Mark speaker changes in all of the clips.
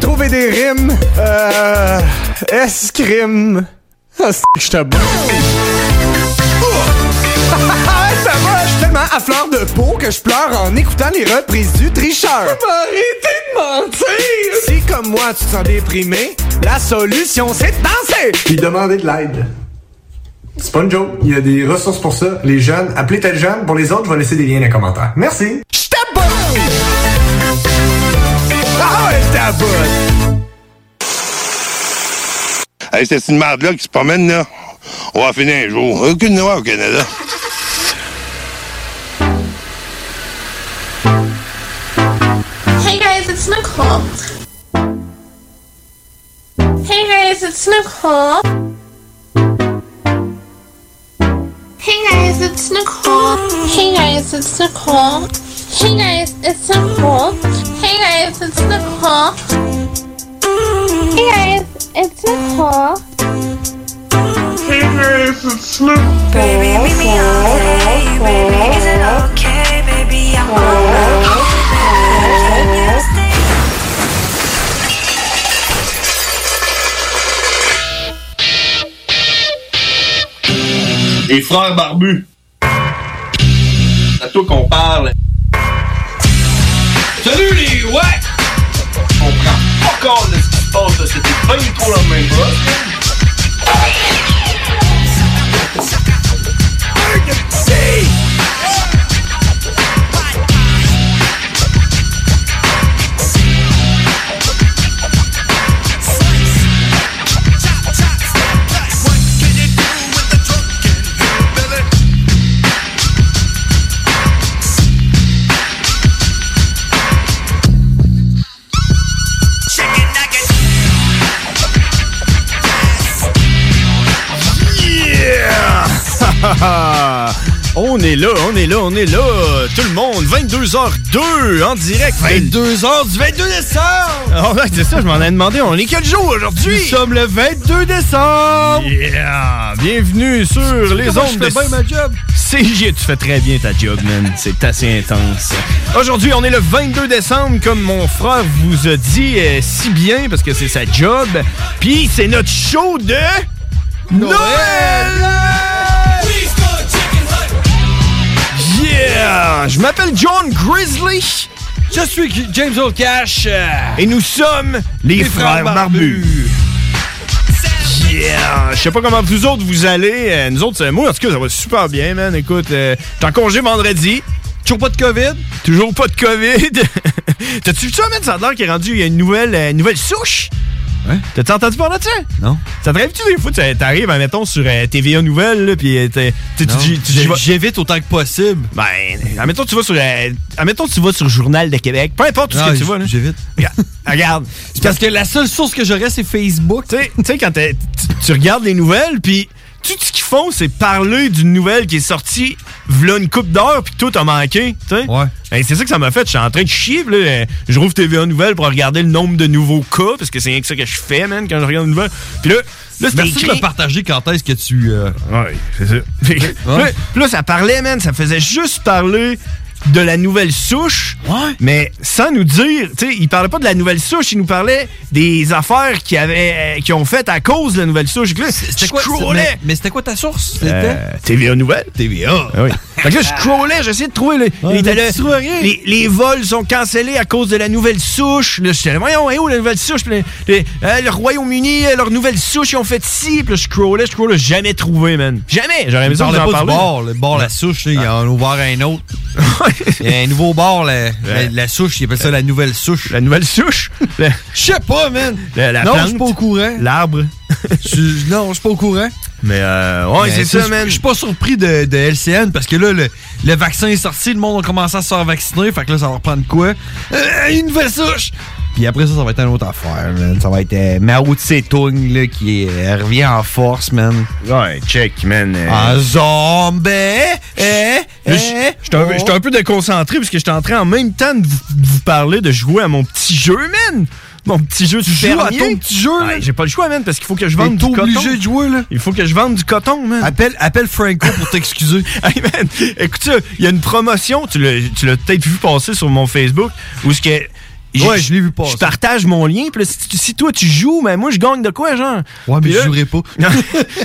Speaker 1: Trouver des rimes. Euh, escrime. Ah, c'est que je te bats. Ah, Ça va, je suis tellement à fleur de peau que je pleure en écoutant les reprises du tricheur.
Speaker 2: Arrêtez
Speaker 1: Si comme moi tu te sens déprimé, la solution c'est de danser.
Speaker 3: Puis demander de l'aide. C'est pas une joke. Il y a des ressources pour ça. Les jeunes, appelez tel jeune. Pour les autres, je vais laisser des liens dans les commentaires. Merci.
Speaker 1: Je t'abonne! Ah ouais, je t'abonne!
Speaker 4: Hey, c'est une marde-là qui se promène, là. On va finir un jour. Aucune noix au Canada.
Speaker 5: Hey guys, it's Nicole. Hey guys, it's Nicole. Hey guys, it's Nicole. Hey guys, it's Nicole. Hey guys, it's Nicole. Hey guys, it's Nicole. Hey guys, it's Nicole. Hey guys, it's Nicole. Baby, leave me alone. Baby, is it okay? Baby, I'm alone.
Speaker 6: Les frères barbus. C'est à toi qu'on parle. Salut les ouais! On prend pas compte de ce qui se passe, là. C'était pas du tout la même
Speaker 1: Yeah! on est là, on est là, on est là, tout le monde, 22h02 en direct. 22h du 22 décembre! Oh, ouais, c'est ça, je m'en ai demandé, on est quel jour aujourd'hui? Nous sommes le 22 décembre! Yeah! Bienvenue sur les
Speaker 2: comment
Speaker 1: ondes
Speaker 2: je fais
Speaker 1: de
Speaker 2: bien ma job?
Speaker 1: CJ, tu fais très bien ta job, man. C'est assez intense. Aujourd'hui, on est le 22 décembre, comme mon frère vous a dit euh, si bien, parce que c'est sa job. Puis c'est notre show de Noël! Yeah! Je m'appelle John Grizzly. Je suis James Old Cash. Et nous sommes les, frères, barbus. Yeah! Je sais pas comment vous autres vous allez. Euh, nous autres, euh, moi, en tout cas, ça va super bien, man. Écoute, euh, t'es en congé vendredi. Toujours pas de COVID? Toujours pas de COVID. T'as-tu vu ça, man? Ça a l'air qu'il est rendu, il y a une nouvelle, euh, une nouvelle souche. Ouais. T'as-tu entendu parler de ça? Non. Ça te rêve-tu des fois? tu- T'arrives, mettons, sur euh, TVA Nouvelle, là, pis euh, t'es- tu-
Speaker 2: Non.
Speaker 1: tu- tu-
Speaker 2: J'ai-
Speaker 1: tu vas- J'évite autant que possible. Ben, admettons tu vas sur euh, admettons tu vas sur Journal de Québec, peu importe tout ce
Speaker 2: Ah,
Speaker 1: que tu
Speaker 2: j-
Speaker 1: vois là. J'évite. Regarde. regarde. C'est parce que la seule source que j'aurais c'est Facebook. Tu sais- tu sais quand t'es- tu tu regardes les nouvelles puis tout ce qu'ils font c'est parler d'une nouvelle qui est sortie v'là une coupe d'heure puis tout a manqué, tu sais. Ouais. c'est ça que ça m'a fait, je suis en train de chier, puis là, euh, je rouvre TVA Nouvelles pour regarder le nombre de nouveaux cas parce que c'est rien que ça que je fais, man, quand je regarde une nouvelle. Puis là, là c'est
Speaker 2: Merci de me
Speaker 1: partager quand est-ce que
Speaker 2: euh,
Speaker 1: tu. Ouais, c'est ça. Puis là, puis là, ça parlait, man, ça faisait juste parler de la nouvelle souche, mais sans nous dire, tu sais, il parlait pas de la nouvelle souche, il nous parlait des affaires qui avaient, euh, qui ont fait à cause de la nouvelle souche. C'était
Speaker 2: quoi, mais- mais c'était quoi ta source? C'était-
Speaker 1: TVA Nouvelle. TVA. Ah oui. Fait que là, je scrollais, j'essayais de trouver. le-
Speaker 2: Ouais,
Speaker 1: les,
Speaker 2: mais
Speaker 1: le-
Speaker 2: tu trouvais rien.
Speaker 1: les- les vols sont cancellés à cause de la nouvelle souche. Là, j'étais là, voyons, hein, où la nouvelle souche? Puis là, les- euh, le Royaume-Uni, euh, leur nouvelle souche, ils ont fait ci. Puis là, je scrollais, je scrollais, jamais trouvé, man. Jamais. J'aurais aimé ça
Speaker 2: On
Speaker 1: vous en
Speaker 2: parlait pas du
Speaker 1: parler.
Speaker 2: bord, le bord, la souche, là, il
Speaker 1: Ah.
Speaker 2: y en a ouvert un autre. Il y a un nouveau bord, la, la- la souche, il appelle ça la nouvelle souche.
Speaker 1: La nouvelle souche? Je
Speaker 2: sais pas, man!
Speaker 1: la
Speaker 2: non,
Speaker 1: plante.
Speaker 2: je suis pas au courant.
Speaker 1: L'arbre.
Speaker 2: Je- non, je suis pas au courant.
Speaker 1: Mais, euh, ouais,
Speaker 2: Mais
Speaker 1: c'est ça, man.
Speaker 2: Je suis pas surpris de, de LCN parce que là, le, le vaccin est sorti, le monde a commencé à se faire vacciner, fait que là, ça va reprendre quoi? Euh, une nouvelle souche! Puis après ça, ça va être une autre affaire, man. Ça va être euh, Mao Tse-Tung, là, qui euh, revient en force, man.
Speaker 1: Ouais, check, man. euh,
Speaker 2: Un zombie! Eh, eh,
Speaker 1: Là, je- J'étais un, peu- j'étais un peu déconcentré parce que j'étais en train en même temps de vous, de vous parler de jouer à mon petit jeu, man! Mon petit jeu du
Speaker 2: joues à
Speaker 1: fermier.
Speaker 2: ton petit jeu,
Speaker 1: Ouais,
Speaker 2: là?
Speaker 1: J'ai pas le choix, man, parce qu'il faut que je
Speaker 2: T'es
Speaker 1: vende du coton.
Speaker 2: obligé de jouer, là.
Speaker 1: Il faut que je vende du coton, man.
Speaker 2: Appelle, appelle Franco pour t'excuser.
Speaker 1: Hey, man, écoute ça, il y a une promotion, tu l'as tu l'as peut-être vu passer sur mon Facebook, où ce que... j'ai-
Speaker 2: Ouais, je l'ai vu passer.
Speaker 1: Je partage mon lien, puis là, si, tu- si toi tu joues, ben moi je gagne de quoi, genre?
Speaker 2: Ouais, mais
Speaker 1: Puis
Speaker 2: je
Speaker 1: là-
Speaker 2: jouerai pas.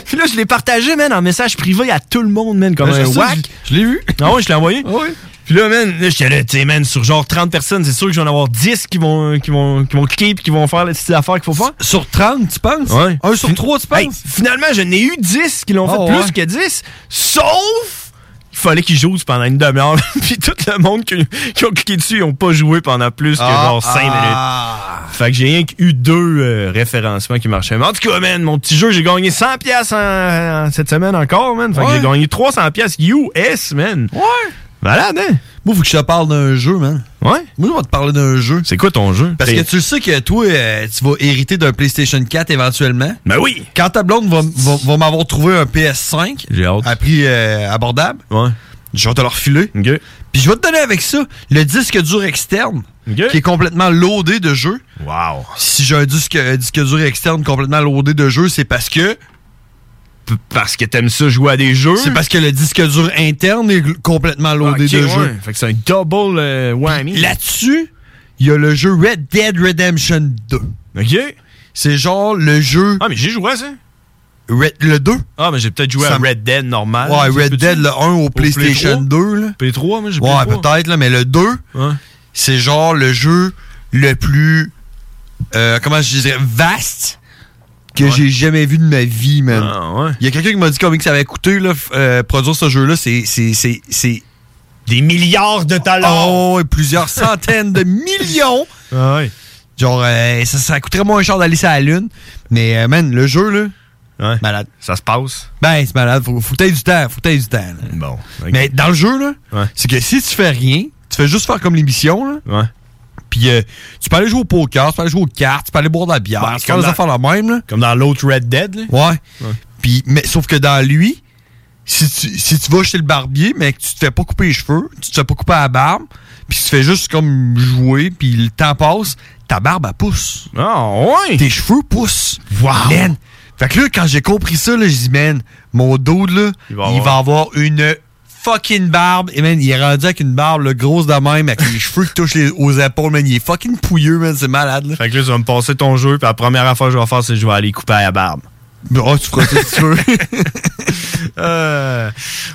Speaker 1: Puis là, je l'ai partagé, man, en message privé à tout le monde, man, comme
Speaker 2: Ouais,
Speaker 1: un
Speaker 2: Ben, ça,
Speaker 1: whack.
Speaker 2: je- Je l'ai vu.
Speaker 1: Ah ouais, je l'ai envoyé?
Speaker 2: Ah ouais?
Speaker 1: Puis là, man, là, j'étais là, tu sais, man, sur genre 30 personnes, c'est sûr que j'en vais en avoir 10 qui vont, euh, qui vont, qui vont cliquer puis qui vont faire la petite affaire qu'il faut faire.
Speaker 2: Sur 30, tu penses?
Speaker 1: Ouais.
Speaker 2: Un sur 3, tu penses?
Speaker 1: Hey, finalement, je n'ai eu 10 qui l'ont
Speaker 2: Oh,
Speaker 1: fait
Speaker 2: ouais.
Speaker 1: plus que 10, sauf il fallait qu'ils jouent pendant une demi-heure. puis tout le monde qui, qui ont cliqué dessus, ils ont pas joué pendant plus que
Speaker 2: Ah,
Speaker 1: genre 5 minutes. Fait que j'ai rien qu'eu deux euh, référencements qui marchaient. Mais en tout cas, man, mon petit jeu, j'ai gagné 100 pièces cette semaine encore, man. Fait que
Speaker 2: Ouais.
Speaker 1: j'ai gagné 300 pièces US, man.
Speaker 2: Ouais.
Speaker 1: Malade, hein?
Speaker 2: Moi, faut que je te parle d'un jeu, man.
Speaker 1: Ouais.
Speaker 2: Moi, je vais te parler d'un jeu.
Speaker 1: C'est quoi ton jeu?
Speaker 2: Parce que
Speaker 1: T'es-
Speaker 2: tu le sais que toi, euh, tu vas hériter d'un PlayStation 4 éventuellement.
Speaker 1: Ben oui!
Speaker 2: Quand ta blonde va, va- va m'avoir trouvé un PS5
Speaker 1: J'ai hâte.
Speaker 2: à prix euh, abordable,
Speaker 1: Ouais.
Speaker 2: je vais te le refiler.
Speaker 1: Ok.
Speaker 2: Puis je vais te donner avec ça le disque dur externe
Speaker 1: Ok.
Speaker 2: qui est complètement loadé de jeux.
Speaker 1: Wow.
Speaker 2: Si j'ai un disque, un disque dur externe complètement loadé de jeux, c'est parce que
Speaker 1: P- Parce que t'aimes ça jouer à des jeux?
Speaker 2: c'est parce que le disque dur interne est gl- complètement
Speaker 1: Ah, ok,
Speaker 2: loadé de
Speaker 1: ouais.
Speaker 2: jeux.
Speaker 1: Fait que c'est un double euh, whammy.
Speaker 2: Là-dessus, il y a le jeu Red Dead Redemption 2.
Speaker 1: Ok.
Speaker 2: C'est genre le jeu
Speaker 1: Ah, mais j'ai joué à ça.
Speaker 2: Red- le 2.
Speaker 1: Ah, mais j'ai peut-être joué à
Speaker 2: Ça me-
Speaker 1: Red Dead normal.
Speaker 2: Ouais,
Speaker 1: Ah, Tu sais,
Speaker 2: Red
Speaker 1: peux-tu-
Speaker 2: Dead, le 1 au
Speaker 1: Play
Speaker 2: PlayStation
Speaker 1: 3?
Speaker 2: 2. Là.
Speaker 1: P3, moi, j'ai
Speaker 2: Ouais,
Speaker 1: Play 3.
Speaker 2: peut-être, là, mais le 2,
Speaker 1: Ouais.
Speaker 2: c'est genre le jeu le plus, euh, comment je dirais, vaste que j'ai jamais vu de ma vie, man.
Speaker 1: Ah, ouais.
Speaker 2: Il y a quelqu'un qui m'a dit combien que ça avait coûté, là, f- euh, produire ce jeu-là. C'est, c'est, c'est, c'est,
Speaker 1: Des milliards de talents.
Speaker 2: oh, et plusieurs centaines de millions.
Speaker 1: Ah, ouais.
Speaker 2: Genre, euh, ça, ça coûterait moins cher d'aller sur la lune. Mais, euh, man, le jeu, là,
Speaker 1: Ouais.
Speaker 2: malade.
Speaker 1: Ça se passe.
Speaker 2: Ben, c'est malade. Faut, faut que t'aies du temps. Faut que t'aies du temps. là.
Speaker 1: Bon. ok.
Speaker 2: Mais dans le jeu, là,
Speaker 1: Ouais.
Speaker 2: c'est que si tu fais rien, tu fais juste faire comme l'émission, là,
Speaker 1: Ouais.
Speaker 2: puis euh, tu peux aller jouer au poker, tu peux aller jouer aux cartes, tu peux aller boire de la bière,
Speaker 1: Ben,
Speaker 2: tu peux faire
Speaker 1: comme
Speaker 2: des
Speaker 1: dans-
Speaker 2: affaires la même, là.
Speaker 1: Comme dans l'autre Red Dead, là.
Speaker 2: Ouais. Puis, mais, sauf que dans lui, si tu, si tu vas chez le barbier, mais que tu te fais pas couper les cheveux, tu te fais pas couper la barbe, puis tu fais juste comme jouer, puis le temps passe, ta barbe, elle pousse.
Speaker 1: Ah, ouais.
Speaker 2: Tes cheveux poussent.
Speaker 1: Wow.
Speaker 2: Man. Fait que là, quand j'ai compris ça, là, j'ai dit, man, mon dude, là,
Speaker 1: Il
Speaker 2: il
Speaker 1: va
Speaker 2: va, avoir une fucking barbe. Et man, il est rendu avec une barbe, là, grosse de même, avec les cheveux qui touchent les- aux épaules, man. Il est fucking pouilleux, man. C'est malade, là.
Speaker 1: Fait que là, tu vas me passer ton jeu, puis la première affaire que je vais faire, c'est que je vais aller couper à la barbe.
Speaker 2: Oh, tu feras ça si tu veux.
Speaker 1: Euh,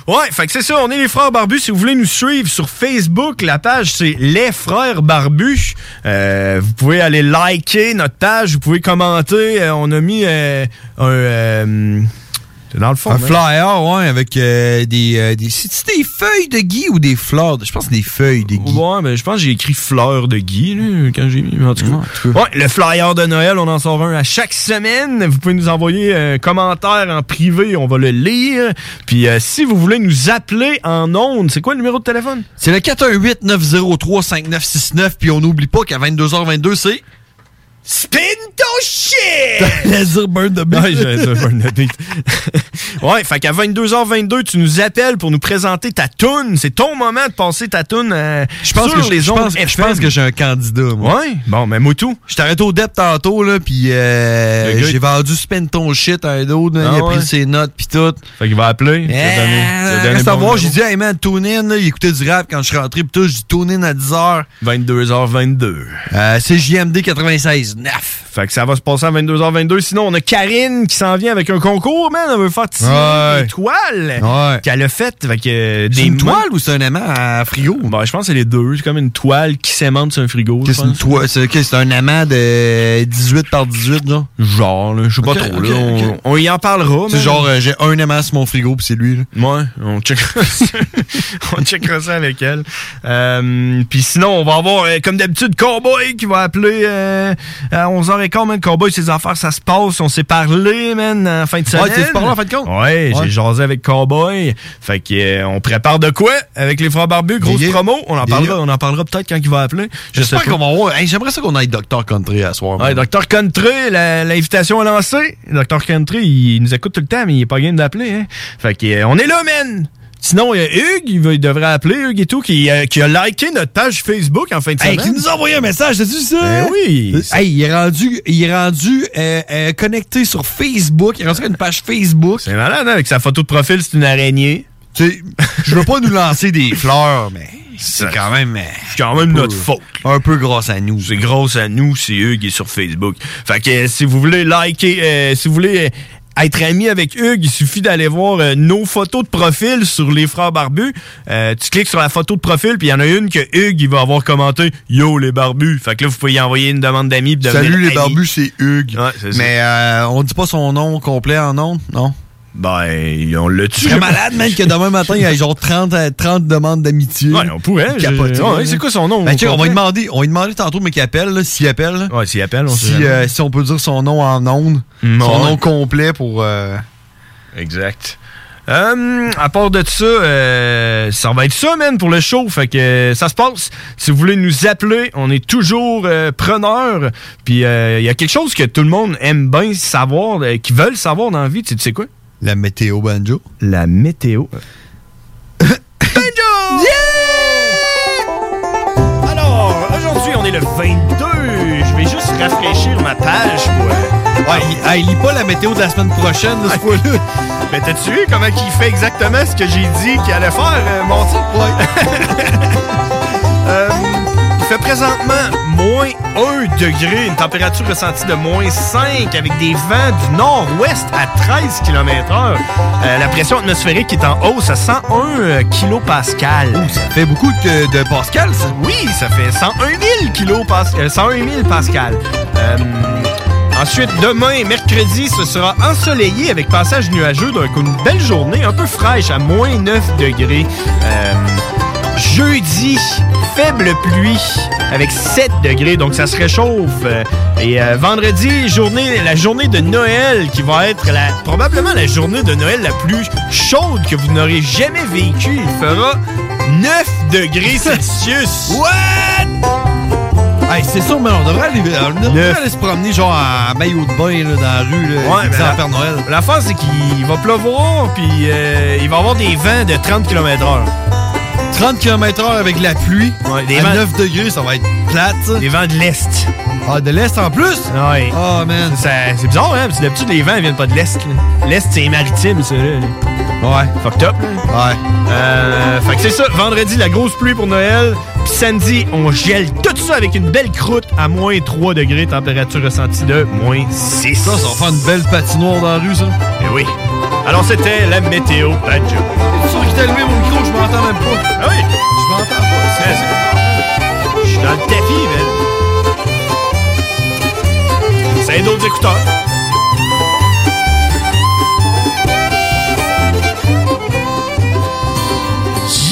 Speaker 1: ouais, fait que c'est ça, on est les frères barbus. Si vous voulez nous suivre sur Facebook, la page c'est Les Frères Barbus. Euh, vous pouvez aller liker notre page, vous pouvez commenter. Euh, on a mis euh, un. euh, c'est dans le fond.
Speaker 2: Un
Speaker 1: hein?
Speaker 2: flyer, ouais, avec euh, des. euh, des C'est-tu des feuilles de gui ou des fleurs? de- Je pense que c'est des feuilles de gui.
Speaker 1: Ouais, mais je pense que j'ai écrit fleur de Guy là, quand j'ai mis. En tout cas.
Speaker 2: Ouais, en tout cas.
Speaker 1: Ouais, le flyer de Noël, on en sort un à chaque semaine. Vous pouvez nous envoyer un commentaire en privé, on va le lire. Puis euh, si vous voulez nous appeler en ondes, c'est quoi le numéro de téléphone?
Speaker 2: C'est le 418-903-5969, puis on n'oublie pas qu'à 22h22, c'est.
Speaker 1: Spin ton shit!
Speaker 2: J'allais dire burn the beat.
Speaker 1: Ouais, j'allais dire burn the beat. ouais, fait qu'à 22h22, tu nous appelles pour nous présenter ta toune. C'est ton moment de passer ta toune euh,
Speaker 2: Je pense,
Speaker 1: sur
Speaker 2: que,
Speaker 1: les
Speaker 2: je,
Speaker 1: ondes
Speaker 2: pense, je
Speaker 1: FM.
Speaker 2: pense que j'ai un candidat, moi.
Speaker 1: Ouais, bon, mais Moutou.
Speaker 2: Je t'arrête au DEP tantôt, là, puis euh,
Speaker 1: Le gars,
Speaker 2: j'ai
Speaker 1: il-
Speaker 2: vendu Spin ton shit à un autre, là,
Speaker 1: Ah
Speaker 2: il a
Speaker 1: ouais.
Speaker 2: pris ses notes, puis tout.
Speaker 1: Fait qu'il va appeler.
Speaker 2: Euh, Reste à voir, j'ai dit, hey man, tune in, là, il écoutait du rap quand je suis rentré, pis tout, j'ai dit tune in à 10h.
Speaker 1: 22h22.
Speaker 2: c'est JMD 96, 9.
Speaker 1: Fait que ça va se passer à 22h22. Sinon, on a Karine qui s'en vient avec un concours, man. Elle veut faire tirer
Speaker 2: Ouais.
Speaker 1: des toiles
Speaker 2: Ouais.
Speaker 1: qu'elle a faites. Fait que, euh,
Speaker 2: C'est
Speaker 1: des
Speaker 2: une
Speaker 1: mo-
Speaker 2: toile ou c'est un aimant à frigo?
Speaker 1: Bon, je pense que c'est les deux. C'est comme une toile qui s'aimante sur un frigo. je
Speaker 2: Qu'est-ce une
Speaker 1: pense.
Speaker 2: toile? C'est qu'est-ce, c'est un aimant de 18 par 18, genre?
Speaker 1: Genre, là, je sais pas
Speaker 2: Ok,
Speaker 1: trop.
Speaker 2: ok,
Speaker 1: là, on,
Speaker 2: ok.
Speaker 1: on y en parlera.
Speaker 2: C'est
Speaker 1: man.
Speaker 2: genre, euh, j'ai un aimant sur mon frigo, puis c'est lui, là.
Speaker 1: Ouais, on checkera ça, on checkera ça avec elle. Euh, Puis sinon, on va avoir, euh, comme d'habitude, Cowboy qui va appeler euh, à 11h15. Man. Cowboy, ses affaires, ça se passe. On s'est parlé, man, en fin de semaine.
Speaker 2: tu t'es parlé en fin de compte?
Speaker 1: Ouais,
Speaker 2: Ouais.
Speaker 1: j'ai jasé avec Cowboy. Fait que euh, on prépare de quoi avec les frères barbus? Grosse
Speaker 2: Yeah.
Speaker 1: promo. On en
Speaker 2: Yeah.
Speaker 1: parlera, on en parlera peut-être quand il va appeler. Je sais
Speaker 2: J'espère
Speaker 1: pas.
Speaker 2: qu'on va voir. Hey, j'aimerais ça qu'on aille Docteur Country à soir.
Speaker 1: Ouais,
Speaker 2: man.
Speaker 1: Dr. Country, la- l'invitation est lancée. Dr. Country, il nous écoute tout le temps, mais il est pas game d'appeler. Hein. Fait que, euh, on est là, man! Sinon, il y a Hugues, il, va- il devrait appeler Hugues et tout, qui, euh, qui a liké notre page Facebook en fin de
Speaker 2: Hey,
Speaker 1: semaine.
Speaker 2: qui nous a envoyé un message, t'as-tu vu ça?
Speaker 1: Ben oui.
Speaker 2: Hey, il est rendu, il est rendu euh, euh, connecté sur Facebook. Il est rendu sur une page Facebook.
Speaker 1: C'est malade, hein? Avec sa photo de profil, c'est une araignée.
Speaker 2: Tu sais, je veux pas nous lancer des fleurs, mais c'est quand même, euh,
Speaker 1: C'est quand même notre faute.
Speaker 2: un peu grâce à nous.
Speaker 1: C'est grâce à nous, c'est Hugues qui est sur Facebook. Fait que euh, si vous voulez liker, euh, si vous voulez euh, être ami avec Hugues, il suffit d'aller voir euh, nos photos de profil sur les frères barbus. Euh, tu cliques sur la photo de profil, puis il y en a une que Hugues il va avoir commenté Yo les barbus. Fait que là, vous pouvez y envoyer une demande d'amis. puis devenir
Speaker 2: Salut les
Speaker 1: amis.
Speaker 2: barbus, c'est Hugues.
Speaker 1: Ouais, c'est ça.
Speaker 2: mais euh, on dit pas son nom complet en nom, non?
Speaker 1: Ben, on le
Speaker 2: Je
Speaker 1: tue.
Speaker 2: serais malade, même que demain matin, il y a genre 30, euh, 30 demandes d'amitié.
Speaker 1: Ouais, on pourrait. je-
Speaker 2: Capoté,
Speaker 1: Ouais,
Speaker 2: là.
Speaker 1: c'est quoi son nom?
Speaker 2: Ben,
Speaker 1: au
Speaker 2: tu sais, on va
Speaker 1: complet?
Speaker 2: lui demander, on va lui demander tantôt, mais qu'il appelle, là, s'il appelle. là.
Speaker 1: Ouais, s'il appelle, on sait
Speaker 2: si,
Speaker 1: jamais.
Speaker 2: euh, si on peut dire son nom en ondes,
Speaker 1: Mm,
Speaker 2: son
Speaker 1: ouais.
Speaker 2: nom complet pour. euh,
Speaker 1: Exact. Hum, à part de ça, euh, ça va être ça, man, pour le show. Fait que euh, ça se passe. Si vous voulez nous appeler, on est toujours euh, preneurs. Puis euh, il y a quelque chose que tout le monde aime bien savoir, euh, qui veulent savoir dans la vie. Tu sais- tu sais quoi?
Speaker 2: la météo banjo.
Speaker 1: La météo. Banjo! Alors, aujourd'hui, on est le 22. Je vais juste rafraîchir ma page, quoi.
Speaker 2: Ouais, il, ah, il lit pas la météo de la semaine prochaine, là, ce fois-là.
Speaker 1: Mais t'as-tu vu comment il fait exactement ce que j'ai dit qu'il allait faire, euh, mon type? Euh, il fait présentement moins 1 degré, une température ressentie de moins 5 avec des vents du nord-ouest à 13 km h Euh, la pression atmosphérique est en hausse à 101 kilopascal.
Speaker 2: Ça fait beaucoup de, de Pascal, ça.
Speaker 1: Oui, ça fait 101 000 kilos pas- euh, 101 000 pascal. Euh, ensuite, demain, mercredi, ce sera ensoleillé avec passage nuageux, donc une belle journée un peu fraîche à moins 9 degrés. Euh, jeudi, faible pluie avec 7 degrés, donc ça se réchauffe. Euh, Et euh, vendredi, journée, la journée de Noël qui va être la, probablement la journée de Noël la plus chaude que vous n'aurez jamais vécue. Il fera 9 degrés Celsius.
Speaker 2: Hey, c'est sûr, mais on devrait aller, on devrait
Speaker 1: Neuf.
Speaker 2: aller se promener, genre, en maillot de bain, là, dans la rue, là,
Speaker 1: Ouais, ben,
Speaker 2: déguisé
Speaker 1: mais
Speaker 2: en
Speaker 1: la-
Speaker 2: Père Noël.
Speaker 1: L'affaire, c'est qu'il va pleuvoir, puis euh, il va avoir des vents de 30 km/h.
Speaker 2: 30 km/h avec la pluie.
Speaker 1: Ouais, des
Speaker 2: à
Speaker 1: vents-
Speaker 2: 9 degrés, ça va être plate, ça.
Speaker 1: Des vents de l'Est.
Speaker 2: Ah, de l'Est en plus?
Speaker 1: Ouais.
Speaker 2: Oh, man.
Speaker 1: Ça- C'est bizarre, hein? Parce que d'habitude, les vents ils viennent pas de l'Est. là. L'Est, c'est maritime, ça. Là.
Speaker 2: Ouais,
Speaker 1: Fucked up. là.
Speaker 2: ouais.
Speaker 1: Euh, fait que c'est ça. Vendredi, la grosse pluie pour Noël. Puis samedi, on gèle tout ça avec une belle croûte à moins 3 degrés, température ressentie de moins 6.
Speaker 2: Ça, ça va faire une belle patinoire dans la rue, ça.
Speaker 1: Eh oui. Alors, c'était la météo. Bad job.
Speaker 2: C'est sûr qu'il t'a levé mon micro, je m'entends même pas.
Speaker 1: Ah oui!
Speaker 2: Je m'entends pas.
Speaker 1: Mais c'est- Je suis dans le tapis, man. C'est d'autres écouteurs.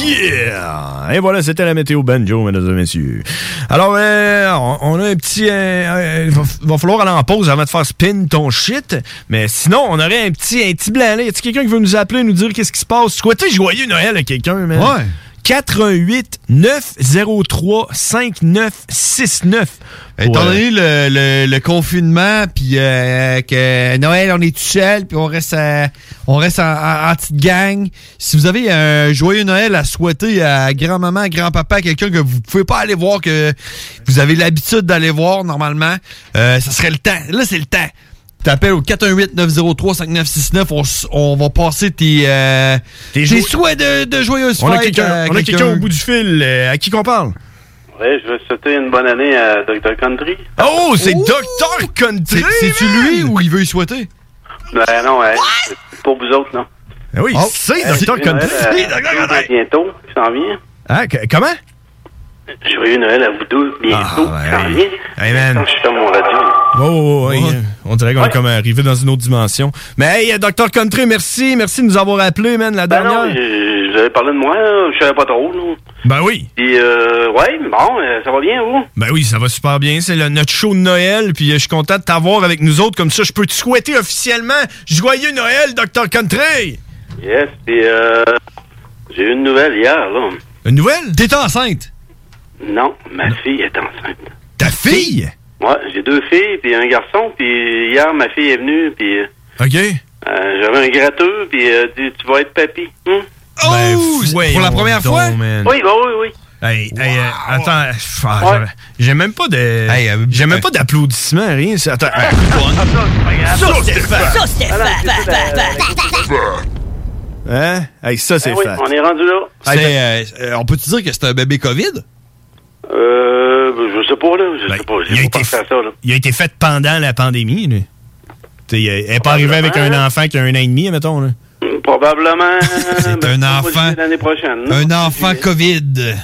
Speaker 1: Yeah! Ah, Et voilà, c'était la météo banjo, mesdames et messieurs. Alors, euh, on, on a un petit... euh, euh, va, va falloir aller en pause avant de faire spin ton shit. Mais sinon, on aurait un petit, un petit blanc. là. Y a-t-il quelqu'un qui veut nous appeler, nous dire qu'est-ce qui se passe? Souhaitez joyeux Noël à quelqu'un, man.
Speaker 2: Ouais.
Speaker 1: 88 903 5969.
Speaker 2: Étant
Speaker 1: euh,
Speaker 2: donné le, le- le confinement, puis euh, que Noël, on est tout seul, puis on reste, à- on reste en, en- en petite gang. Si vous avez un joyeux Noël à souhaiter à grand-maman, à grand-papa, à quelqu'un que vous pouvez pas aller voir, que vous avez l'habitude d'aller voir normalement, euh, ça serait le temps. Là, c'est le temps. T'appelles au 418-903-5969. On, s- on va passer tes, euh, tes
Speaker 1: jo-
Speaker 2: souhaits de, de joyeuses
Speaker 1: On a
Speaker 2: fêtes
Speaker 1: quelqu'un
Speaker 2: à
Speaker 1: on a quelqu'un au bout du fil. euh, à qui qu'on parle?
Speaker 7: Ouais, je veux souhaiter une bonne année à Dr. Country.
Speaker 1: Oh, c'est Dr. Country! C'est-tu lui ou il veut y souhaiter?
Speaker 7: Ben non, ouais, c'est pour vous autres, non. Euh,
Speaker 1: Ah oui, c'est Dr. Country!
Speaker 7: Country. bientôt, qui s'en vient.
Speaker 1: Hein, que- comment?
Speaker 7: Joyeux Noël à vous deux, bientôt,
Speaker 1: Ah, ben
Speaker 7: qui s'en vient.
Speaker 1: Hey, man.
Speaker 7: Je suis sur mon radio.
Speaker 1: Oh, oh, oh, hey, euh, on dirait qu'on est comme arrivé dans une autre dimension. Mais hey, euh, Dr. Country, merci. Merci de nous avoir appelés, man, la
Speaker 7: Ben non,
Speaker 1: dernière.
Speaker 7: je- je- vous avez parlé de moi, là, je savais pas trop, là.
Speaker 1: Ben oui.
Speaker 7: Puis, euh, ouais, bon, euh, ça va bien, vous?
Speaker 1: Ben oui, ça va super bien. C'est le- notre show de Noël, puis euh, je suis content de t'avoir avec nous autres. Comme ça, je peux te souhaiter officiellement joyeux Noël, Dr. Country!
Speaker 7: Yes, puis, euh, j'ai eu une nouvelle hier, là.
Speaker 1: Une nouvelle? T'es enceinte?
Speaker 7: Non, ma fille est enceinte.
Speaker 1: Ta fille?
Speaker 7: Ouais, j'ai deux filles, puis un garçon, puis hier, ma fille est venue, puis... euh,
Speaker 1: OK.
Speaker 7: Euh, J'avais un gratteux, puis euh, dit, tu vas être papy. Hum?
Speaker 2: Ben,
Speaker 1: Oh!
Speaker 7: pour la première fois? Oui, bah oui, oui.
Speaker 1: Hey, hey, euh, attends, pff, ah, j'avais- j'ai même pas de, j'ai même pas d'applaudissements, rien. c'est- Attends,
Speaker 2: Ah,
Speaker 8: Ça, c'est fat.
Speaker 9: Ça, c'était
Speaker 8: Ah, non,
Speaker 9: fat,
Speaker 8: c'est
Speaker 9: fat,
Speaker 8: ça,
Speaker 9: fat,
Speaker 8: la-
Speaker 1: hein? Hey, ça c'est
Speaker 7: Ah oui,
Speaker 1: fat.
Speaker 7: on est rendu là.
Speaker 2: C'est, euh, euh, on peut-tu dire que c'est un bébé COVID?
Speaker 7: Euh, ben, je sais pas, là. Je sais pas.
Speaker 1: il a
Speaker 7: J'ai
Speaker 1: été
Speaker 7: pas pensé à ça, là.
Speaker 1: Il a été fait pendant la pandémie. Lui. T'sais, Elle n'est pas arrivée avec un enfant qui a un an et demi, mettons. Là.
Speaker 7: Hum, Probablement. C'est
Speaker 2: un enfant.
Speaker 7: L'année prochaine.
Speaker 2: Un enfant COVID.
Speaker 7: Mm.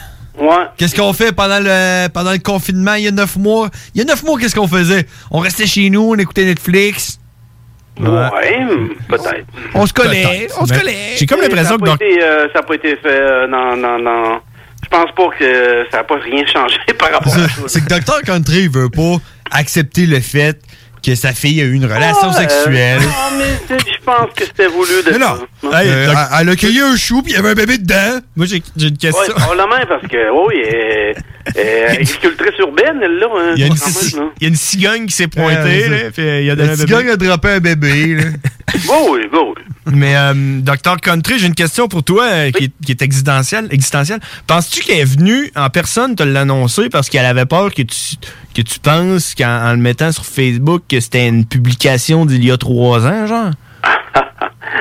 Speaker 7: Ouais.
Speaker 2: Qu'est-ce qu'on fait pendant le, pendant le confinement il y a neuf mois? Il y a neuf mois, qu'est-ce qu'on faisait? On restait chez nous, on écoutait Netflix.
Speaker 7: Ouais, hum, peut-être.
Speaker 2: On se connaît,
Speaker 7: Peut-être,
Speaker 2: on se
Speaker 7: mais
Speaker 2: connaît.
Speaker 7: Ça a pas été, euh, ça n'a pas été fait. euh, non, non, non. Je pense pas que ça n'a pas rien changé par rapport à ça.
Speaker 2: C'est que Dr. Country veut pas accepter le fait que sa fille a eu une relation
Speaker 7: Ah, euh,
Speaker 2: sexuelle.
Speaker 7: non, mais c'est- je pense que c'était voulu de
Speaker 2: Mais non. Hey,
Speaker 7: Euh,
Speaker 2: elle- elle a cueilli un chou puis il y avait un bébé dedans.
Speaker 1: Moi, j'ai une
Speaker 7: Oui, probablement, parce que, oui, euh, euh, agricultrice urbaine, elle, là. hein,
Speaker 1: Il y a une,
Speaker 7: quand
Speaker 1: ci-
Speaker 7: même, là.
Speaker 1: il y a une cigogne qui s'est
Speaker 2: Ouais,
Speaker 1: pointée.
Speaker 2: c'est
Speaker 1: là,
Speaker 2: ça.
Speaker 1: puis, euh, il a
Speaker 2: Le
Speaker 1: donné un bébé.
Speaker 2: cigogne a droppé un bébé. là.
Speaker 7: Oh oui, oh oui.
Speaker 1: Mais, euh, Dr. Country, j'ai une question pour toi euh, qui, est, qui est existentielle. existentielle. Penses-tu qu'elle est venue en personne te l'annoncer parce qu'elle avait peur que tu, que tu penses qu'en en le mettant sur Facebook que c'était une publication d'il y a trois ans, genre?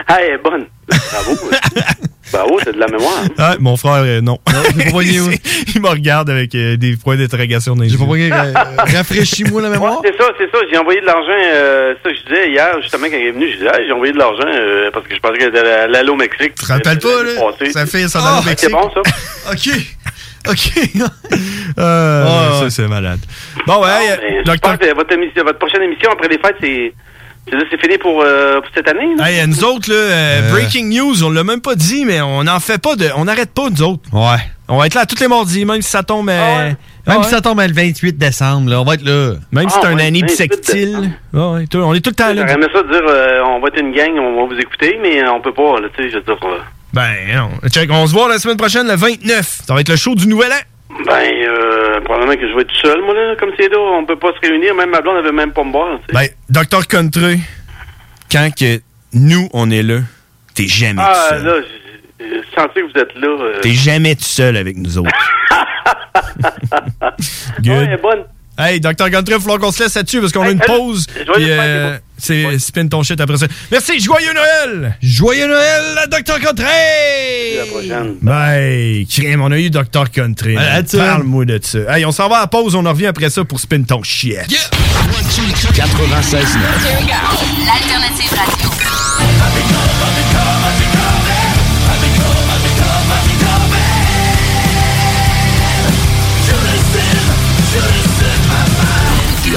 Speaker 7: Ah, elle est bonne. Bravo. hein. Bravo, c'est de la mémoire. hein.
Speaker 1: Ah, mon frère, euh, non. C'est- il me regarde avec euh, des points d'interrogation dans J'ai pas euh,
Speaker 2: Rafraîchis-moi la mémoire.
Speaker 7: C'est ça, c'est ça. J'ai envoyé de l'argent. euh, ça, je disais hier, justement, quand il est venu, je disais, Hey, j'ai envoyé de l'argent euh, parce que je pensais qu'elle était à l'Allo Mexique. Tu te
Speaker 1: rappelles pas, là?
Speaker 7: Ça
Speaker 1: fait son Allo Mexique.
Speaker 7: C'est bon, ça.
Speaker 2: OK. OK.
Speaker 1: Euh, ça, c'est malade. Bon, ouais.
Speaker 7: Mais Je pense Ah, ben, que votre, émission- votre prochaine émission après les fêtes, c'est. c'est là, C'est fini pour, euh, pour cette année, là?
Speaker 1: Hey, nous autres, là, euh,
Speaker 7: Euh.
Speaker 1: breaking news, on l'a même pas dit, mais on n'en fait pas de. On n'arrête pas, nous autres.
Speaker 2: Ouais.
Speaker 1: On va être là tous les mardis, même si ça tombe.
Speaker 7: Oh.
Speaker 1: euh,
Speaker 2: Même
Speaker 1: ah
Speaker 2: si
Speaker 1: ouais.
Speaker 2: ça tombe le 28 décembre, là, on va être là.
Speaker 1: Même si
Speaker 7: Ah,
Speaker 1: c'est un
Speaker 7: ouais,
Speaker 1: année
Speaker 7: 28
Speaker 1: bissextile. Ah ouais, tout- on est tout le temps là.
Speaker 7: J'aurais aimé ça dire, euh, on va être une gang, on va vous écouter, mais euh, on peut pas, là, tu sais, je veux dire. euh,
Speaker 1: Ben, non. Check, on se voit la semaine prochaine, le 29. Ça va être le show du Nouvel An.
Speaker 7: Ben, euh, probablement que je vais être tout seul, moi, là, comme c'est là. On peut pas se réunir. Même ma blonde n'avait même pas me boire. tu sais.
Speaker 1: Ben, Dr. Country, quand que nous, on est là, t'es jamais tout
Speaker 7: Ah,
Speaker 1: seul.
Speaker 7: là, je- je sentais que vous êtes là. euh.
Speaker 1: T'es jamais tout seul avec nous autres. Good.
Speaker 7: Ouais, bonne.
Speaker 1: Hey, Dr. Country, il faut qu'on se laisse là-dessus parce qu'on a une
Speaker 7: hey,
Speaker 1: pause.
Speaker 7: joyeux
Speaker 1: Puis,
Speaker 7: Noël,
Speaker 1: euh, c'est spin ton shit après ça. Merci, joyeux Noël! Joyeux Noël, à Dr. Country!
Speaker 7: la prochaine.
Speaker 1: Bye! Crime, on a eu Dr. Country.
Speaker 2: Ah,
Speaker 1: man.
Speaker 2: là-dessus.
Speaker 1: Parle-moi de ça. Hey, on s'en va à la pause, on en revient après ça pour spin ton shit.
Speaker 6: 96
Speaker 10: L'alternative radio.
Speaker 6: The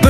Speaker 11: Peu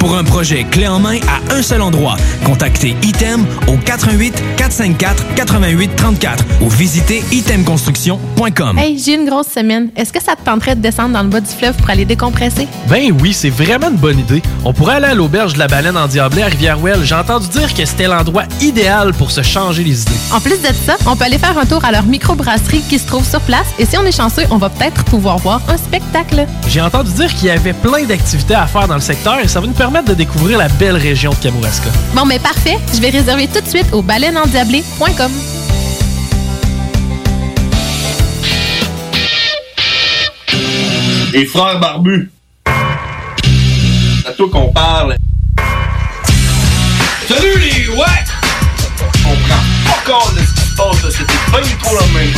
Speaker 11: Pour un projet clé en main à un seul endroit, contactez Item au 88 454 88 34 ou visitez itemconstruction.com.
Speaker 5: Hey, j'ai une grosse semaine. Est-ce que ça te tenterait de descendre dans le bas du fleuve pour aller décompresser?
Speaker 12: Ben oui, c'est vraiment une bonne idée. On pourrait aller à l'auberge de la baleine en Diablé à Rivière-Ouelle. J'ai entendu dire que c'était l'endroit idéal pour se changer les idées.
Speaker 5: En plus de ça, on peut aller faire un tour à leur microbrasserie qui se trouve sur place et si on est chanceux, on va peut-être pouvoir voir un spectacle.
Speaker 12: J'ai entendu dire qu'il y avait plein d'activités à faire dans le secteur et ça va nous permettre de découvrir la belle région de Kamouraska.
Speaker 5: Bon, mais parfait. Je vais réserver tout de suite au baleineendiablé.com.
Speaker 6: Les frères barbus. C'est à toi qu'on parle. Salut les ouais! On prend pas compte de ce qui se passe, là. c'était pas du tout la même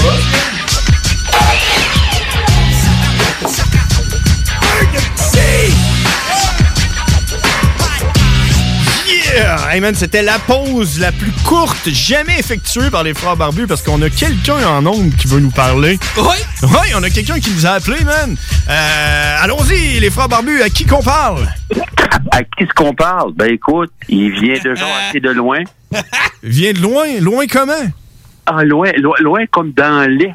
Speaker 1: Yeah! Hey man, c'était la pause la plus courte jamais effectuée par les frères barbus parce qu'on a quelqu'un en ondes qui veut nous parler. Oui? Oui, on a quelqu'un qui nous a appelé, man. Euh, Allons-y, les frères barbus, à qui qu'on parle?
Speaker 7: À qui est-ce qu'on parle? Ben écoute, il vient de gens assez de loin.
Speaker 1: Vient de loin? Loin comment?
Speaker 7: Ah, loin, loin, loin comme dans l'Est.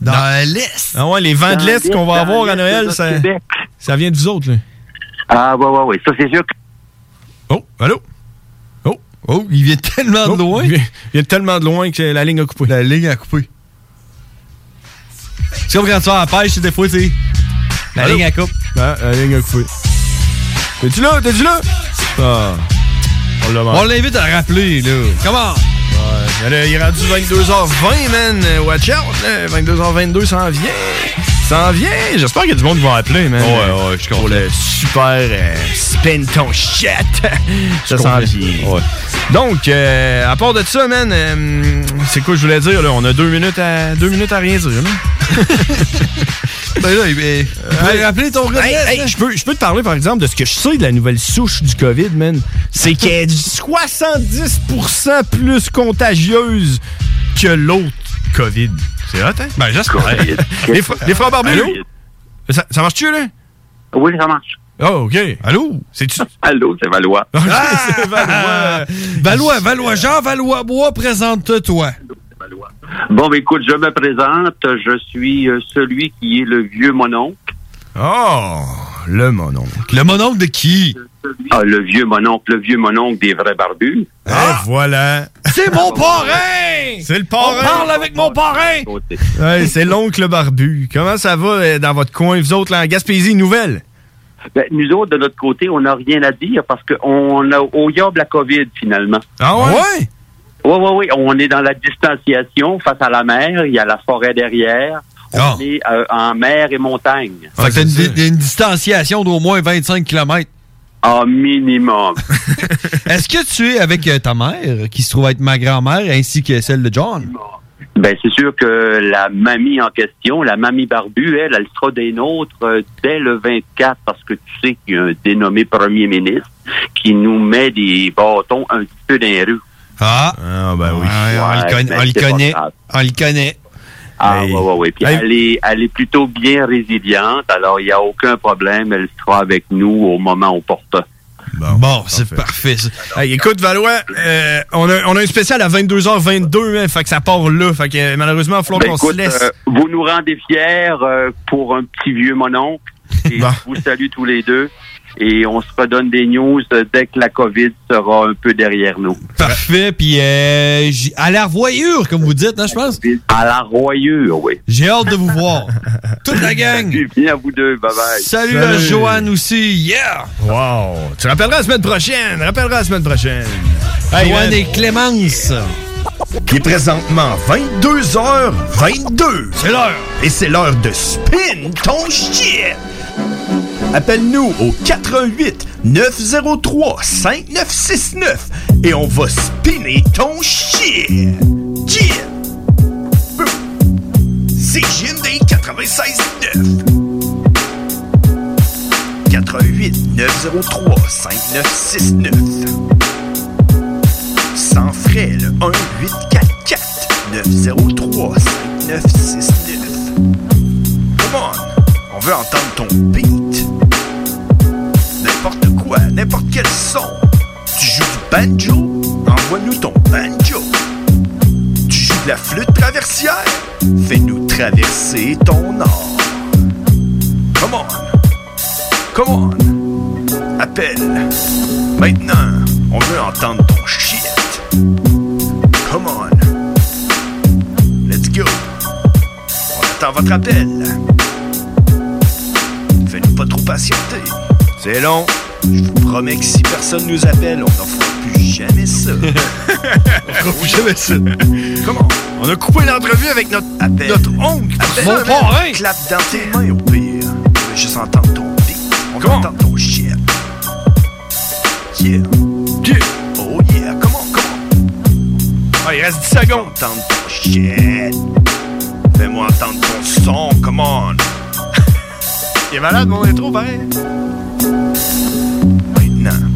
Speaker 1: Dans, l'Est? Ah ouais, les vents de
Speaker 7: Dans
Speaker 1: l'Est qu'on va
Speaker 7: l'Est,
Speaker 1: avoir
Speaker 7: dans
Speaker 1: à
Speaker 7: l'Est de
Speaker 1: Noël,
Speaker 7: notre
Speaker 1: ça,
Speaker 7: Québec.
Speaker 1: ça vient des autres, là.
Speaker 7: Ah, ouais, ouais, ouais. Ça, c'est sûr que.
Speaker 1: Oh, allô? Oh, oh, il vient tellement de loin. Il vient, il vient tellement de loin que la ligne a coupé. La ligne a coupé.
Speaker 2: C'est comme quand tu vas à la pêche, des fois, c'est. La
Speaker 1: Allô?
Speaker 2: ligne à coupe.
Speaker 1: Ah, la ligne a coupé. T'es-tu là? T'es-tu là? Ah. On l'a manqué.
Speaker 2: On l'invite à rappeler, là. Comment?
Speaker 1: Ouais, là, il est rendu 22h20, man. Euh, Watch out, là. 22h22, ça en vient. Ça en vient. J'espère qu'il y a du monde qui va appeler, man. Ouais, ouais, je comprends. Pour le super euh, spin ton shit. ça s'en vient. Donc, euh, à part de ça, man, euh, c'est quoi je voulais dire, là? On a deux minutes à, deux minutes à rien dire, là. Ben là, ben, rappeler ton je peux, je peux te parler, par exemple, de ce que je sais de la nouvelle souche du COVID, man. C'est qu'elle est 70% plus contagieuse que l'autre COVID. C'est hot, hein? Ben, j'espère. les, fr- les frères Barbus,
Speaker 7: Allô?
Speaker 1: Ça, ça marche-tu, là?
Speaker 7: Oui, ça marche.
Speaker 1: Oh, OK. Allô? C'est-tu?
Speaker 7: Allô, c'est Valois.
Speaker 2: Ah! Valois, Valois, Jean Valois Bois, présente-toi.
Speaker 7: Bon, ben, écoute, je me présente. Je suis euh, celui qui est le vieux mononcle.
Speaker 1: Oh, le mononcle.
Speaker 2: Le mononcle de qui?
Speaker 7: Ah, le vieux mononcle, le vieux mononcle des vrais barbus.
Speaker 1: Ah, voilà.
Speaker 2: C'est mon parrain!
Speaker 1: C'est le parrain!
Speaker 2: On parle avec mon
Speaker 7: Ben,
Speaker 2: parrain!
Speaker 1: Ouais, c'est l'oncle barbu. Comment ça va euh, dans votre coin, vous autres, là, en Gaspésie, nouvelle?
Speaker 7: Ben, nous autres, de notre côté, on n'a rien à dire parce qu'on a au yob la COVID, finalement.
Speaker 1: Ah ouais?
Speaker 7: Oui, oui, oui. On est dans la distanciation face à la mer. Il y a la forêt derrière. On
Speaker 1: Ah.
Speaker 7: est euh, en mer et montagne.
Speaker 2: Fait que t'as une, di- une distanciation d'au moins 25 km.
Speaker 7: Ah, minimum.
Speaker 2: Est-ce que tu es avec euh, ta mère, qui se trouve être ma grand-mère, ainsi que celle de John?
Speaker 7: Ben, c'est sûr que la mamie en question, la mamie barbu, elle, elle sera des nôtres euh, dès le 24 parce que tu sais qu'il y a un dénommé premier ministre qui nous met des bâtons un petit peu dans les rues.
Speaker 2: Ah!
Speaker 1: ben oui.
Speaker 2: on le conna-
Speaker 7: ben,
Speaker 2: on le
Speaker 7: c'est pas
Speaker 2: connaît.
Speaker 7: grave.
Speaker 2: On le connaît.
Speaker 7: Ah, ouais, ouais, ouais. Puis
Speaker 2: Hey.
Speaker 7: elle, est, elle est plutôt bien résiliente, alors il n'y a aucun problème, elle sera avec nous au moment opportun.
Speaker 2: Bon, c'est parfait. ça.
Speaker 1: Hey, écoute, Valois, euh, on, a, on a un spécial à 22h22, hein, fait que ça part là. Fait que euh, malheureusement, il va falloir
Speaker 7: Ben,
Speaker 1: qu'on
Speaker 7: écoute,
Speaker 1: se laisse.
Speaker 7: euh, vous nous rendez fiers euh, pour un petit vieux mononcle. Et je vous salue tous les deux. Et on se redonne des news euh, dès que la COVID sera un peu derrière nous.
Speaker 2: Parfait, puis euh, j- à la royure, comme vous dites, hein, je pense?
Speaker 7: À la royure, oui.
Speaker 2: J'ai hâte de vous voir. Toute la gang!
Speaker 7: Bien à vous deux, bye bye.
Speaker 2: Salut, la Joanne aussi, yeah!
Speaker 1: Wow! Tu rappelleras la semaine prochaine! Rappelleras la semaine prochaine!
Speaker 2: Joanne
Speaker 1: man.
Speaker 2: et Clémence!
Speaker 13: Qui est présentement 22h22. C'est l'heure. Et c'est l'heure de spin ton shit. Appelle-nous au 88 903 5969 et on va spinner ton shit. Yeah. C'est JMD 96.9. 88 903 5969.
Speaker 1: sans frais, le 1 844 903 5969. Come on, on veut entendre ton beat. N'importe quoi, n'importe quel son. Tu joues du banjo? Envoie-nous ton banjo. Tu joues de la flûte traversière? Fais-nous traverser ton or. Come on, come on. Appelle. Maintenant, on veut entendre ton shit. Come on. Let's go. On attend votre appel. Faites-nous pas trop patienter. C'est long. Je vous promets que si personne nous appelle, on n'en fera plus jamais ça. on fera plus jamais ça. Comment? On a coupé l'entrevue avec notre appel. Notre oncle. Appelle
Speaker 14: Mon
Speaker 1: un
Speaker 14: parrain.
Speaker 1: Clap dans tes mains au pire. On veut juste entendre ton beat. On veut entendre ton shit. Yeah. Yeah. Oh yeah. Comment? Ah, il reste 10 secondes. Entendre ton shit. Fais-moi entendre ton son, come on. il est malade, mon intro, pareil. Maintenant.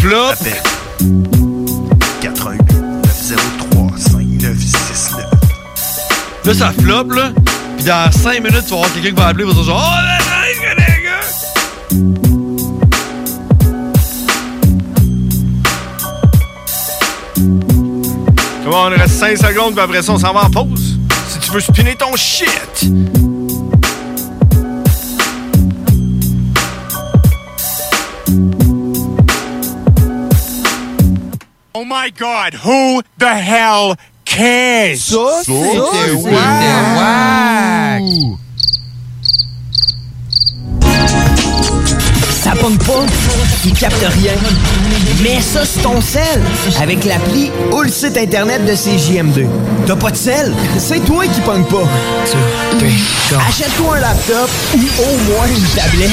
Speaker 1: Flop. 88 903 5969.
Speaker 2: Là, ça flop, là. Puis dans 5 minutes, tu vas avoir quelqu'un qui va appeler pour dire genre, Oh, là, là, les gars, les gars!
Speaker 1: Comment on il reste 5 secondes, puis après ça, on s'en va en pause. Si tu veux spinner ton shit.
Speaker 14: Oh my god, who the hell cares? Ça,
Speaker 2: c'était
Speaker 14: wow.
Speaker 8: Ça pogne pas, il capte rien. Mets ça sur ton sel avec l'appli ou le site internet de CJM2. T'as pas de sel? C'est toi qui pogne pas. Achète-toi un laptop ou au moins une tablette.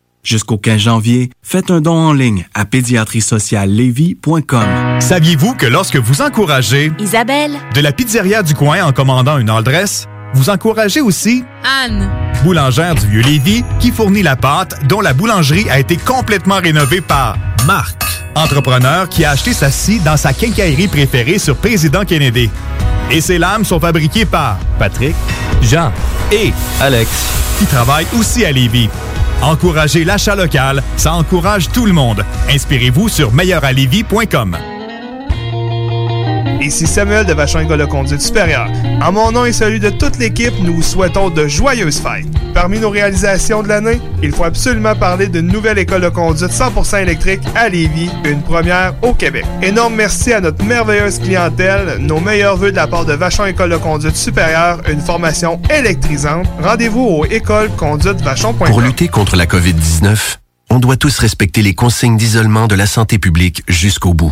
Speaker 15: Jusqu'au 15 janvier, faites un don en ligne à pédiatriesociallevy.com.
Speaker 11: Saviez-vous que lorsque vous encouragez
Speaker 16: Isabelle,
Speaker 11: de la pizzeria du coin en commandant une all-dress, vous encouragez aussi
Speaker 16: Anne,
Speaker 11: Boulangère du Vieux-Lévis qui fournit la pâte dont la boulangerie a été complètement rénovée par Marc, entrepreneur qui a acheté sa scie dans sa quincaillerie préférée sur Président Kennedy. Et ses lames sont fabriquées par Patrick, Jean et Alex qui travaillent aussi à Lévis. Encouragez l'achat local, ça encourage tout le monde. Inspirez-vous sur meilleuralevis.com.
Speaker 4: Ici Samuel de Vachon École de Conduite Supérieure. En mon nom et celui de toute l'équipe, nous vous souhaitons de joyeuses fêtes. Parmi nos réalisations de l'année, il faut absolument parler d'une nouvelle école de conduite 100% électrique à Lévis, une première au Québec. Énorme merci à notre merveilleuse clientèle, nos meilleurs voeux de la part de Vachon École de Conduite Supérieure, une formation électrisante. Rendez-vous au écoleconduitevachon.com.
Speaker 17: Pour lutter contre la COVID-19, on doit tous respecter les consignes d'isolement de la santé publique jusqu'au bout.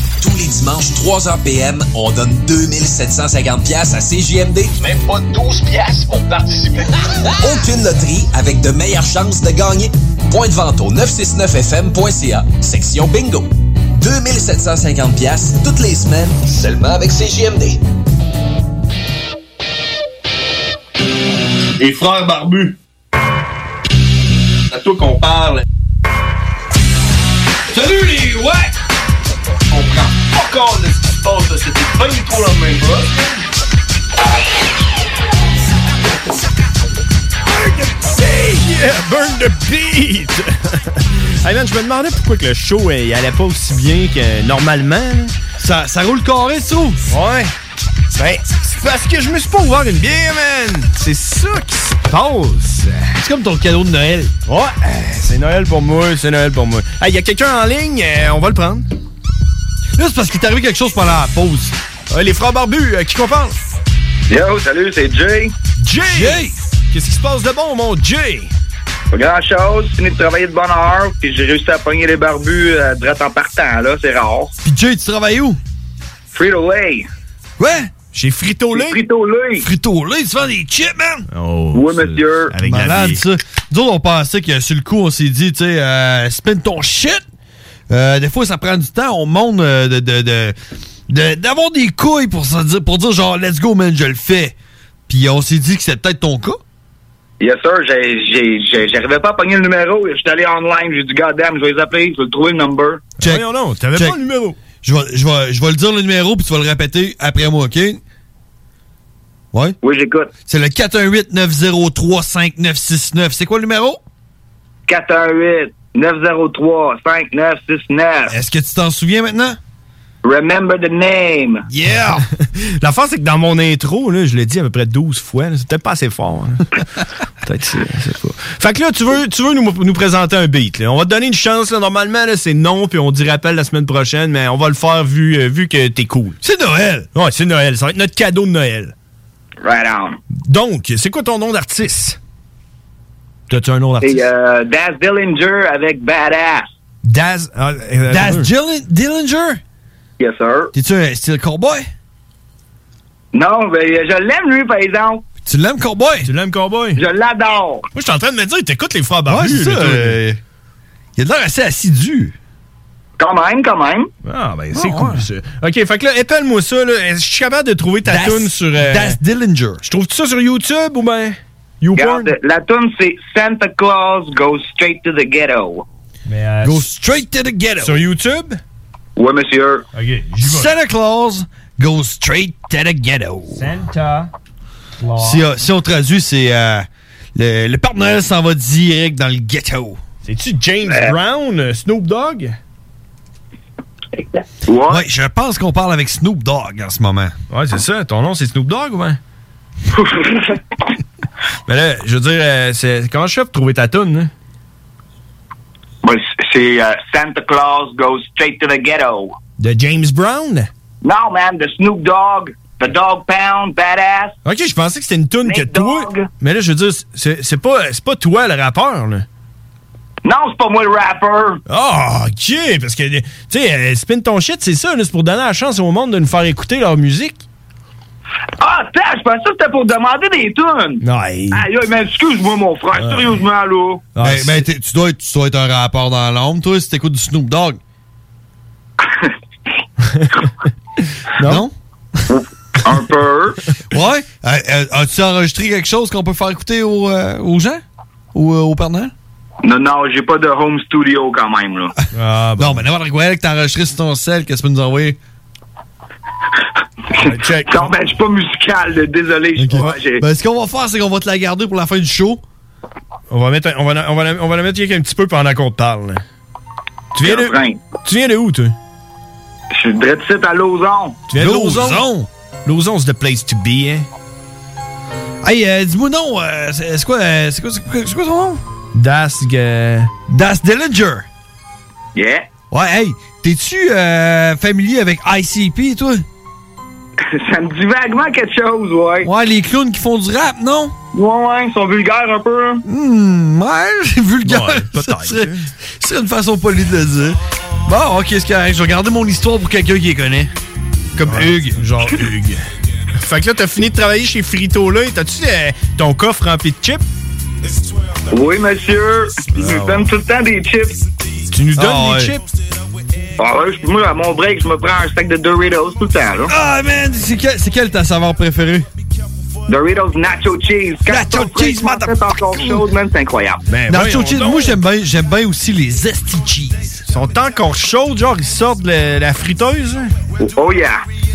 Speaker 18: Tous les dimanches, 3h PM, on donne 2750 pièces à CJMD. Même pas 12 pièces pour participer. Aucune loterie avec de meilleures chances de gagner. Point de vente au 969fm.ca, section bingo. 2750 pièces toutes les semaines, seulement avec CJMD.
Speaker 8: Les frères barbus. C'est à toi qu'on parle. Salut les ouais! On prend pas compte de ce qui se passe, là. c'était pas du tout la même
Speaker 1: Yeah, burn the beat! hey man, je me demandais pourquoi que le show euh, il allait pas aussi bien que normalement. Ça, roule carré, ça? Ouais. Ben, c'est parce que je me suis pas ouvert une bière, man! C'est ça qui se passe! C'est comme ton cadeau de Noël. Ouais, euh, c'est Noël pour moi, c'est Noël pour moi. Hey, y a quelqu'un en ligne, euh, on va le prendre. Là, c'est parce qu'il est arrivé quelque chose pendant la pause. Euh, les frères barbus, euh, qui qu'on parle?
Speaker 8: Yo, salut, c'est Jay.
Speaker 1: Jay! Qu'est-ce qui se passe de bon, mon Jay?
Speaker 8: Pas grand chose, fini de travailler de bonne heure, puis j'ai réussi à pogner les barbus euh, droite en partant, là, c'est rare.
Speaker 1: Puis Jay, tu travailles où?
Speaker 8: Frito Lay.
Speaker 1: Ouais? Chez Frito Lay?
Speaker 8: Frito Lay.
Speaker 1: Frito Lay, tu vends des chips, man? Oh.
Speaker 8: Oui, monsieur.
Speaker 2: Malade, ça. Nous autres, on pensait que sur le coup, on s'est dit, tu sais, euh, spin ton shit. Euh, des fois, ça prend du temps. On monte euh, de, de, de- de- d'avoir des couilles pour, se dire, pour dire, genre, let's go, man, je le fais. Puis on s'est dit que c'était peut-être ton cas.
Speaker 8: Yes, sir, j'ai- j'ai- j'ai- j'arrivais pas à pogner le numéro, j'étais allé online, j'ai dit, god damn, je vais les appeler, je vais le trouver le number.
Speaker 2: Check. Check. Je vais, je, vais, je vais le dire le numéro, puis tu vas le répéter après moi, OK? Ouais?
Speaker 8: Oui, j'écoute.
Speaker 2: C'est le 418-903-5969. C'est quoi le numéro?
Speaker 8: 418-903-5969.
Speaker 2: Est-ce que tu t'en souviens maintenant?
Speaker 8: Remember the name.
Speaker 1: Yeah! L'affaire, c'est que dans mon intro, là, je l'ai dit à peu près 12 fois. là. C'est peut-être pas assez fort. hein. peut-être c'est c'est pas. Fait que là, tu veux, tu veux nous, nous présenter un beat. là. On va te donner une chance. là. Normalement, là, c'est non, puis on dit rappel la semaine prochaine, mais on va le faire vu, euh, vu que t'es cool. C'est Noël! Ouais, c'est Noël. Ça va être notre cadeau de Noël.
Speaker 8: Right on.
Speaker 1: Donc, c'est quoi ton nom d'artiste? T'as-tu un nom d'artiste?
Speaker 8: C'est euh, Daz Dillinger avec Badass.
Speaker 1: Daz. ah, euh,
Speaker 2: Das
Speaker 1: attends.
Speaker 2: Dillinger? Dillinger?
Speaker 8: Yes, sir.
Speaker 2: T'es-tu un style cowboy?
Speaker 1: Ah,
Speaker 8: Non, mais je l'aime, lui, par exemple.
Speaker 2: Tu l'aimes, cowboy?
Speaker 1: Tu l'aimes, cowboy?
Speaker 8: Je l'adore.
Speaker 1: Moi, je suis en train de me dire, t'écoutes les frères
Speaker 2: Ouais,
Speaker 1: barbus.
Speaker 2: c'est ça.
Speaker 1: là, bah toi.
Speaker 2: euh, il a de l'air assez assidu.
Speaker 8: Quand même, quand même.
Speaker 1: Ah, ben, c'est cool, ça. OK, fait que là, épelle-moi ça, là. Est-ce que Je suis capable de trouver ta
Speaker 8: Das-
Speaker 1: tune sur... euh,
Speaker 8: Das
Speaker 2: Dillinger.
Speaker 1: Je trouve-tu ça sur YouTube ou ben... YouPorn?
Speaker 8: Regarde, la tune c'est Santa Claus goes straight to the ghetto.
Speaker 1: Mais, euh,
Speaker 2: Go straight to the ghetto.
Speaker 1: Sur YouTube?
Speaker 8: Ouais, monsieur.
Speaker 1: OK.
Speaker 2: Santa Claus goes straight to the ghetto.
Speaker 19: Santa Claus.
Speaker 2: Si, euh, si on traduit, c'est euh, le, le partenaire s'en va direct dans le ghetto.
Speaker 1: C'est-tu James Brown, euh, Snoop Dogg?
Speaker 2: Ouais, je pense qu'on parle avec Snoop Dogg en ce moment.
Speaker 1: Ouais, c'est ça. Ton nom, c'est Snoop Dogg ou ben? Mais là, je veux dire, euh, c'est... comment je fais pour trouver ta hein? tune, là?
Speaker 8: Ouais, c- c'est euh, Santa Claus goes straight to the ghetto.
Speaker 1: De James Brown?
Speaker 8: No, man, the Snoop Dogg, the Dog Pound, Badass.
Speaker 1: OK, je pensais que c'était une tune que
Speaker 8: Nate
Speaker 1: toi... Mais là, je veux dire, c'est, c'est pas, c'est pas toi, le rappeur, là.
Speaker 8: Non, c'est pas moi le rappeur.
Speaker 1: Ah, ok, parce que, tu sais, euh, Spin Ton Shit, c'est ça, là, c'est pour donner la chance au monde de nous faire écouter leur musique.
Speaker 8: Ah, t'as, je pensais que c'était pour demander des tunes.
Speaker 1: Aïe,
Speaker 8: aïe, Ah, mais excuse-moi, mon frère, sérieusement, là.
Speaker 1: Ah.
Speaker 2: Ben- ben, t'es- tu, dois être, tu dois être un rappeur dans l'ombre, toi, si t'écoutes du Snoop Dogg. non?
Speaker 8: un peu.
Speaker 2: Ouais? Euh, euh, As-tu enregistré quelque chose qu'on peut faire écouter aux, euh, aux gens? Ou euh, aux partenaires?
Speaker 8: Non, non, j'ai pas de home studio quand même, là.
Speaker 1: Ah,
Speaker 2: Non, mais n'importe quoi que t'as enregistré sur ton sel, que tu peux nous envoyer.
Speaker 8: Non, ben, je suis pas musical, là, désolé. je suis pas- j'ai-
Speaker 2: Ben, ce qu'on va faire, c'est qu'on va te la garder pour la fin du show.
Speaker 1: On va, mettre, un- on, va, la- on, va, la- on va la mettre quelque- un petit peu pendant qu'on te parle. là. Tu viens,
Speaker 8: Je suis en train.
Speaker 1: de, tu viens de où, toi?
Speaker 8: Je suis de site à Lauson.
Speaker 1: Tu viens de Lauson? Lauson, c'est the place to be, hein?
Speaker 2: Hey, euh, dis-moi non, euh, c'est c'est quoi, euh, c'est quoi, c'est quoi, c'est quoi son nom?
Speaker 1: Das...
Speaker 8: euh,
Speaker 2: Das Dillinger.
Speaker 8: Yeah.
Speaker 2: Ouais, hey, t'es-tu euh, familier avec ICP, toi?
Speaker 8: Ça me dit vaguement quelque chose, ouais.
Speaker 2: Ouais, les clowns qui font du rap, non?
Speaker 8: Ouais, ouais, ils sont vulgaires un peu. hein.
Speaker 2: Hmm, ouais, vulgaire.
Speaker 8: Ouais,
Speaker 2: ça serait, ça serait une façon polie de le dire. Bon, ok, c'est correct. Je vais garder mon histoire pour quelqu'un qui les
Speaker 1: hein.
Speaker 2: connaît. Comme Hugues.
Speaker 1: Genre Hugues. Fait que là, t'as fini de travailler chez Frito, là. T'as-tu euh, ton coffre rempli de chips? Ah,
Speaker 8: Oui, monsieur. Ils nous donnent tout le temps des chips.
Speaker 1: Tu nous
Speaker 8: Ah,
Speaker 1: donnes des
Speaker 8: ouais.
Speaker 1: chips?
Speaker 8: Ah ouais, je- moi, à mon break, je me prends un sac de Doritos tout le temps, là.
Speaker 2: Ah, man, c'est quel- c'est quelle ta saveur préférée?
Speaker 8: Doritos Nacho Cheese. Quand nacho Cheese, motherfucker. encore chaude, man, c'est incroyable.
Speaker 1: Ben,
Speaker 2: Nacho cheese, moi j'aime bien, j'aime bien aussi les zesty cheese.
Speaker 1: Ils sont encore chauds, genre ils sortent le- la friteuse. hein.
Speaker 8: Oh yeah.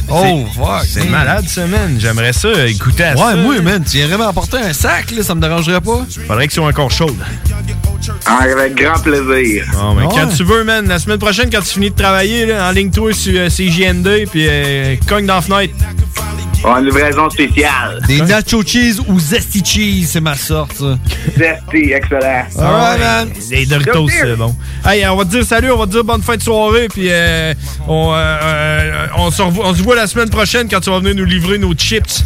Speaker 1: Oh,
Speaker 2: C'est-
Speaker 1: fuck. C'est malade, ça, man. J'aimerais ça euh, goûter à
Speaker 2: Ouais,
Speaker 1: ça.
Speaker 2: moi, man, tu irais m'apporter un sac, là, ça me dérangerait pas.
Speaker 1: Faudrait qu'ils soient encore chaudes.
Speaker 8: Ah, Avec grand plaisir.
Speaker 1: Non,
Speaker 2: Ah
Speaker 1: mais quand
Speaker 8: Ah, Ouais.
Speaker 1: tu veux, man, la semaine prochaine, quand tu finis de travailler, là, en ligne toi sur euh, CJMD, puis euh, cogne dans la fenêtre.
Speaker 8: En Ah, livraison spéciale.
Speaker 2: Des nacho cheese ou zesty cheese, c'est ma sorte, ça.
Speaker 8: Zesty, excellent.
Speaker 1: Alright, man. Les Doritos, c'est bon. Hey, on va te dire salut, on va te dire bonne fin de soirée, puis euh, on, euh, euh, on se revoit- on se voit la semaine prochaine quand tu vas venir nous livrer nos chips.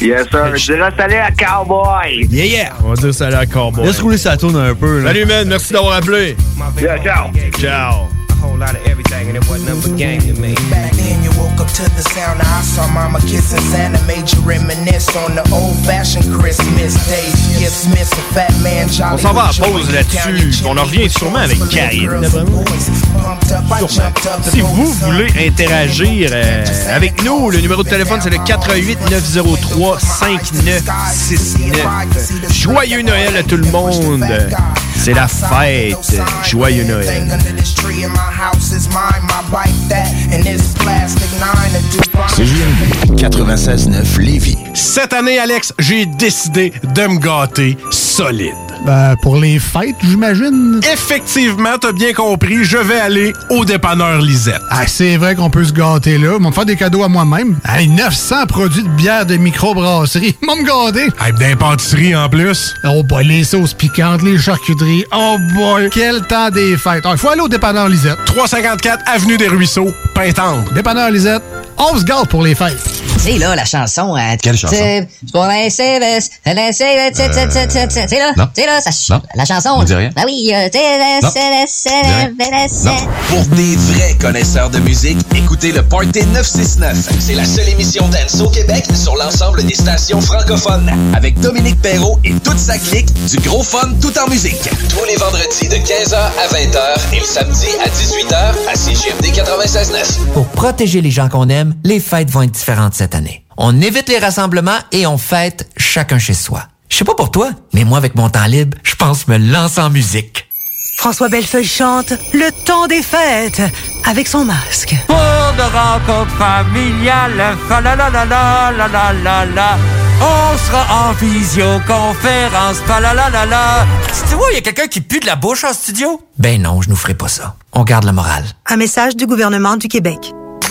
Speaker 8: Yes, sir. Je dirais salut à Cowboy.
Speaker 1: Yeah, yeah. On va dire salut à Cowboy.
Speaker 2: Laisse rouler sa tourne un peu, là.
Speaker 1: Salut, man. Merci d'avoir appelé.
Speaker 8: Yeah, ciao.
Speaker 1: Ciao.
Speaker 17: whole lot of everything and it wasn't up a game to me.
Speaker 9: Back then you woke up to the sound of I saw mama kissing Santa made you reminisce on the old fashioned Christmas days. You miss a fat man
Speaker 1: On
Speaker 9: jolly.
Speaker 1: s'en va à pause là-dessus. On en revient sûrement avec Karine.
Speaker 9: Sûrement.
Speaker 1: Si vous voulez interagir euh, avec nous, le numéro de téléphone, c'est le 418-903-5969. Joyeux Noël à tout le monde. C'est la fête. Joyeux Noël.
Speaker 9: Everything under this tree in my house is mine. My bike that and this plastic nine a Dubai.
Speaker 20: CJMD 96.9 Lévis.
Speaker 3: Cette année, Alex, j'ai décidé de me gâter solide.
Speaker 21: Ben, pour les fêtes, j'imagine.
Speaker 3: Effectivement, t'as bien compris, je vais aller au dépanneur Lisette.
Speaker 21: Ah, c'est vrai qu'on peut se gâter là. Ils vont me faire des cadeaux à moi-même. Ah, 900 produits de bière de microbrasserie. Ils vont me gâter.
Speaker 3: Ah, d'impantisserie en plus.
Speaker 21: Oh boy, les sauces piquantes, les charcuteries. Oh boy, quel temps des fêtes. Ah, Il faut aller au dépanneur Lisette.
Speaker 3: 354 Avenue des Ruisseaux, Pintendre.
Speaker 21: Dépanneur Lisette, on se gâte pour les fêtes.
Speaker 14: C'est là la chanson. hein.
Speaker 21: Quelle chanson?
Speaker 14: C'est pour les services, les services, c'est c'est- c'est- c'est- c'est- c'est là,
Speaker 22: Euh, non.
Speaker 14: c'est là, ça ch-
Speaker 22: Non.
Speaker 14: la chanson.
Speaker 22: On
Speaker 14: là.
Speaker 22: dit rien.
Speaker 14: Ben oui, euh, c'est les
Speaker 22: Non.
Speaker 14: services, les services.
Speaker 18: Pour des vrais connaisseurs de musique, écoutez le Party 969. C'est la seule émission dance au Québec sur l'ensemble des stations francophones. Avec Dominique Perrault et toute sa clique, du gros fun tout en musique. Tous les vendredis de 15h à 20h et le samedi à 18h à CGMD 96.9.
Speaker 23: Pour protéger les gens qu'on aime, les fêtes vont être différentes cette année. On évite les rassemblements et on fête chacun chez soi. Je sais pas pour toi, mais moi avec mon temps libre, je pense me lancer en musique.
Speaker 24: François Bellefeuille chante Le temps des fêtes avec son masque.
Speaker 25: Pour de rencontres familiales, fa la la la la la la la la. On sera en visioconférence, fa la la la la.
Speaker 23: Tu vois, il y a quelqu'un qui pue de la bouche en studio? Ben non, je nous ferai pas ça. On garde le moral.
Speaker 24: Un message du gouvernement du Québec.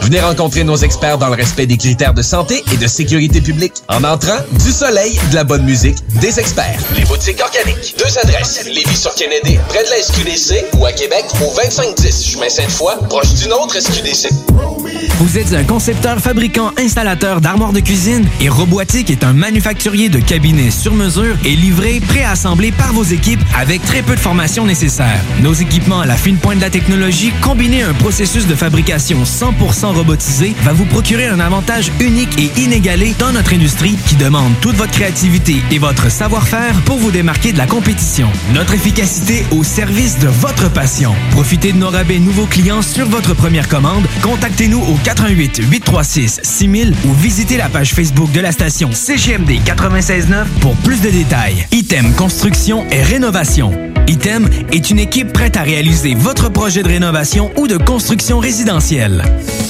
Speaker 18: Venez rencontrer nos experts dans le respect des critères de santé et de sécurité publique. En entrant, du soleil, de la bonne musique, des experts. Les boutiques organiques. Deux adresses. Lévis-sur-Kennedy, près de la SQDC ou à Québec au 2510 chemin Sainte-Foy, proche d'une autre SQDC.
Speaker 11: Vous êtes un concepteur, fabricant, installateur d'armoires de cuisine et Robotique est un manufacturier de cabinets sur mesure et livré, préassemblé par vos équipes avec très peu de formation nécessaire. Nos équipements à la fine pointe de la technologie, combinés à un processus de fabrication 100% robotisé, va vous procurer un avantage unique et inégalé dans notre industrie qui demande toute votre créativité et votre savoir-faire pour vous démarquer de la compétition. Notre efficacité au service de votre passion. Profitez de nos rabais nouveaux clients sur votre première commande. Contactez-nous au 88 836 6000 ou visitez la page Facebook de la station CGMD 969 pour plus de détails. Item Construction et Rénovation. Item est une équipe prête à réaliser votre projet de rénovation ou de construction résidentielle.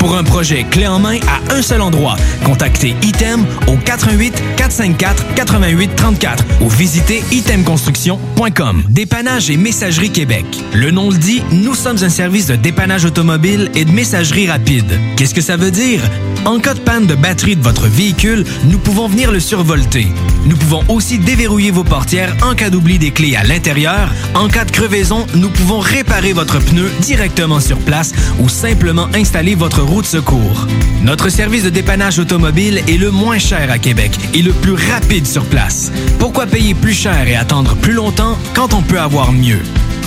Speaker 11: Pour un projet clé en main à un seul endroit, contactez Item au 88 436 454 88 34 ou visitez itemconstruction.com. Dépannage et messagerie Québec. Le nom le dit, nous sommes un service de dépannage automobile et de messagerie rapide. Qu'est-ce que ça veut dire? En cas de panne de batterie de votre véhicule, nous pouvons venir le survolter. Nous pouvons aussi déverrouiller vos portières en cas d'oubli des clés à l'intérieur. En cas de crevaison, nous pouvons réparer votre pneu directement sur place ou simplement installer votre roue de secours. Notre service de dépannage automobile est le moins cher à Québec et le plus rapide sur place. Pourquoi payer plus cher et attendre plus longtemps quand on peut avoir mieux?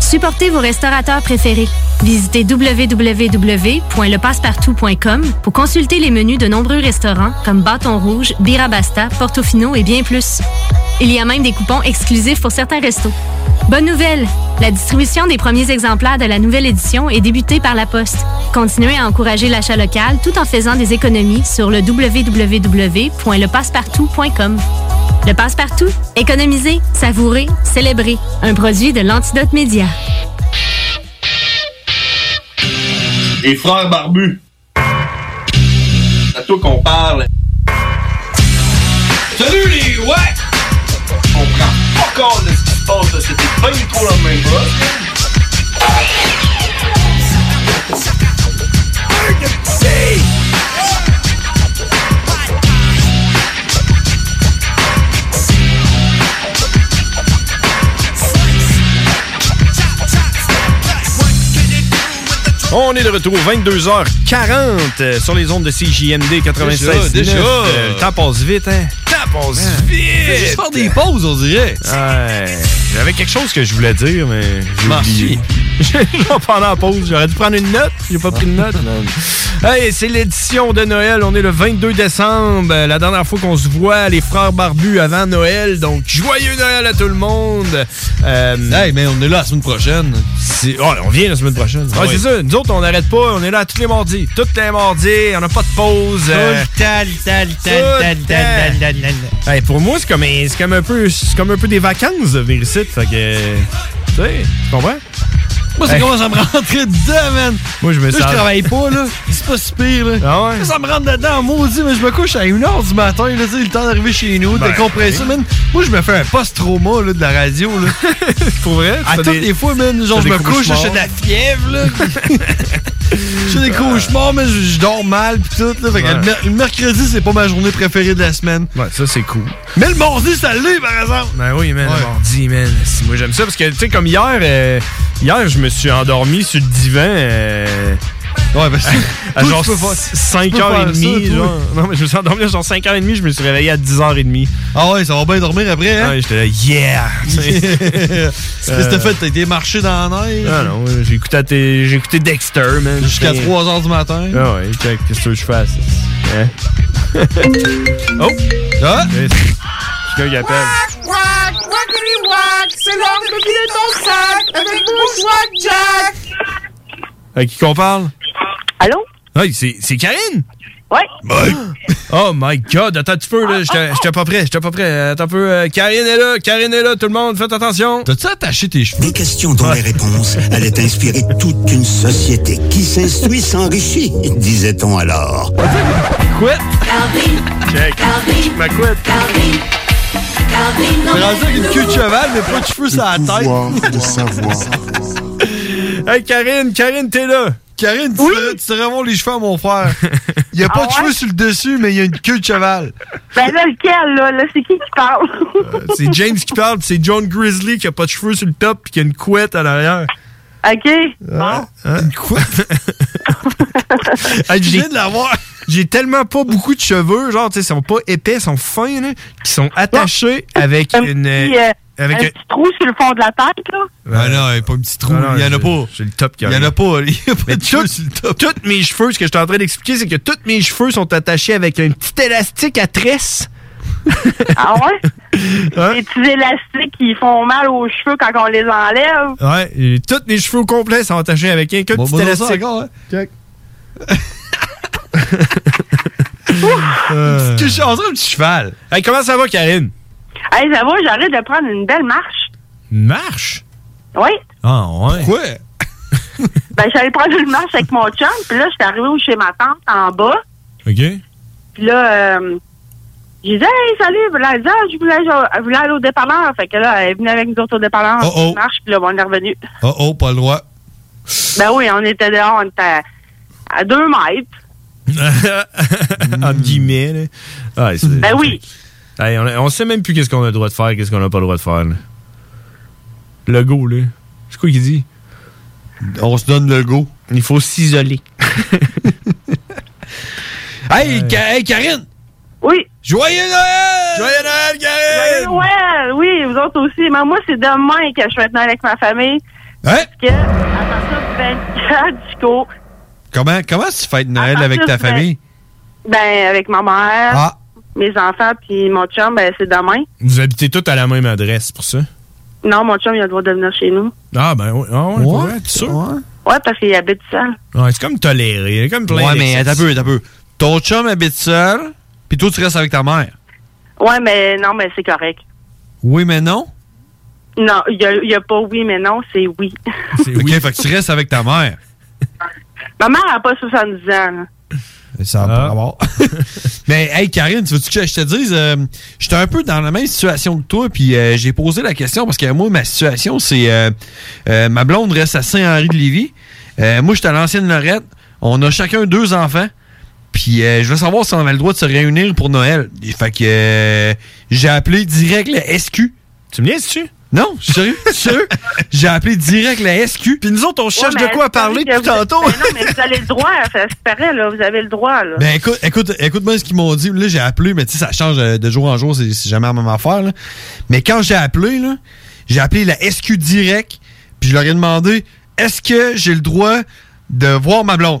Speaker 26: Supportez vos restaurateurs préférés. Visitez www.lepassepartout.com pour consulter les menus de nombreux restaurants comme Bâton Rouge, Birabasta, Portofino et bien plus. Il y a même des coupons exclusifs pour certains restos. Bonne nouvelle! La distribution des premiers exemplaires de la nouvelle édition est débutée par la Poste. Continuez à encourager l'achat local tout en faisant des économies sur le www.lepassepartout.com. Le Passe-Partout, économiser, savourer, célébrer. Un produit de l'Antidote Média.
Speaker 6: Les frères barbus. C'est à toi qu'on parle. Salut les ouais! Je comprends pas encore de ce qui se passe, là. c'était bien trop la même
Speaker 1: On est de retour 22h40 euh, sur les ondes de CJMD 96.
Speaker 2: Déjà, déjà.
Speaker 1: Euh, Le temps passe vite, hein?
Speaker 2: Ça
Speaker 1: passe
Speaker 2: vite! Juste faire des pauses, on dirait.
Speaker 1: Ouais. J'avais quelque chose que je voulais dire, mais j'ai
Speaker 2: Merci.
Speaker 1: oublié. Genre pendant la pause, j'aurais dû prendre une note. J'ai pas pris de note. Hey, c'est l'édition de Noël. On est le 22 décembre. Euh, La dernière fois qu'on se voit, les frères barbus avant Noël. Donc, joyeux Noël à tout le monde. hey, mais on est là la semaine prochaine. oh, on vient la semaine prochaine. Ouais,
Speaker 2: Ah oui.
Speaker 1: c'est ça. Nous autres, on n'arrête pas. On est là tous les mardis. Tous les mardis. On n'a pas de pause. euh, Hey, pour moi, c'est comme, un- c'est comme un peu c'est comme un peu des vacances de venir ici. Fait que. Tu sais, tu comprends?
Speaker 2: Moi, c'est
Speaker 1: Hey.
Speaker 2: comment ça me rentrait dedans, man.
Speaker 1: Moi, je me
Speaker 2: Là,
Speaker 1: sens-
Speaker 2: je travaille pas, là. C'est pas si pire, là.
Speaker 1: Ah
Speaker 2: Là, Ça me rentre dedans, maudit, mais je me couche à 1h du matin, là, tu sais, le temps d'arriver chez nous,
Speaker 1: Ben,
Speaker 2: de compresser,
Speaker 1: oui.
Speaker 2: man. Moi, je me fais un post-trauma, là, de la radio, là.
Speaker 1: Pour vrai?
Speaker 2: À toutes les fois, man, genre, je me couche, je fais de la fièvre, là. J'ai des cauchemars, mais je je dors mal pis tout. Là, Fait que
Speaker 1: Ouais.
Speaker 2: le, mer- le mercredi, c'est pas ma journée préférée de la semaine.
Speaker 1: Ouais, ça c'est cool.
Speaker 2: Mais le mardi, ça l'est, par exemple.
Speaker 1: Ben oui, man,
Speaker 2: Ouais.
Speaker 1: le mardi, man. Si, moi, j'aime ça parce que, tu sais, comme hier, euh, hier, je me suis endormi sur le divan. euh,
Speaker 2: ouais, parce
Speaker 1: à
Speaker 2: toi,
Speaker 1: genre
Speaker 2: tu peux faire- tu peux faire
Speaker 1: 5h30,
Speaker 2: ça, toi.
Speaker 1: genre. Non, mais je me suis endormi à genre 5h30, je me suis réveillé à 10h30.
Speaker 2: Ah ouais, ça va bien dormir après, hein?
Speaker 1: Ouais, j'étais là, yeah!
Speaker 2: Qu'est-ce que t'as fait? T'as été marcher dans la neige?
Speaker 1: Ah non, ouais, j'ai écouté, à tes- j'ai écouté Dexter, man.
Speaker 2: Jusqu'à
Speaker 1: J'étais-
Speaker 2: 3h du matin?
Speaker 1: Ah ouais, check, qu'est-ce que tu veux que je fasse? Hein? oh!
Speaker 2: Ah!
Speaker 1: Quelqu'un qui appelle.
Speaker 10: Wack, wackity wack, c'est l'homme qui est ton sac avec Bushwack Jack.
Speaker 1: À qui qu'on parle?
Speaker 27: Allô?
Speaker 1: Hey, c'est c'est Karine?
Speaker 27: Ouais.
Speaker 1: Oh my god, attends un petit peu, là. J'étais j'étais pas prêt, j'étais pas prêt. Attends un peu. euh, Karine est là, Karine est là, tout le monde, faites attention.
Speaker 2: T'as-tu attaché tes cheveux?
Speaker 8: Des questions dont les réponses allaient inspirer toute une société qui s'instruit s'enrichit, disait-on alors.
Speaker 1: Quit! Check. Ma quit.
Speaker 2: T'es rendu avec une queue de cheval, mais pas de cheveux sur la tête.
Speaker 1: hey, Karine, Karine, t'es là.
Speaker 2: Karine, tu, serais- tu serais bon les cheveux à mon frère. Il y a pas de cheveux sur le dessus, mais il y a une queue de cheval.
Speaker 27: Ah Ben là, lequel, là? Là, c'est qui qui parle?
Speaker 1: Euh, C'est James qui parle, pis c'est John Grizzly qui a pas de cheveux sur le top pis qui a une couette à l'arrière.
Speaker 27: OK.
Speaker 1: Bon. Une couette? hey, j'ai de l'avoir. J'ai tellement pas beaucoup de cheveux, genre, tu sais, ils sont pas épais, ils sont fins, là, qui sont attachés avec une.
Speaker 27: Puis, euh,
Speaker 1: avec
Speaker 27: un
Speaker 1: un-
Speaker 27: petit trou sur le fond de la tête, là.
Speaker 2: Ah non, il y a pas un petit trou. Il y en a pas.
Speaker 1: J'ai le top qui
Speaker 2: Il y en a pas. Il y a pas
Speaker 1: Mais tout- Toutes mes cheveux, ce que je suis en train d'expliquer, c'est que tous mes cheveux sont attachés avec un petit élastique à tresse
Speaker 10: Ah ouais? Les petits élastiques qui font mal aux cheveux quand on les enlève.
Speaker 1: Ouais, et tous les cheveux complets sont attachés avec un que de
Speaker 10: Bon,
Speaker 1: petit
Speaker 10: bon,
Speaker 1: élastique.
Speaker 10: ça encore,
Speaker 1: Euh. Tu chances un petit cheval. Hey, comment ça va, Karine?
Speaker 10: Hey, ça va, j'arrête de prendre une belle marche.
Speaker 1: Une marche?
Speaker 10: Oui.
Speaker 1: Ah, ouais. Pourquoi?
Speaker 10: Ben, j'allais prendre une marche avec mon chum, puis là, j'étais arrivée au- chez ma tante en bas.
Speaker 1: OK.
Speaker 10: Puis là, euh, j'ai dit, hey, salut, vous voulez aller- ah, je voulais, je voulais aller au dépanneur. Fait que là, elle venait avec nous autres au dépanneur,
Speaker 2: Oh, oh.
Speaker 10: on marche, puis là, on est revenu.
Speaker 2: Oh oh, pas le droit.
Speaker 10: Ben oui, on était dehors, on était à, à deux mètres.
Speaker 1: Entre guillemets, là. Ouais, c'est-
Speaker 10: Ben oui.
Speaker 1: Hey, on, on sait même plus qu'est-ce qu'on a le droit de faire, qu'est-ce qu'on n'a pas le droit de faire. là. Le go, là. C'est quoi qu'il dit? On se donne le go. Il faut s'isoler.
Speaker 2: Hey, Ka- hey, Karine!
Speaker 10: Oui.
Speaker 2: Joyeux Noël!
Speaker 1: Joyeux Noël, Karine!
Speaker 10: Ouais, oui, vous autres aussi. Mais moi, c'est demain que je vais être Noël avec ma famille.
Speaker 2: Hein?
Speaker 10: Parce que, à partir du 24, Chico,
Speaker 2: Comment, comment tu fêtes Noël avec ta
Speaker 10: partir de-
Speaker 2: famille?
Speaker 10: ben, avec ma mère,
Speaker 2: Ah.
Speaker 10: mes enfants, puis mon chum, ben, c'est demain.
Speaker 1: Vous habitez tous à la même adresse, pour ça?
Speaker 10: Non, mon chum, il a le droit de venir chez nous.
Speaker 1: Ah, ben oui. Ah, ouais, ouais, t'es sûr?
Speaker 10: Ouais, parce qu'il habite seul.
Speaker 1: Ouais, c'est comme toléré. Eh, il y a comme plein
Speaker 2: Ouais, mais
Speaker 1: d'exceptions.
Speaker 2: t'as peu, t'as peu. Ton chum habite seul, puis toi, tu restes avec ta mère.
Speaker 10: Ouais, mais non, mais c'est correct.
Speaker 2: Oui, mais non?
Speaker 10: Non, il y a, il y a pas oui, mais non, c'est oui.
Speaker 2: OK, fait que tu restes avec ta mère.
Speaker 10: ma mère n'a pas 70 ans. là.
Speaker 2: Ça
Speaker 1: Ah.
Speaker 2: va pas rapport. Mais hey Karine, tu veux que je te dise, euh, j'étais un peu dans la même situation que toi, puis euh, j'ai posé la question parce que moi, ma situation, c'est euh, euh, ma blonde reste à Saint-Henri-de-Lévis. Euh, moi, j'étais à l'ancienne Lorette. On a chacun deux enfants. Puis euh, je veux savoir si on avait le droit de se réunir pour Noël. Et fait que euh, j'ai appelé direct la SQ.
Speaker 1: Tu me laisses-tu?
Speaker 2: Non, je suis sérieux, je suis sérieux. J'ai appelé direct la SQ.
Speaker 1: Puis nous autres, on
Speaker 10: Ouais, mais c'est correct que vous- Ben non, mais vous avez le droit, ça se paraît, là. Vous avez le droit, là.
Speaker 2: Ben écoute, écoute, écoute-moi ce qu'ils m'ont dit. Là, j'ai appelé, mais tu sais, ça change euh, de jour en jour, c'est c'est jamais la même affaire. là. Mais quand j'ai appelé, là, j'ai appelé la SQ direct, puis je leur ai demandé est-ce que j'ai le droit de voir ma blonde?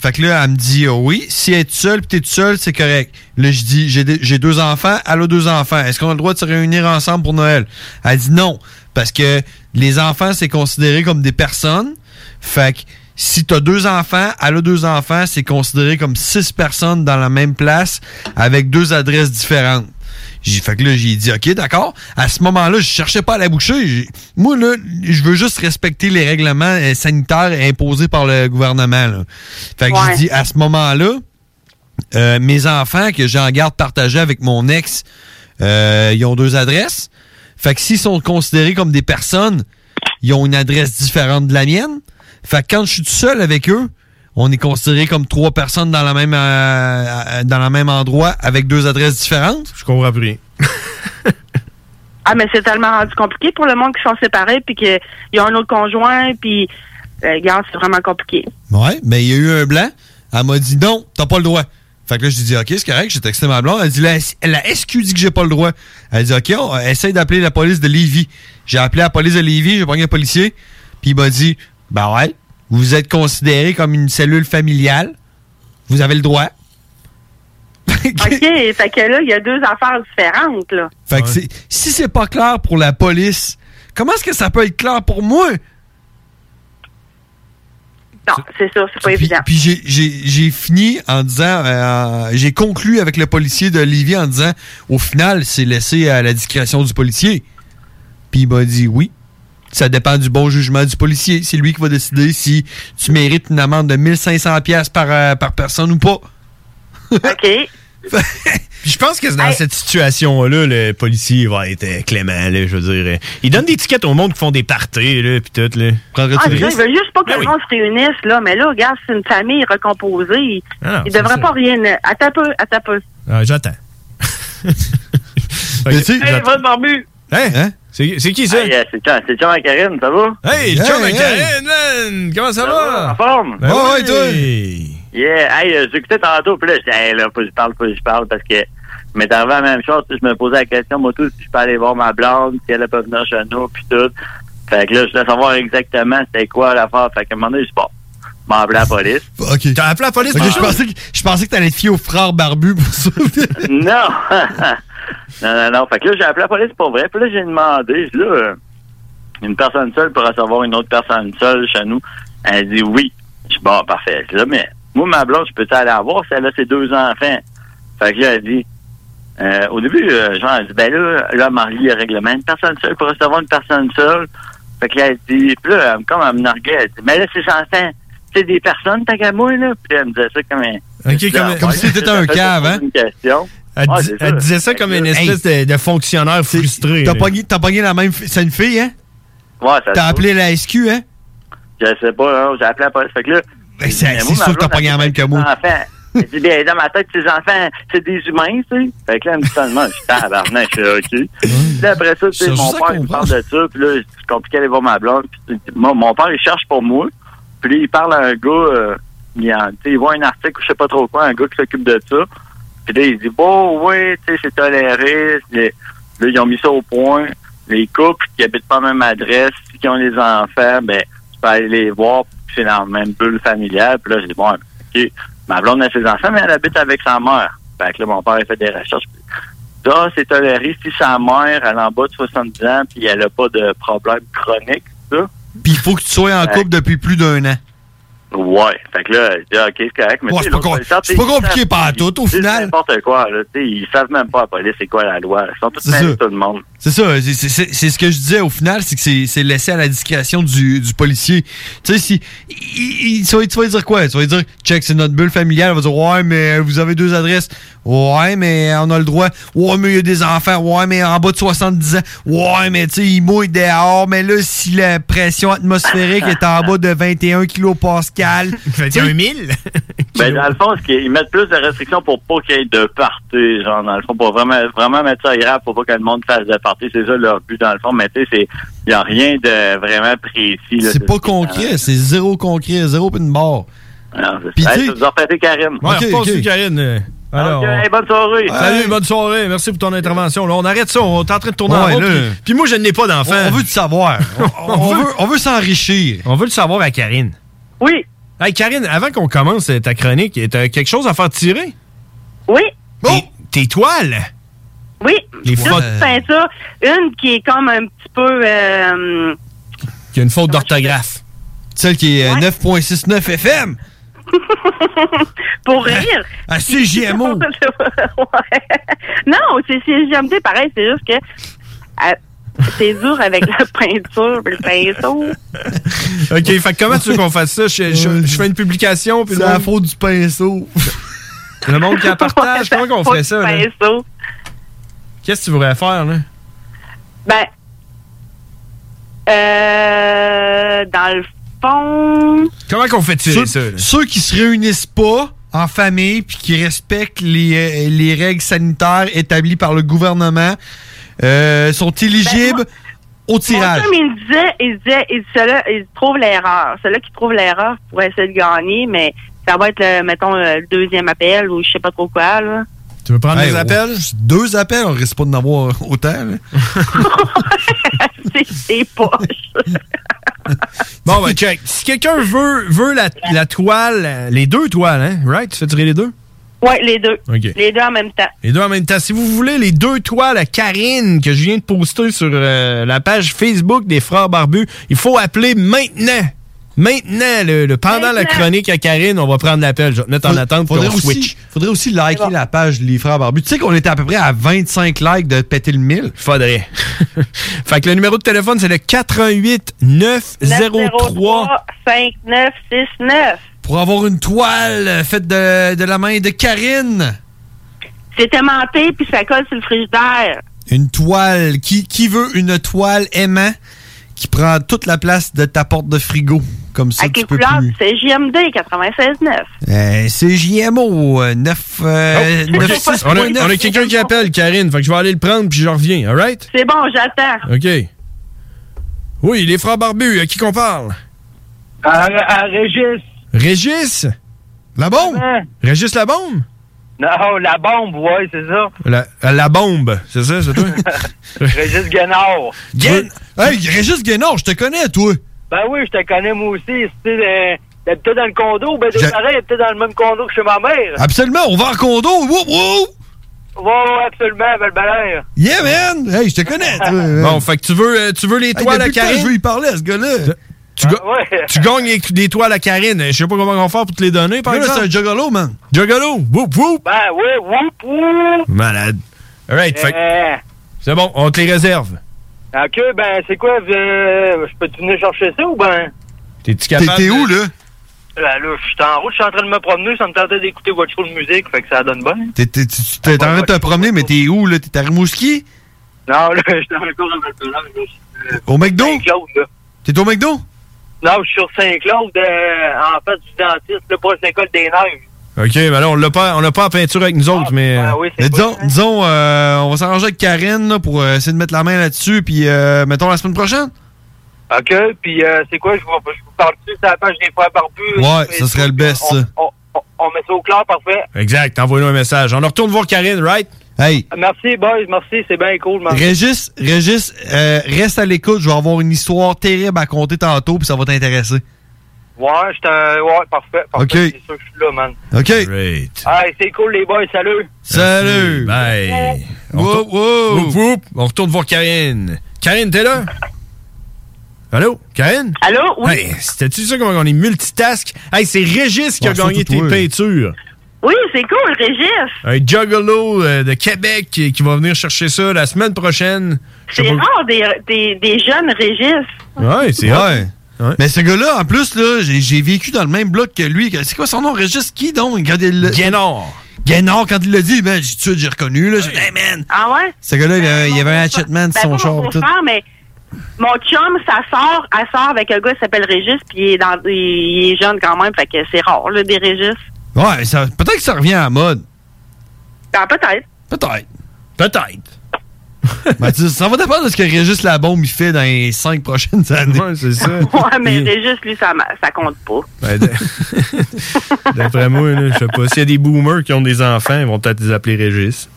Speaker 2: Fait que là, elle me dit Ah oui, si elle est toute seule, puis t'es toute seule, c'est correct. Là, je dis j'ai des- j'ai deux enfants, elle a deux enfants. Est-ce qu'on a le droit de se réunir ensemble pour Noël? Elle dit non, parce que les enfants, c'est considéré comme des personnes. Fait que si t'as deux enfants, elle a deux enfants, c'est considéré comme six personnes dans la même place avec deux adresses différentes. J'ai fait que là, j'ai dit OK, d'accord. À ce moment-là, je cherchais pas à la boucher. J'ai- Moi, là, je veux juste respecter les règlements euh, sanitaires imposés par le gouvernement. là. Fait que
Speaker 7: Ouais.
Speaker 2: j'ai dit à ce moment-là, euh, mes enfants que j'ai en garde partagée avec mon ex, euh, ils ont deux adresses. Fait que s'ils sont considérés comme des personnes, ils ont une adresse différente de la mienne. Fait que quand je suis tout seul avec eux, on est considéré comme trois personnes dans la même euh, dans le même endroit avec deux adresses différentes.
Speaker 1: Je comprends plus.
Speaker 10: Ah, mais c'est tellement rendu compliqué pour le monde qui sont séparés, puis qu'ils ont un autre conjoint, puis, euh, regarde, c'est vraiment compliqué.
Speaker 2: Ouais, mais il y a eu un blanc. Elle m'a dit non, t'as pas le droit. Fait que là, je lui dis, OK, c'est correct, j'ai texté ma blonde. Elle dit, la, la SQ dit que j'ai pas le droit. Elle dit, OK, on essaye d'appeler la police de Lévis. J'ai appelé la police de Lévis, j'ai pogné un policier. Puis il m'a dit, ben ouais, vous êtes considéré comme une cellule familiale. Vous avez le droit.
Speaker 10: OK, fait que là, il y a deux affaires différentes, là.
Speaker 2: Fait que c'est- si c'est pas clair pour la police, comment est-ce que ça peut être clair pour moi?
Speaker 10: Non, c'est ça, c'est pas évident.
Speaker 2: Puis j'ai- j'ai j'ai fini en disant, euh, j'ai conclu avec le policier de Lévis en disant, au final, c'est laissé à la discrétion du policier. Puis il m'a dit oui. Ça dépend du bon jugement du policier. C'est lui qui va décider si tu mérites une amende de 1500 pièces par, euh, par personne ou pas.
Speaker 10: OK.
Speaker 1: Puis je pense que dans cette situation-là, le policier va être euh, clément, là, je veux dire. euh, Il donne des tickets au monde qui font des parties, là, puis tout, là.
Speaker 10: Ah, je veux juste pas que le monde se réunisse, là, mais là, regarde, c'est une famille recomposée.
Speaker 1: Ah non,
Speaker 10: il
Speaker 1: c'est
Speaker 10: devrait
Speaker 1: ça.
Speaker 10: pas rien. Attends un peu, attends un peu.
Speaker 1: Ah, j'attends. Mais tu sais,
Speaker 28: Hey,
Speaker 1: j'attends.
Speaker 28: votre barbu!
Speaker 1: Hey, Hein? C'est c'est qui ça?
Speaker 28: Hey, euh, c'est John, c'est John et Karine, ça va?
Speaker 1: Hey, le chum à Karen, man! Comment ça va?
Speaker 28: En forme?
Speaker 1: Ben
Speaker 28: Ouais,
Speaker 1: oui,
Speaker 28: Yeah, hey, euh, j'écoutais tantôt, puis là, j'étais, hey, là, faut que je parle, faut que je parle, parce que, mais t'es arrivé à la même chose, tu sais, je me posais la question, moi, tout, si je peux aller voir ma blonde, si elle peut venir chez nous, puis tout. Fait que là, je voulais savoir exactement c'était quoi l'affaire, fait qu'à un moment donné, je suis bon, m'en appeler la police.
Speaker 2: OK. T'as
Speaker 1: appelé la police?
Speaker 2: je pensais que, je pensais que t'allais te fier au frère barbu pour ça.
Speaker 28: non! Non, non, non. Fait que là, j'ai appelé la police pour vrai. Puis là, j'ai demandé, je dis, là, euh, une personne seule peut recevoir une autre personne seule chez nous. Elle dit oui. Je dis, bon, parfait. Je dis, là, mais moi, ma blonde, je peux aller la voir si elle a ses deux enfants. Fait que là, elle dit, euh, au début, euh, genre, elle dit, ben là, là, Marie, le règlement, une personne seule peut recevoir une personne seule. Fait que là, elle dit, puis là, elle- comme elle me narguait, elle dit, mais là, ses enfants, c'est des personnes, t'as qu'à moi, là. Puis elle me disait ça comme un.
Speaker 2: Ok, comme- comme si c'était un cave, hein?
Speaker 28: Une question.
Speaker 1: Elle,
Speaker 28: Ouais,
Speaker 1: dis-
Speaker 28: Ah, c'est
Speaker 1: elle disait ça comme une espèce de, de fonctionnaire frustré.
Speaker 2: T'as
Speaker 1: là.
Speaker 2: pogné, t'as pogné la même. fi- C'est une fille, hein?
Speaker 28: Ouais, ça se
Speaker 2: T'as appelé la SQ, hein?
Speaker 28: Je sais pas, hein, j'ai appelé la police. Fait que là.
Speaker 2: Ben, c'est-
Speaker 28: mais
Speaker 2: c'est
Speaker 28: moi, ma
Speaker 2: sûr que t'as
Speaker 28: blonde,
Speaker 2: pogné la même que moi.
Speaker 28: enfants. Elle dit, bien, dans ma tête, ces enfants, c'est des humains, tu sais. Fait que là, elle me dit ça de moi. Je suis tabarnak, je suis OK. Puis là, après ça, tu sais,
Speaker 6: Je
Speaker 28: mon
Speaker 6: sais
Speaker 28: père, il me parle de ça. Puis là, c'est compliqué d'aller voir ma blonde. Puis, tu sais, moi, mon père, il cherche pour moi. Puis là, il parle à un gars, euh, il, en- tu sais, il voit un article ou je sais pas trop quoi, un gars qui s'occupe de ça. Puis là, il dit, bon, oui, tu sais, c'est toléré. Les- Là, ils ont mis ça au point. Les couples qui habitent pas la même adresse, qui ont des enfants, ben, tu peux aller les voir, puis c'est dans la même bulle familiale. Puis là, j'ai dit, bon, OK, ma blonde a ses enfants, mais elle habite avec sa mère. Fait que là, mon père, il fait des recherches. Puis, il dit, ah, c'est toléré si sa mère, elle est en bas de 70 ans, puis elle a pas de problème chronique, tout ça.
Speaker 2: Puis il faut que tu sois en
Speaker 28: Ouais.
Speaker 2: couple depuis plus d'un an.
Speaker 28: Ouais. Fait que là, je dis, ah, OK, c'est correct. Mais
Speaker 2: Ouais,
Speaker 28: tu sais,
Speaker 2: c'est pas
Speaker 28: l'autre,
Speaker 2: com-
Speaker 28: ils sortent,
Speaker 2: c'est pas
Speaker 28: ils
Speaker 2: compliqué,
Speaker 28: savent-
Speaker 2: pas en tout, au
Speaker 28: ils disent
Speaker 2: final.
Speaker 28: n'importe quoi, là. Tu sais, ils savent même pas, la police, c'est quoi la loi. Ils sont tous
Speaker 2: C'est
Speaker 28: mêlés,
Speaker 2: ça.
Speaker 28: tout le monde.
Speaker 2: C'est ça, c'est- c'est c'est- c'est ce que je disais au final, c'est que c'est c'est laissé à la discrétion du, du policier. Tu sais, si. il- il- tu, vas, tu vas lui dire quoi? Tu vas lui dire, check, c'est notre bulle familiale. Elle va dire, ouais, mais vous avez deux adresses. Ouais, mais on a le droit. Ouais, mais il y a des enfants. Ouais, mais en bas de 70 ans. Ouais, mais tu sais, il mouille dehors. Mais là, si la pression atmosphérique est en bas de 21 kilopascal.
Speaker 28: 21
Speaker 2: 000?
Speaker 28: Ben, dans le fond, ce qui est- ils mettent plus de restrictions pour pas qu'il y ait de parties, genre, dans le fond, pour vraiment, vraiment mettre ça grave, pour pas que le monde fasse de parties. C'est ça leur but, dans le fond, mais tu sais, c'est, y a rien de vraiment précis, là.
Speaker 2: C'est pas concret, c'est zéro concret, zéro pis une barre.
Speaker 28: Non,
Speaker 2: Puis
Speaker 28: c'est ça.
Speaker 2: tu
Speaker 28: Hey,
Speaker 2: sais-
Speaker 28: vous en fêtez Karim.
Speaker 1: Ouais, repasse sur Karine. euh. Alors,
Speaker 28: Ok, hey, bonne soirée.
Speaker 1: Salut, bonne soirée. Merci pour ton intervention. Là, on arrête ça. On est en train de tourner
Speaker 2: Ouais,
Speaker 1: en rond.
Speaker 2: là.
Speaker 1: Puis, puis moi, je n'ai pas d'enfant.
Speaker 2: On- on veut
Speaker 1: te savoir. on, veut, s'enrichir. On veut le savoir à Karine.
Speaker 10: Oui.
Speaker 1: Hey, Karine, avant qu'on commence euh, ta chronique, t'as quelque chose à faire tirer?
Speaker 10: Oui.
Speaker 2: Oh!
Speaker 1: Tes toiles.
Speaker 10: Oui.
Speaker 1: Les
Speaker 10: Deux
Speaker 1: photos.
Speaker 10: petites peintures. Une qui est comme un petit peu. euh,
Speaker 1: Il y a une faute d'orthographe.
Speaker 2: Celle qui est euh, 9.69 FM.
Speaker 10: pour rire.
Speaker 2: À CGMO.
Speaker 10: Ouais. Non, c'est CGMD, pareil, c'est juste que. euh, c'est dur avec la peinture et le pinceau.
Speaker 1: OK, fait que comment tu veux qu'on fasse ça? Je, je- je fais une publication. Puis
Speaker 2: Oh! C'est la faute du pinceau.
Speaker 1: Le monde qui en partage, comment qu'on ferait ça? là?
Speaker 10: Pinceau.
Speaker 1: Qu'est-ce que tu voudrais faire? là?
Speaker 10: Ben. Euh, dans le fond.
Speaker 1: Comment qu'on fait
Speaker 2: tirer ça? Ceux qui se réunissent pas en famille puis qui respectent les, euh, les règles sanitaires établies par le gouvernement euh, sont éligibles au tirage.
Speaker 10: Mon chum, il me disait, il disait, il, celui-là, il trouve l'erreur. Celui-là qui trouve l'erreur pourrait essayer de gagner, mais ça va être, le, mettons, euh, le deuxième appel ou je sais pas trop quoi, là.
Speaker 1: Tu veux prendre
Speaker 2: des appels? Ben, Deux appels, on risque pas d'en avoir autant. là.
Speaker 10: C'est pas.
Speaker 1: Bon, ben, check. Si quelqu'un veut, veut la, la toile, euh, les deux toiles, hein, right? Tu fais tirer les deux?
Speaker 10: Ouais, les deux.
Speaker 1: OK.
Speaker 10: Les deux en même temps.
Speaker 1: Les deux en même temps. Si vous voulez les deux toiles à Karine que je viens de poster sur euh, la page Facebook des Frères Barbus, il faut appeler maintenant. Maintenant, le, le- pendant la chronique à Karine, on va prendre l'appel. Je vais te mettre en attente pour
Speaker 2: faudrait
Speaker 1: on
Speaker 2: aussi,
Speaker 1: switch.
Speaker 2: Faudrait aussi liker la page Les Frères Barbus. Tu sais qu'on était à peu près à 25 likes de péter le 1000.
Speaker 1: Faudrait. fait que le numéro de téléphone, c'est le 88 903
Speaker 10: 5969.
Speaker 2: Pour avoir une toile euh, faite de, de la main de Karine.
Speaker 10: C'est aimanté, puis ça colle sur le frigidaire.
Speaker 2: Une toile. Qui, qui veut une toile aimant qui prend toute la place de ta porte de frigo? Comme ça,
Speaker 10: Avec les
Speaker 2: tu peux
Speaker 10: couleurs,
Speaker 2: plus.
Speaker 10: c'est JMD 96.9.
Speaker 2: Euh, c'est JMO euh, 9. euh,
Speaker 1: Oh,
Speaker 2: 9,
Speaker 1: ok. On a, on a
Speaker 2: 6.9.
Speaker 1: quelqu'un qui appelle, Karine. Fait que je vais aller le prendre puis je reviens, alright?
Speaker 10: C'est bon, j'attends.
Speaker 1: OK. Oui, les frères barbus, à qui qu'on parle?
Speaker 6: À, à Régis.
Speaker 1: Régis? La bombe? Régis la bombe?
Speaker 7: Oh,
Speaker 6: Non, la bombe, ouais, c'est ça.
Speaker 1: La, la bombe, c'est ça, c'est toi?
Speaker 6: Régis Guénard.
Speaker 2: Guén- Hey, Régis Guénard, je te connais, toi.
Speaker 6: Ben oui, je te connais moi aussi. C'était peut-être dans le condo, ben des
Speaker 2: Je- Ah.
Speaker 6: pareils, peut-être dans le même condo que chez ma mère.
Speaker 2: Absolument, on va en condo. Wouh, wouh!
Speaker 7: Ouais, ouais, absolument, Val-Balaire.
Speaker 2: Yeah, man! Hey, je te connais, toi.
Speaker 1: Bon, fait que tu veux, euh, tu veux les
Speaker 2: Hey,
Speaker 1: toiles
Speaker 2: depuis
Speaker 1: à
Speaker 2: le temps,
Speaker 1: Karine.
Speaker 2: je veux y parler à ce gars-là.
Speaker 1: Tu,
Speaker 7: Ah,
Speaker 1: ga- tu gagnes les, les toiles à Karine. Je sais pas comment on va faire pour te les donner, par
Speaker 2: Là, là,
Speaker 1: exemple.
Speaker 2: c'est un
Speaker 1: juggalo, man. Juggalo! Whoop, whoop!
Speaker 7: Ben oui, whoop, whoop.
Speaker 1: Malade. Alright, fait que
Speaker 7: Euh,
Speaker 1: c'est bon, on te les réserve.
Speaker 7: ok, ben c'est quoi, euh, je peux-tu venir chercher ça ou ben...
Speaker 1: T'es-tu
Speaker 7: T'es-
Speaker 1: capable?
Speaker 7: t'es
Speaker 1: où, là?
Speaker 7: Ben là, je suis en route, je suis en train de me promener, ça me tentait d'écouter votre show de musique, fait que ça donne bon.
Speaker 2: T'es- t'es- tu- tu- T'es en train de te promener, mais t'es où, là? T'es à Rimouski?
Speaker 7: Non, Ah, là, je suis encore à Val-Balaire.
Speaker 2: Au McDo?
Speaker 6: Ben,
Speaker 7: Saint-Claude, là.
Speaker 2: T'es au McDo?
Speaker 7: Non, je suis sur Saint-Claude, euh, en face du dentiste, là, proche de l'école des Neiges.
Speaker 1: OK, mais là, on l'a pas, on l'a pas en peinture avec nous autres,
Speaker 10: Ah,
Speaker 1: mais...
Speaker 10: ben
Speaker 1: euh,
Speaker 2: Mais disons, disons euh, on va s'arranger avec Karine là, pour euh, essayer de mettre la main là-dessus, puis euh, mettons la semaine prochaine.
Speaker 7: OK, puis euh, c'est quoi, je vous, je vous parle-tu sur la page des frères barbus?
Speaker 1: Ouais,
Speaker 7: Mais
Speaker 1: ça serait le best,
Speaker 7: on-
Speaker 1: ça.
Speaker 7: On, on- on met ça au clair, parfait.
Speaker 1: Exact, envoie-nous un message. On retourne voir Karine, right?
Speaker 2: Hey,
Speaker 7: Merci, boys, merci, c'est bien cool.
Speaker 10: Ah.
Speaker 7: Merci.
Speaker 2: Régis, Régis euh, reste à l'écoute. Je vais avoir une histoire terrible à compter tantôt, puis ça va t'intéresser.
Speaker 7: Ouais, j'étais un... Ouais, parfait, parfait,
Speaker 2: OK.
Speaker 7: c'est sûr que je suis là, man.
Speaker 2: OK?
Speaker 7: Hey, c'est cool, les boys, salut!
Speaker 1: Salut! Bye! On retourne- Whoop, whoop. On retourne voir Karine. Karine, t'es là? Allô? Karine?
Speaker 7: Allô? Oui.
Speaker 1: C'était-tu ça comment on est multitask? Hey, Ah, c'est Régis qui a
Speaker 7: Ouais, surtout
Speaker 1: gagné tes
Speaker 7: toi.
Speaker 1: peintures.
Speaker 10: Oui, c'est cool, Régis.
Speaker 1: Un juggalo euh, de Québec qui, qui va venir chercher ça la semaine prochaine. Je
Speaker 10: C'est
Speaker 1: sais pas-
Speaker 10: rare des, des, des jeunes Régis.
Speaker 1: Ouais, c'est
Speaker 2: ouais. Mais ce gars-là, en plus, là, j'ai, j'ai vécu dans le même bloc que lui. C'est quoi son nom? Régis qui donc? Quand il l'a-
Speaker 1: Guénard.
Speaker 2: Guénard, quand il l'a dit, ben, j'ai, tout de suite, j'ai reconnu. Là, j'ai dit, hey, man!
Speaker 10: Ah ouais?
Speaker 2: Ce gars-là, il y avait, il y avait un hatchetman
Speaker 10: Ben,
Speaker 2: sur son
Speaker 10: pas
Speaker 2: char.
Speaker 10: mon
Speaker 2: tout.
Speaker 10: beau-frère, mais mon chum, sa sort, elle sort avec un gars qui s'appelle Régis, puis il est, dans, il, il est jeune quand même, fait que c'est rare, là, des Régis.
Speaker 2: Ouais, ça, peut-être que ça revient à la mode.
Speaker 10: Ben, peut-être.
Speaker 2: Peut-être. Peut-être. Ben, tu- ça va dépendre de ce que Régis Labombe il fait dans les cinq prochaines années. Ouais,
Speaker 1: c'est ça.
Speaker 10: Ouais, mais Régis, lui, ça, ma- ça compte pas.
Speaker 1: Ben, d- D'après moi, là, je sais pas. S'il y a des boomers qui ont des enfants, ils vont peut-être les appeler Régis.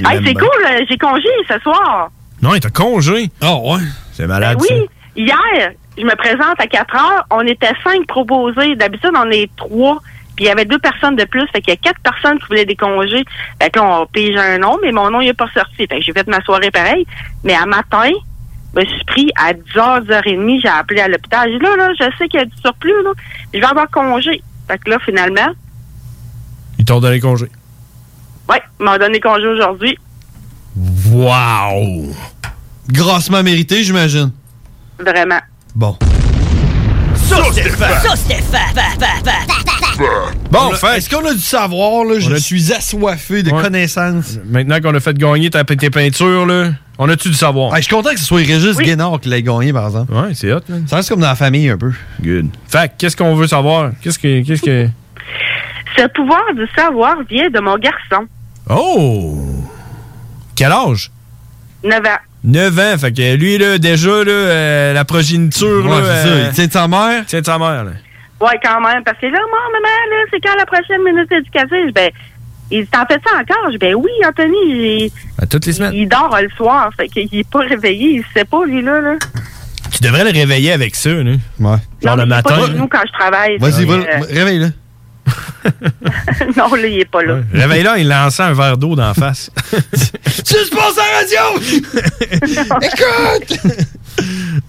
Speaker 1: Ils
Speaker 10: Hey,
Speaker 1: l'aiment
Speaker 10: c'est
Speaker 1: bien.
Speaker 10: cool, euh, j'ai congé ce soir.
Speaker 1: Non, il t'a congé.
Speaker 2: Ah,
Speaker 1: Oh, ouais. C'est malade, ça.
Speaker 10: Ben Oui, hier, je me présente à 4 heures. On était cinq proposés. D'habitude, on est trois. Puis il y avait deux personnes de plus. Fait qu'il y a quatre personnes qui voulaient des congés. Fait que là, on pige un nom, mais mon nom, il n'est pas sorti. Fait que j'ai fait ma soirée pareil. Mais à matin, je me suis pris à 10h, 10h30. J'ai appelé à l'hôpital. J'ai dit, là, là, je sais qu'il y a du surplus, là. Je vais avoir congé. Fait que là, finalement,
Speaker 1: Ils t'ont donné congé.
Speaker 10: ouais, ils m'ont donné congé aujourd'hui.
Speaker 1: Wow!
Speaker 2: Grassement mérité, j'imagine.
Speaker 10: Vraiment.
Speaker 2: Bon.
Speaker 10: Stéphane!
Speaker 1: Bon,
Speaker 2: On a-
Speaker 1: fait.
Speaker 2: Est-ce qu'on a du savoir, là? Je suis assoiffé de connaissances.
Speaker 1: Maintenant qu'on a fait gagner ta, tes peintures, là, on a-tu du savoir?
Speaker 2: je suis content que ce soit Régis Guénard qui l'ait gagné, par exemple.
Speaker 1: Ouais, c'est hot, man.
Speaker 2: Ça reste comme dans la famille, un peu.
Speaker 1: Good. Fait que qu'est-ce qu'on veut savoir? Qu'est-ce que. Qu'est-ce que.
Speaker 10: Ce pouvoir du savoir vient de mon garçon.
Speaker 1: Oh! Quel âge?
Speaker 10: 9 ans.
Speaker 1: 9 ans. Fait que lui, là, déjà, là, euh, la progéniture.
Speaker 10: Ouais,
Speaker 1: là,
Speaker 10: c'est ça. Il
Speaker 1: tient de sa mère? Tient de sa mère, là.
Speaker 10: Ouais, quand même. Parce que là, moi, maman, là, c'est quand la prochaine minute éducative? Je dis, Ben, il dit, t'en fais ça encore? Je dis, ben oui, Anthony, il,
Speaker 1: À toutes les semaines.
Speaker 10: il dort le soir. Fait qu'il est pas réveillé. Il sait pas, lui, là. là.
Speaker 1: Tu devrais le réveiller avec ça, là.
Speaker 2: Ouais.
Speaker 1: Genre le
Speaker 10: Pas
Speaker 1: matin.
Speaker 10: chez
Speaker 1: là.
Speaker 10: nous quand je travaille.
Speaker 1: Vas-y,
Speaker 10: Fait que,
Speaker 1: va-
Speaker 10: euh,
Speaker 2: Réveille-le.
Speaker 10: non, là, il est pas là.
Speaker 1: Réveille-là, il lançait un verre d'eau d'en face.
Speaker 10: Suspense à radio! Écoute!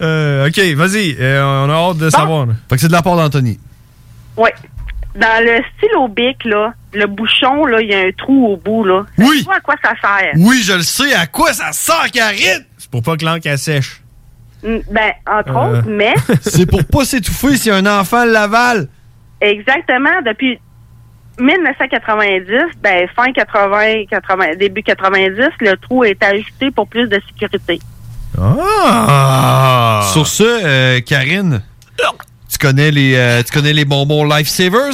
Speaker 1: Euh, OK, vas-y. euh, on a hâte de savoir. là.
Speaker 2: Fait que c'est de la part d'Anthony.
Speaker 10: Ouais. Dans le stylo bic, là, le bouchon, là, il y a un trou au bout, là. Oui! Tu vois à quoi ça sert?
Speaker 2: Oui, je le sais. À quoi ça sert, Karine?
Speaker 1: C'est pour pas que l'encre elle sèche.
Speaker 10: Mm, Ben, entre
Speaker 1: Euh.
Speaker 10: autres, mais...
Speaker 2: c'est pour pas s'étouffer s'il y a un enfant à Laval.
Speaker 10: Exactement. Depuis 1990, ben, fin 80, 80, début 90, le trou est ajouté pour plus de sécurité.
Speaker 1: Ah!
Speaker 2: Sur ce, euh, Karine, tu connais les euh, tu connais les bonbons Lifesavers?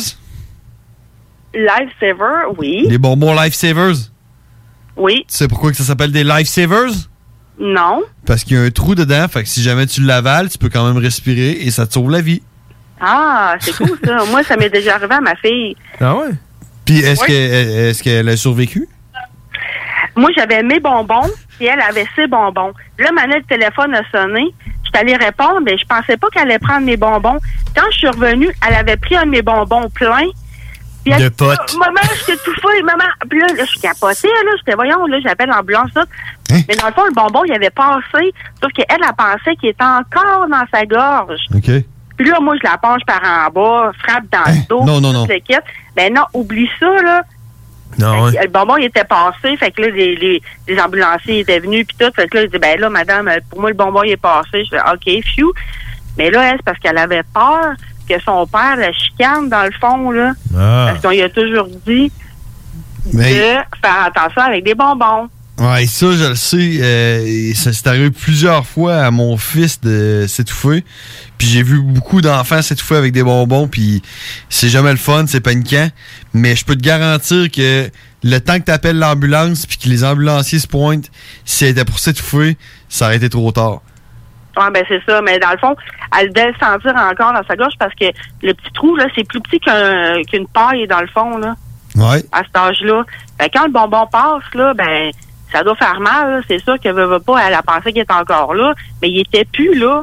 Speaker 10: Lifesaver, oui.
Speaker 2: Les bonbons Lifesavers?
Speaker 10: Oui.
Speaker 2: Tu sais pourquoi que ça s'appelle des Lifesavers?
Speaker 10: Non.
Speaker 2: Parce qu'il y a un trou dedans, fait que si jamais tu l'avales, tu peux quand même respirer et ça te sauve la vie.
Speaker 10: Ah, c'est cool, ça. Moi, ça m'est déjà arrivé à ma fille.
Speaker 1: Ah ouais?
Speaker 2: Puis est-ce
Speaker 10: Ouais.
Speaker 2: que est-ce qu'elle a survécu?
Speaker 10: Moi, j'avais mes bonbons, puis elle avait ses bonbons. Là, maintenant, le téléphone a sonné. Je suis allée répondre, mais je pensais pas qu'elle allait prendre mes bonbons. Quand je suis revenue, elle avait pris un de mes bonbons plein, Puis elle
Speaker 1: De
Speaker 10: dit,
Speaker 1: potes.
Speaker 10: Ah, Maman, je t'ai tout fait, maman. Puis là, là, je capotais, là. J'étais, voyons, là, j'appelle l'ambulance, là.
Speaker 2: Hein?
Speaker 10: Mais dans le fond, le bonbon, il avait passé. Sauf qu'elle, elle pensait qu'il était encore dans sa gorge.
Speaker 2: OK.
Speaker 10: Puis là, moi, je la penche par en bas, frappe dans le dos.
Speaker 2: Hein? non, non,
Speaker 10: tout
Speaker 2: non.
Speaker 10: le kit. Ben non, oublie ça, là.
Speaker 22: Ah
Speaker 2: Non,
Speaker 10: Puis, Le bonbon, il était passé. Fait que là, les, les, les ambulanciers étaient venus, puis tout. Fait que là, je dis, ben là, madame, euh, pour moi, le bonbon, il est passé. Je fais, OK, phew. Mais là, elle, c'est parce qu'elle avait peur que son père la chicane, dans le fond, là.
Speaker 2: Ah.
Speaker 10: Parce qu'on lui a toujours dit
Speaker 2: Mais-
Speaker 10: de faire attention avec des bonbons.
Speaker 2: Ouais, ça, je le sais. euh, ça s'est arrivé plusieurs fois à mon fils de s'étouffer. Puis j'ai vu beaucoup d'enfants s'étouffer avec des bonbons. Puis c'est jamais le fun, c'est paniquant. Mais je peux te garantir que le temps que t'appelles l'ambulance puis que les ambulanciers se pointent, si elle était pour s'étouffer, ça aurait été trop tard.
Speaker 10: Ouais, ben c'est ça. Mais dans le fond, elle devait le sentir encore dans sa gorge parce que le petit trou, là, c'est plus petit qu'un- qu'une paille, dans le fond, là.
Speaker 2: Ouais.
Speaker 10: à cet âge-là. Fait que quand le bonbon passe, là, ben, ça doit faire mal, là. C'est sûr qu'elle veut, veut pas, elle a pensé qu'il était encore là, mais il était plus, là.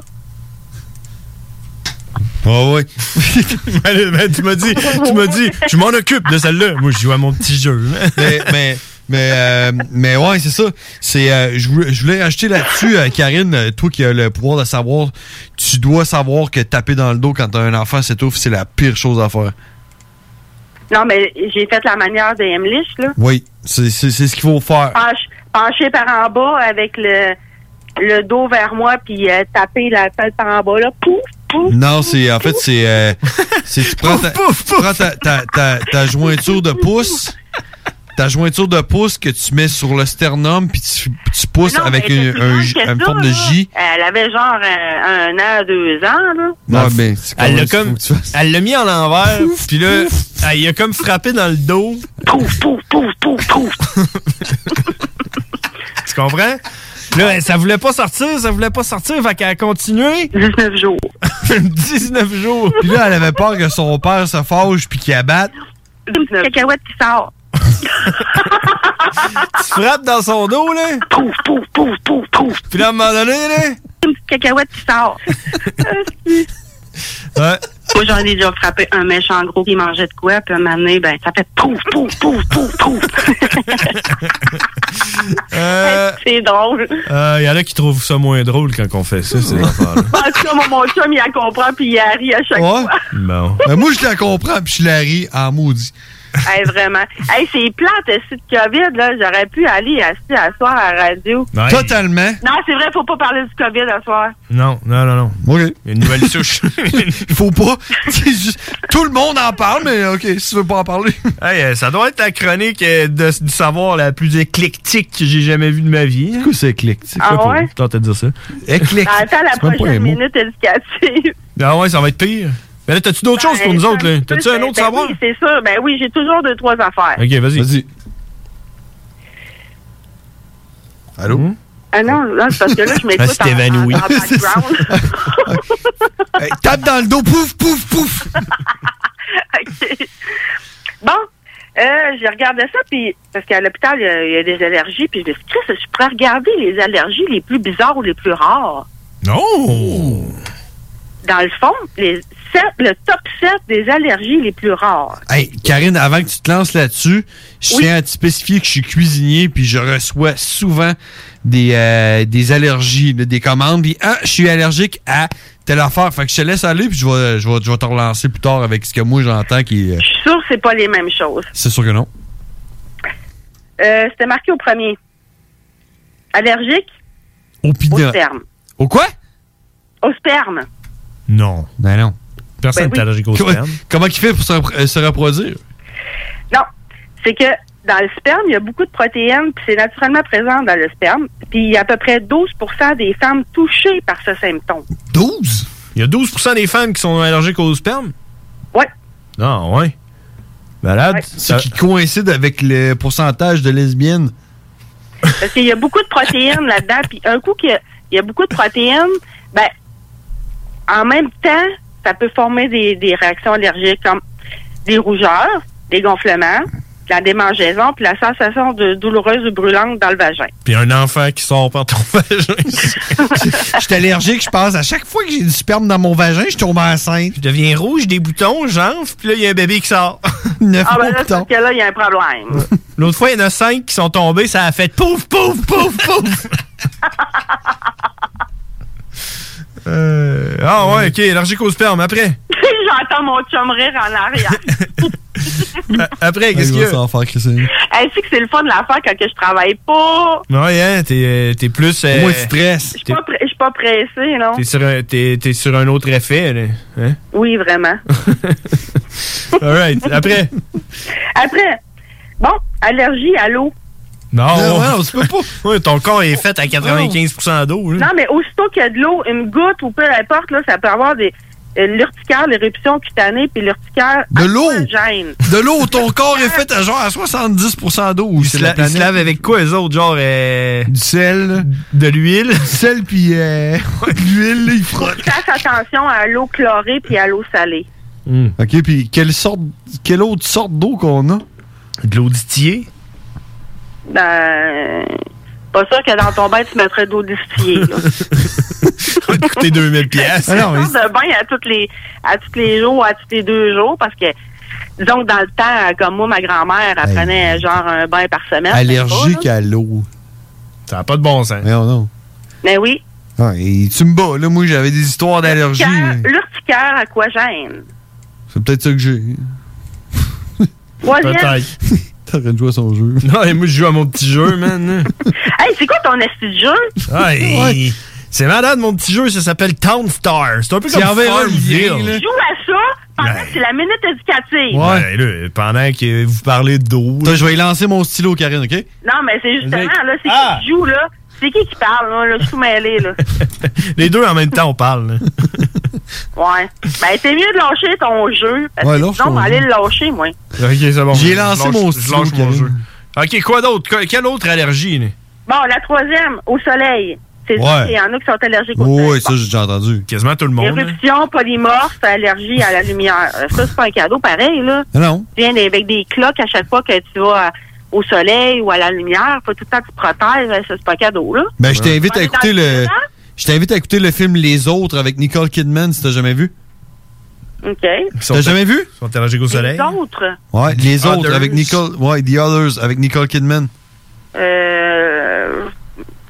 Speaker 1: Ah ouais. Ben, ben, tu m'as dit, tu m'as dit, je m'en occupe de celle-là. Moi, je joue à mon petit jeu.
Speaker 2: mais, mais, mais, euh, mais ouais, c'est ça. C'est, euh, je voulais- je voulais ajouter là-dessus, euh, Karine, euh, toi qui as le pouvoir de savoir, tu dois savoir que taper dans le dos quand t'as un enfant s'étouffe, c'est la pire chose à faire.
Speaker 10: Non, mais j'ai fait la manière de Emlich, là.
Speaker 2: Oui, c'est c'est- c'est ce qu'il faut faire.
Speaker 10: Penche- penché par en bas avec le, le dos vers moi, puis euh, taper la tête par en bas, là. Pouf!
Speaker 2: Non, c'est en fait c'est euh, c'est tu prends, ta, tu prends ta, ta- ta- ta jointure de pouce, ta jointure de pouce que tu mets sur le sternum puis tu, tu pousses
Speaker 10: Non,
Speaker 2: avec
Speaker 10: mais
Speaker 2: une,
Speaker 10: c'est plus
Speaker 2: un
Speaker 10: grave
Speaker 2: J-
Speaker 10: que
Speaker 2: une
Speaker 10: ça,
Speaker 2: forme de
Speaker 10: là.
Speaker 2: J.
Speaker 10: Elle avait genre euh, un, un an, deux ans, là.
Speaker 2: Ouais, mais c'est quand
Speaker 1: Ah, elle l'a
Speaker 2: même-
Speaker 1: comme, elle l'a mis en l'envers, puis là, elle y a comme frappé dans le dos.
Speaker 10: Pouf, pouf, pouf, pouf, pouf.
Speaker 1: tu comprends? Là, elle- ça voulait pas sortir, ça voulait pas sortir, fait qu'elle a continué.
Speaker 10: 19 jours.
Speaker 1: 19 jours.
Speaker 2: Puis là, elle avait peur que son père se fâche puis qu'il abatte.
Speaker 10: Une cacahuète qui sort.
Speaker 1: tu frappes dans son dos, là.
Speaker 10: Pouf, pouf, pouf, pouf, pouf.
Speaker 1: Puis là, à un moment donné, là.
Speaker 10: Une petite cacahuète qui sort. Moi, j'en ai déjà frappé un méchant gros qui mangeait de quoi, puis un moment donné, ben, ça fait pouf, pouf, pouf, pouf, pouf.
Speaker 2: Euh.
Speaker 10: C'est drôle.
Speaker 1: Il Euh, y en a qui trouvent ça moins drôle quand on fait ça, ces affaires-là.
Speaker 10: En tout cas, moi, mon chum, il la comprend, puis il la rit à chaque fois.
Speaker 1: Bon.
Speaker 2: Mais Ben, moi, je la comprends puis je la ris en maudit.
Speaker 10: Hey, vraiment. Hey, c'est plate, c'est de COVID, là. J'aurais pu aller assis à soir à la radio.
Speaker 2: Totalement.
Speaker 10: Non, c'est vrai, faut pas parler du COVID à soir.
Speaker 1: Non, non, non, non.
Speaker 2: OK.
Speaker 1: Une nouvelle souche.
Speaker 2: Il faut pas. C'est juste- Oh, Tout le monde en parle, mais euh, OK, si tu veux pas en parler.
Speaker 1: Hey, euh, ça doit être la chronique euh, de, du savoir la plus éclectique que j'ai jamais vue de ma vie. C'est
Speaker 2: quoi c'est éclectique?
Speaker 10: Ah ouais? Ah,
Speaker 1: Je tentais de dire ça. Éclectique.
Speaker 10: Ben, Attends la prochaine minute éducative.
Speaker 1: Ah ouais, ça va être pire. Mais là, t'as-tu d'autres choses pour nous autres, là? T'as-tu un
Speaker 10: Ben,
Speaker 1: autre
Speaker 10: ben
Speaker 1: savoir?
Speaker 10: Oui, c'est sûr. Ben oui, j'ai toujours deux, trois affaires.
Speaker 1: Ok, vas-y. Vas-y.
Speaker 2: Allô?
Speaker 1: Hmm?
Speaker 10: Ah non, non, c'est parce que là, je
Speaker 2: Elle
Speaker 10: m'écoute
Speaker 2: s'est
Speaker 10: en, en, en
Speaker 2: évanouie.
Speaker 10: background.
Speaker 2: Hey, tape dans le dos, pouf, pouf, pouf.
Speaker 10: Bon, euh, je regardais ça, puis parce qu'à l'hôpital, il y a- il y, a des allergies, puis je me suis dit, Chris, je pourrais regarder les allergies les plus bizarres ou les plus rares.
Speaker 2: oh.
Speaker 1: Non!
Speaker 10: Dans le fond, les sept, le top 7 des allergies les plus rares.
Speaker 2: Hey, Karine, avant que tu te lances là-dessus, je
Speaker 10: Oui.
Speaker 2: tiens à te spécifier que je suis cuisinier puis je reçois souvent des, euh, des allergies, là, des commandes. Puis, ah, je suis allergique à telle affaire. Fait que je te laisse aller puis je vais, je vais, je vais te relancer plus tard avec ce que moi j'entends qui. est- euh,
Speaker 10: Je suis sûre que c'est pas les mêmes choses.
Speaker 2: C'est sûr que non.
Speaker 10: Euh, C'était marqué au premier. Allergique
Speaker 2: Au
Speaker 10: au
Speaker 2: pina.
Speaker 10: sperme.
Speaker 2: Au quoi?
Speaker 10: Au sperme.
Speaker 1: Non.
Speaker 2: Ben non.
Speaker 1: Personne
Speaker 10: Ben oui. n'est allergique au
Speaker 2: Comment-
Speaker 10: sperme.
Speaker 2: Comment il fait pour se, repro- euh, se reproduire?
Speaker 10: Non. C'est que dans le sperme, il y a beaucoup de protéines, puis c'est naturellement présent dans le sperme. Puis il y a à peu près 12 des femmes touchées par ce symptôme.
Speaker 2: 12?
Speaker 1: Il y a 12 des femmes qui sont allergiques au sperme?
Speaker 10: Ouais.
Speaker 1: Ah, ouais. Malade.
Speaker 2: Ce qui coïncide avec le pourcentage de lesbiennes.
Speaker 10: Parce qu'il y a beaucoup de protéines là-dedans. Puis un coup qu'il y a- il y a beaucoup de protéines, ben, en même temps, ça peut former des, des réactions allergiques comme des rougeurs, des gonflements, la démangeaison, puis la sensation de douloureuse ou brûlante dans le vagin.
Speaker 1: Puis un enfant qui sort par ton vagin.
Speaker 2: Je suis allergique, je pense. À chaque fois que j'ai du sperme dans mon vagin, je tombe enceinte.
Speaker 1: Je deviens rouge, des boutons, j'enfle, puis là, il y a un bébé qui sort. Neuf
Speaker 10: Ah ben là, c'est parce que là, il y a un problème.
Speaker 1: L'autre fois, il y en a cinq qui sont tombés, ça a fait pouf, pouf, pouf, pouf. Euh, ah ouais, ok, allergique au sperme. Après,
Speaker 10: J'entends mon chum rire en arrière.
Speaker 1: A- Euh, après, qu'est-ce qu'il y a?
Speaker 10: Ainsi que c'est le fun de l'affaire quand que je travaille pas.
Speaker 1: Ouais, hein, t'es, euh, t'es plus.
Speaker 10: Au moins,
Speaker 1: tu
Speaker 10: tu
Speaker 1: stresses.
Speaker 10: Je suis pas pré- je suis pas pressée, non?
Speaker 1: T'es sur, un, t'es- t'es sur un autre effet, là, hein?
Speaker 10: Oui, vraiment.
Speaker 1: Alright, après.
Speaker 10: Après, bon, allergie à l'eau.
Speaker 1: Non, non, tu peux pas. Ouais, ton corps est fait à 95 d'eau. là.
Speaker 10: Non, mais aussitôt qu'il y a de l'eau, une goutte ou peu importe, là, ça peut avoir des euh, l'urticaire, l'éruption cutanée, puis l'urticaire
Speaker 2: De l'eau?
Speaker 10: gêne.
Speaker 2: De l'eau, ton corps est fait à genre à 70 d'eau.
Speaker 1: Ils se, la- ils se lavent avec quoi, eux autres? Genre. Du
Speaker 2: sel.
Speaker 1: De l'huile. Du
Speaker 2: sel, puis. euh, L'huile, là, il frotte.
Speaker 10: Fasse attention à l'eau chlorée puis à l'eau salée.
Speaker 1: Hmm.
Speaker 2: OK, puis quelle, sorte, quelle autre sorte d'eau qu'on a?
Speaker 1: De l'eau distillée.
Speaker 10: Ben, pas sûr que dans ton bain, tu mettrais de l'eau distillée. là.
Speaker 1: Ça va te coûter 2000 pièces.
Speaker 2: Ah
Speaker 10: Je change de bain à tous les à tous les jours, à tous les deux jours, parce que disons que dans le temps, euh, comme moi, ma grand-mère, elle
Speaker 2: Hey.
Speaker 10: prenait genre un bain par semaine.
Speaker 2: Allergique à l'eau.
Speaker 1: Ça n'a pas de bon sens.
Speaker 2: Non, non.
Speaker 10: Mais oui.
Speaker 2: Ah, et tu me bats, là, moi, j'avais des histoires d'allergie.
Speaker 10: L'urticaire- L'urticaire à quoi gêne?
Speaker 2: C'est peut-être ça que j'ai.
Speaker 10: Troisième.
Speaker 2: T'arrêtes de jouer à son jeu.
Speaker 1: Non, et moi, je joue à mon petit jeu, man.
Speaker 10: Hey, c'est quoi ton esti de jeu?
Speaker 1: Aïe. C'est malade, mon petit jeu, ça s'appelle Town Star. C'est un peu
Speaker 10: Tu
Speaker 1: comme
Speaker 10: enverras le
Speaker 1: Farmville.
Speaker 10: Joue à ça pendant que c'est la minute éducative.
Speaker 1: Ouais, Ben, là, pendant que vous parlez d'eau.
Speaker 2: Attends, je vais y lancer mon stylo, Karine, OK?
Speaker 10: Non, mais c'est justement, là, c'est
Speaker 1: Ah.
Speaker 10: qui qui joue, là? C'est qui qui parle, là? là je suis tout mêlé, là.
Speaker 1: Les deux en même temps, on parle. là.
Speaker 10: Ouais. Ben, c'est mieux de lâcher ton jeu. Parce
Speaker 1: Ouais,
Speaker 10: que
Speaker 1: lâche
Speaker 10: sinon,
Speaker 1: ton
Speaker 10: on va aller
Speaker 1: jeu.
Speaker 10: le lâcher, moi.
Speaker 1: Ok, c'est bon.
Speaker 2: J'ai
Speaker 1: Je
Speaker 2: lancé
Speaker 1: lâche-
Speaker 2: mon
Speaker 1: je lâche
Speaker 2: stylo,
Speaker 1: mon
Speaker 2: Karine.
Speaker 1: jeu. Ok, quoi d'autre? Que- Quelle autre allergie? là?
Speaker 10: Bon, la troisième, au soleil. C'est
Speaker 1: Ouais.
Speaker 10: sûr qu'il y en a qui sont allergiques au soleil.
Speaker 2: Oui, ça, j'ai déjà entendu.
Speaker 1: Quasiment tout le monde. là.
Speaker 10: Éruption, polymorphe, allergie à la lumière. Euh, Ça, c'est pas un cadeau pareil, là.
Speaker 2: Non.
Speaker 10: Tu viens avec des cloques à chaque fois que tu vas à- au soleil ou à la lumière. Faut tout le temps que tu te protèges. hein, Ça, c'est pas un cadeau, là.
Speaker 2: Ben, je t'invite
Speaker 10: On
Speaker 2: à
Speaker 10: est
Speaker 2: écouter
Speaker 10: dans
Speaker 2: le. Je t'invite à écouter le film Les Autres avec Nicole Kidman, si t'as jamais vu.
Speaker 10: OK.
Speaker 2: T'as jamais vu?
Speaker 1: Ils sont allergiques au soleil.
Speaker 10: Les autres,
Speaker 2: Ouais, Les Autres
Speaker 1: Others.
Speaker 2: avec Nicole. Ouais, The Others avec Nicole Kidman.
Speaker 10: euh,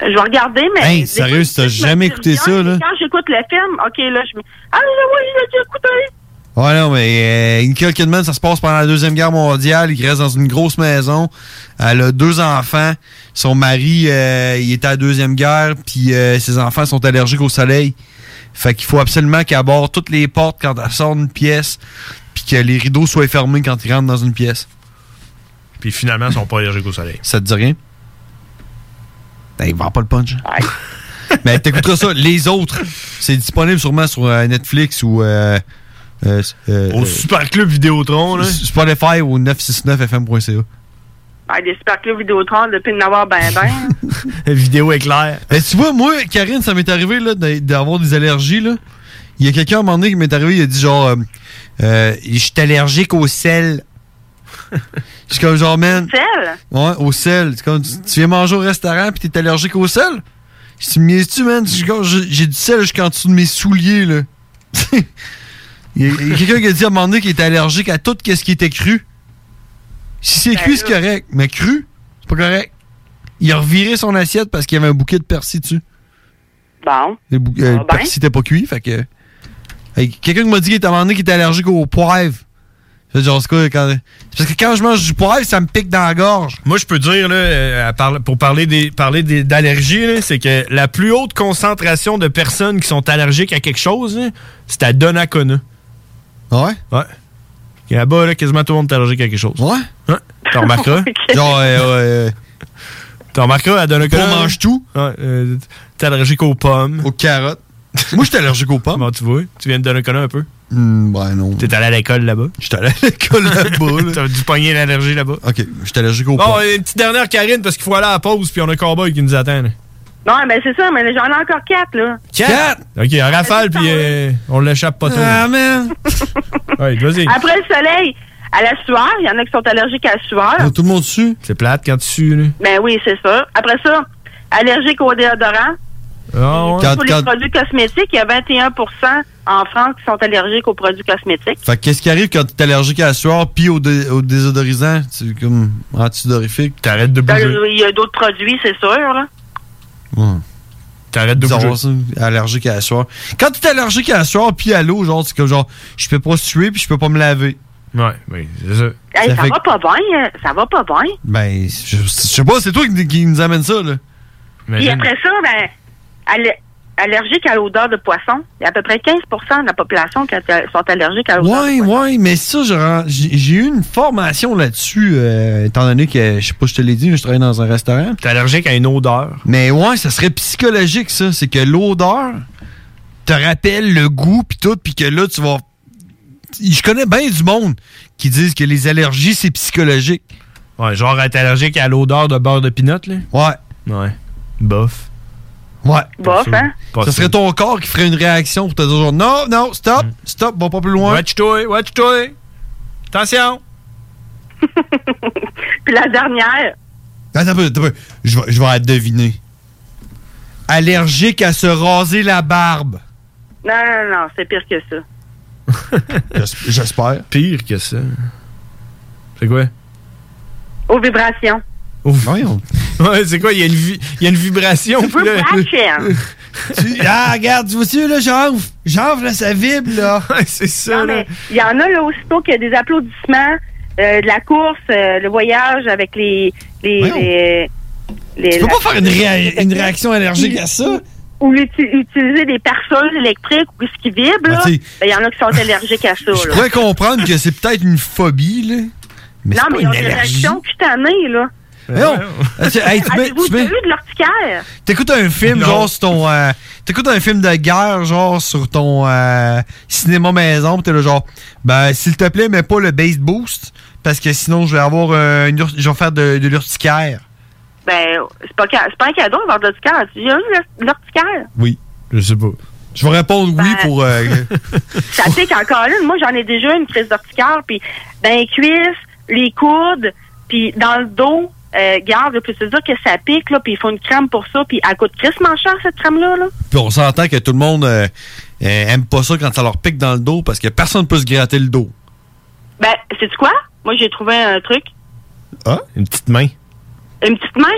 Speaker 10: je vais regarder, mais...
Speaker 2: Hey, sérieux, si t'as jamais écouté ça, là.
Speaker 10: Quand j'écoute le film, OK, là, je me... Ah, là, oui, je l'ai déjà écouté!
Speaker 2: Ouais, non, mais euh, Nicole Kidman, ça se passe pendant la Deuxième Guerre mondiale. Il reste dans une grosse maison. Elle a deux enfants. Son mari, euh, il était à la Deuxième Guerre, puis euh, ses enfants sont allergiques au soleil. Fait qu'il faut absolument qu'elle barre toutes les portes quand elle sort d'une pièce, puis que les rideaux soient fermés quand ils rentrent dans une pièce.
Speaker 1: Puis finalement, ils sont pas allergiques au soleil.
Speaker 2: Ça te dit rien? Ben, il vend pas le punch. Mais t'écouteras ça. Les autres, c'est disponible sûrement sur euh, Netflix ou... euh, euh, euh,
Speaker 1: Au
Speaker 2: euh,
Speaker 1: Super Club Vidéotron, là.
Speaker 2: Spotify ou 969fm.ca.
Speaker 10: Ah, des super clubs Vidéotron, depuis de n'avoir ben ben.
Speaker 1: Vidéo éclair.
Speaker 2: Mais tu vois, moi, Karine, ça m'est arrivé là, d'a- d'avoir des allergies. Là. Il y a quelqu'un à un moment donné qui m'est arrivé, il a dit genre, euh, euh, je suis allergique au sel. Je suis comme genre, man.
Speaker 10: Sel?
Speaker 2: Ouais, au sel. C'est comme, tu, tu viens manger au restaurant puis t'es allergique au sel? Je dis, mais tu man? Je suis comme, J'ai j'ai du sel jusqu'en dessous de mes souliers, là. il y a, il y a quelqu'un qui a dit à un moment donné qu'il était allergique à tout ce qui était cru. Si
Speaker 10: Ben
Speaker 2: c'est cuit, c'est correct. Mais cru, c'est pas correct. Il a reviré son assiette parce qu'il y avait un bouquet de persil dessus.
Speaker 10: Bon.
Speaker 2: Le bou- euh,
Speaker 10: Ah
Speaker 2: le
Speaker 10: ben.
Speaker 2: persil était pas cuit, fait que. Hey, Quelqu'un qui m'a dit qu'il était à un moment donné qu'il était allergique au poivre. C'est genre, c'est quoi, quand- c'est parce que quand je mange du poivre, ça me pique dans la gorge.
Speaker 1: Moi, je peux dire, là, euh, à parler- pour parler des parler des- d'allergies, là, c'est que la plus haute concentration de personnes qui sont allergiques à quelque chose, là, c'est à Donnacona.
Speaker 2: Ah Ouais?
Speaker 1: Ouais. Et Là-bas, là, quasiment tout le monde est allergique à quelque chose.
Speaker 2: Ouais?
Speaker 1: Hein? T'en remarqueras?
Speaker 2: Genre, euh,
Speaker 1: T'en remarqueras à Donnacona?
Speaker 2: On mange tout.
Speaker 1: Ouais, euh, t'es allergique aux pommes.
Speaker 2: Aux carottes. Moi, j'étais allergique aux pommes.
Speaker 1: Bon, tu vois, tu viens de Donnacona un peu?
Speaker 2: ben non.
Speaker 1: T'es allé à l'école là-bas?
Speaker 2: J'étais allé à l'école là-bas.
Speaker 1: T'as dû pogner l'allergie là-bas.
Speaker 2: Ok, j'étais allergique aux
Speaker 1: Bon,
Speaker 2: pommes.
Speaker 1: euh, une petite dernière, Karine, parce qu'il faut aller à la pause, puis on a Cowboy qui nous attend. là.
Speaker 10: Non, mais c'est ça, mais j'en ai encore quatre, là.
Speaker 1: Quatre! Ok, en rafale, puis euh, on l'échappe pas trop.
Speaker 2: Ah, man!
Speaker 1: Ouais, vas-y.
Speaker 10: Après le soleil, à la sueur. Il y en a qui sont allergiques à la sueur.
Speaker 1: Tout le monde sue. C'est plate quand tu sues, là.
Speaker 10: Ben oui, c'est ça. Après ça, allergique au déodorant.
Speaker 1: Ah,
Speaker 2: Quand-
Speaker 10: Pour
Speaker 2: quand-
Speaker 10: les produits cosmétiques, il y a 21 en France qui sont allergiques aux produits cosmétiques.
Speaker 2: Fait que qu'est-ce qui arrive quand t'es allergique à la sueur puis au, dé- au désodorisant, tu comme antidorifique,
Speaker 1: t'arrêtes de
Speaker 10: Dans le- Il y a d'autres produits, c'est sûr. là.
Speaker 1: T'arrêtes
Speaker 2: de bouger. allergique à la sueur. Quand t'es allergique à la sueur puis à l'eau, genre c'est comme genre je peux pas suer puis je peux pas me laver.
Speaker 1: Ouais, oui, c'est ça.
Speaker 10: Hey, ça
Speaker 2: fait
Speaker 10: va
Speaker 2: que-
Speaker 10: pas bien. hein. Ça va pas bien.
Speaker 2: Ben, je, je sais pas, c'est toi qui, qui nous amène ça là.
Speaker 10: Puis après ça, ben, aller- allergique à l'odeur de poisson. Il y a à peu près 15 de la population qui a- sont allergiques à l'odeur.
Speaker 2: Ouais, ouais, mais ça, j'aurais- j'ai j'ai eu une formation là-dessus, euh, étant donné que, je sais pas, je te l'ai dit, mais je travaille dans un restaurant.
Speaker 1: T'es allergique à une odeur.
Speaker 2: Mais ouais, ça serait psychologique, ça. C'est que l'odeur te rappelle le goût, puis tout, puis que là, tu vas. Je connais bien du monde qui disent que les allergies, c'est psychologique.
Speaker 1: Ouais, genre être allergique à l'odeur de beurre de pinot, là.
Speaker 2: Ouais.
Speaker 1: Ouais. Bof.
Speaker 2: Ouais.
Speaker 1: Bof, hein?
Speaker 2: Ça serait ton corps qui ferait une réaction pour te dire genre, non, non,
Speaker 1: Mm.
Speaker 2: stop, stop, va pas plus loin.
Speaker 1: Watch-toi, watch-toi. Attention.
Speaker 10: Puis la dernière,
Speaker 2: Attends un peu, attends un peu. Je vais, je vais la deviner. Allergique à se raser la barbe.
Speaker 10: non, non, non, c'est pire que ça.
Speaker 2: J'es- J'espère.
Speaker 1: Pire que ça. C'est quoi?
Speaker 10: Aux vibrations.
Speaker 1: Ouais, c'est quoi? Il y, a une vi- il y a une vibration. puis là-
Speaker 2: Tu- ah, regarde, tu vois-tu, là, j'enfle, j'enfle, là, ça vibre, là.
Speaker 1: c'est
Speaker 10: Non,
Speaker 1: ça,
Speaker 10: mais il y en a là aussitôt qu'il y a des applaudissements, euh, de la course, euh, le voyage avec les. les,
Speaker 2: Voyons.
Speaker 10: les- les-
Speaker 2: Tu peux
Speaker 10: la-
Speaker 2: pas faire une, réa- une réaction allergique à ça?
Speaker 10: Ou l'uti- utiliser des perceuses électriques ou ce qui vibre, là.
Speaker 2: Ah,
Speaker 10: Ben,
Speaker 2: t'sais,
Speaker 10: Il y en a qui sont allergiques à ça.
Speaker 2: Je
Speaker 10: là.
Speaker 2: pourrais comprendre que c'est peut-être une phobie, là. Mais
Speaker 10: non,
Speaker 2: c'est
Speaker 10: mais
Speaker 2: pas
Speaker 10: ils ont
Speaker 2: une
Speaker 10: des
Speaker 2: allergie.
Speaker 10: réactions cutanées, là.
Speaker 2: Non. Ah, tu- hey, tu mets-
Speaker 10: Avez-vous
Speaker 2: tu mets-
Speaker 10: déjà eu de l'urticaire?
Speaker 2: T'écoutes un film,
Speaker 10: Non.
Speaker 2: genre, sur ton. euh, T'écoutes un film de guerre, genre, sur ton euh, cinéma maison, pis t'es là, genre, ben, s'il te plaît, mets pas le base boost, parce que sinon, je vais avoir. euh, une ur- je vais faire de, de l'urticaire.
Speaker 10: Ben, c'est pas, ca- c'est pas un cadeau avoir de l'urticaire. Tu as eu l'ur- de l'urticaire?
Speaker 2: Oui.
Speaker 1: Je sais pas.
Speaker 2: Je vais répondre oui
Speaker 10: Ben-
Speaker 2: pour. euh,
Speaker 10: Ça pique encore une. Moi, j'en ai déjà une crise d'urticaire, puis dans les cuisses, les coudes, puis dans le dos. Euh, garde, puis se dire que ça pique, là, puis il faut une crème pour ça, puis elle coûte crissement cher, cette crème-là, là.
Speaker 2: Puis on s'entend que tout le monde euh, euh, aime pas ça quand ça leur pique dans le dos parce que personne peut se gratter le dos.
Speaker 10: Ben, sais-tu quoi? Moi, j'ai trouvé un truc.
Speaker 2: Ah?
Speaker 1: Une petite main.
Speaker 10: Une petite main.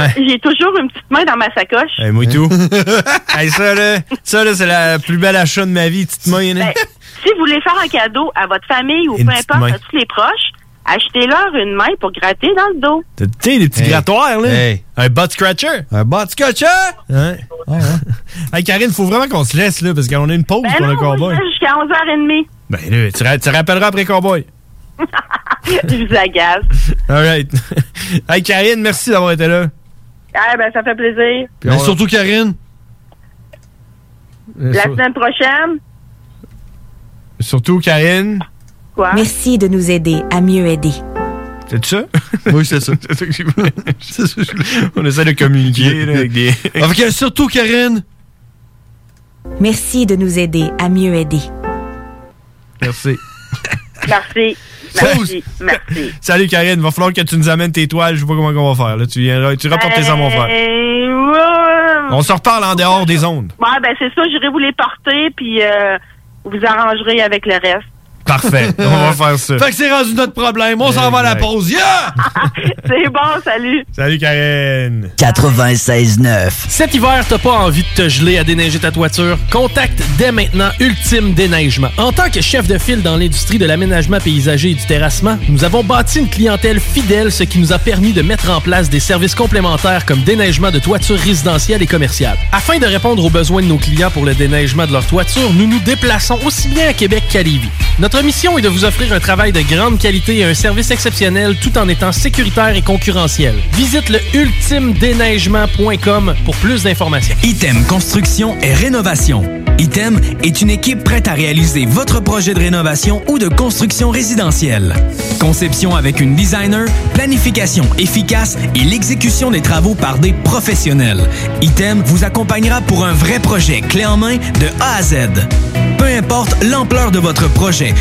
Speaker 1: Ouais.
Speaker 10: J'ai toujours une petite main dans ma sacoche.
Speaker 1: Hey, moi et tout. hey, ça, là, ça, là, c'est la plus belle achat de ma vie, petite main, là.
Speaker 10: Ben, si vous voulez faire un cadeau à votre famille ou
Speaker 1: Une
Speaker 10: peu
Speaker 1: petite
Speaker 10: importe,
Speaker 1: main.
Speaker 10: à tous les proches, achetez-leur une main pour gratter dans le dos.
Speaker 1: T'as- Tu sais, des petits
Speaker 2: Hey.
Speaker 1: grattoirs, là.
Speaker 2: Hey.
Speaker 1: Un butt scratcher.
Speaker 2: Un butt scratcher? Ah,
Speaker 1: Ouais. hey, Karine, faut vraiment qu'on se laisse, là, parce qu'on a une pause
Speaker 10: Ben
Speaker 1: pour
Speaker 10: non,
Speaker 1: le
Speaker 10: moi,
Speaker 1: cowboy.
Speaker 10: je reste jusqu'à 11h30.
Speaker 1: Ben, là, tu, ra- tu rappelleras après cowboy.
Speaker 10: je vous agace.
Speaker 1: Alright. hey, Karine, merci d'avoir été là.
Speaker 10: Ah, ben, ça fait plaisir.
Speaker 2: Mais surtout, Karine.
Speaker 10: La semaine prochaine,
Speaker 1: Surtout, Karine.
Speaker 10: quoi?
Speaker 19: Merci de nous aider à mieux aider.
Speaker 1: C'est ça?
Speaker 2: Oui, c'est ça.
Speaker 1: c'est ça que j'ai voulu. C'est ça que je voulais. On essaie de communiquer, là, avec des.
Speaker 2: Avec surtout, Karine.
Speaker 19: Merci de nous aider à mieux aider.
Speaker 1: Merci.
Speaker 10: Merci. Merci. Merci.
Speaker 1: Salut, Karine. Va falloir que tu nous amènes tes toiles. Je sais pas comment on va faire, là. Tu viendras, tu rapportes tes armes, on va faire.
Speaker 10: Euh,
Speaker 1: On se reparle en dehors des ondes.
Speaker 10: Ouais, ben, c'est ça, j'irai vous les porter, puis euh, vous arrangerez avec le reste.
Speaker 1: Parfait. on va faire ça.
Speaker 2: Fait que c'est rendu notre problème. On s'en va à la pause. Yeah!
Speaker 10: c'est bon, salut.
Speaker 1: Salut, Karen.
Speaker 12: 96.9. Cet hiver, t'as pas envie de te geler à déneiger ta toiture? Contacte dès maintenant Ultime Déneigement. En tant que chef de file dans l'industrie de l'aménagement paysager et du terrassement, nous avons bâti une clientèle fidèle, ce qui nous a permis de mettre en place des services complémentaires comme déneigement de toitures résidentielles et commerciales. Afin de répondre aux besoins de nos clients pour le déneigement de leur toiture, nous nous déplaçons aussi bien à Québec qu'à Lévis. Notre mission est de vous offrir un travail de grande qualité et un service exceptionnel tout en étant sécuritaire et concurrentiel. Visite le ultimedéneigement.com pour plus d'informations.
Speaker 11: Item Construction et Rénovation. Item est une équipe prête à réaliser votre projet de rénovation ou de construction résidentielle. Conception avec une designer, planification efficace et l'exécution des travaux par des professionnels. Item vous accompagnera pour un vrai projet clé en main de A à Z. Peu importe l'ampleur de votre projet,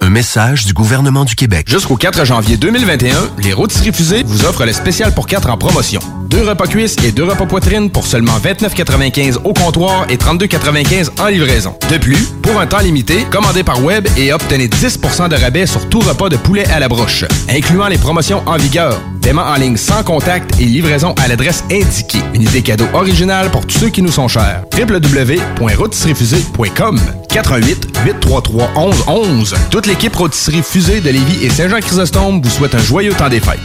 Speaker 17: Un message du gouvernement du Québec.
Speaker 8: Jusqu'au 4 janvier 2021, les rôtisseries fusées vous offrent le spécial pour 4 en promotion. Deux repas cuisses et deux repas poitrine pour seulement 29,95 au comptoir et 32,95 en livraison. De plus, pour un temps limité, commandez par web et obtenez 10 de rabais sur tout repas de poulet à la broche, incluant les promotions en vigueur, paiement en ligne sans contact et livraison à l'adresse indiquée. Une idée cadeau originale pour tous ceux qui nous sont chers. www.rôtisseriesfusées.com 88 833 1111 Toute l'équipe Rôtisserie Fusée de Lévis et Saint-Jean-Chrysostome vous souhaite un joyeux temps des fêtes.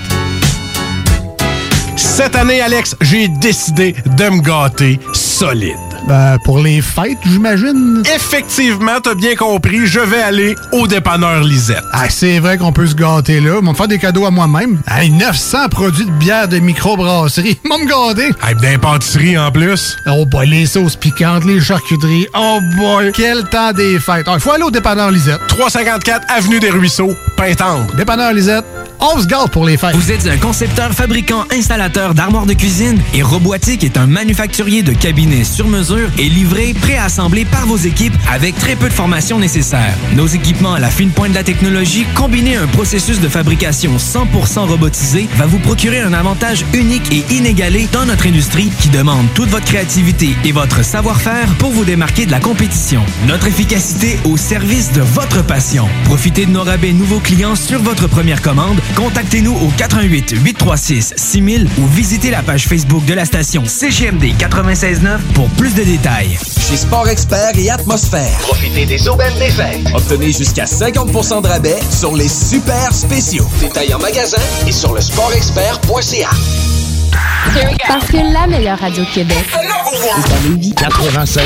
Speaker 3: Cette année, Alex, j'ai décidé de me gâter solide.
Speaker 21: Ben, pour les fêtes, j'imagine.
Speaker 3: Effectivement, t'as bien compris, je vais aller au dépanneur Lisette.
Speaker 21: Ah, c'est vrai qu'on peut se gâter là. Ils vont me faire des cadeaux à moi-même. Hey, 900 produits de bière de microbrasserie. Ils vont me garder.
Speaker 3: Hey, d'impantisserie en plus.
Speaker 21: Oh boy, les sauces piquantes, les charcuteries. Oh boy, quel temps des fêtes. Ah, Il faut aller au dépanneur Lisette.
Speaker 3: 354 Avenue des Ruisseaux, Pintendre.
Speaker 21: Dépanneur Lisette, on se gâte pour les fêtes.
Speaker 11: Vous êtes un concepteur, fabricant, installateur d'armoires de cuisine et Robotique est un manufacturier de cabinets sur mesure et livré, préassemblé par vos équipes avec très peu de formation nécessaire. Nos équipements à la fine pointe de la technologie, combinés à un processus de fabrication 100% robotisé, va vous procurer un avantage unique et inégalé dans notre industrie qui demande toute votre créativité et votre savoir-faire pour vous démarquer de la compétition. Notre efficacité au service de votre passion. Profitez de nos rabais nouveaux clients sur votre première commande. Contactez-nous au 88 836 6000 ou visitez la page Facebook de la station CGMD 969 pour plus de détails.
Speaker 18: Chez Sport Expert et Atmosphère. Profitez des aubaines des fêtes. Obtenez jusqu'à 50 de rabais sur les super spéciaux. Détails en magasin et sur le sportexpert.ca.
Speaker 5: Parce que la meilleure radio de Québec.
Speaker 29: 96.9.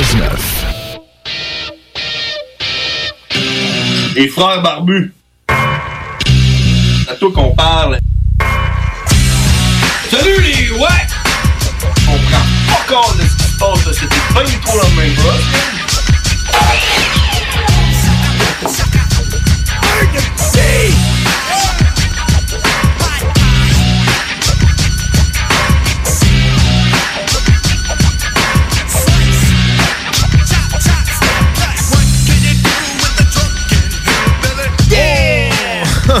Speaker 7: Les frères barbus. C'est à toi qu'on parle. Salut les ouais! Je comprends pas encore de ce qui se passe, là. c'était pas du tout la même chose.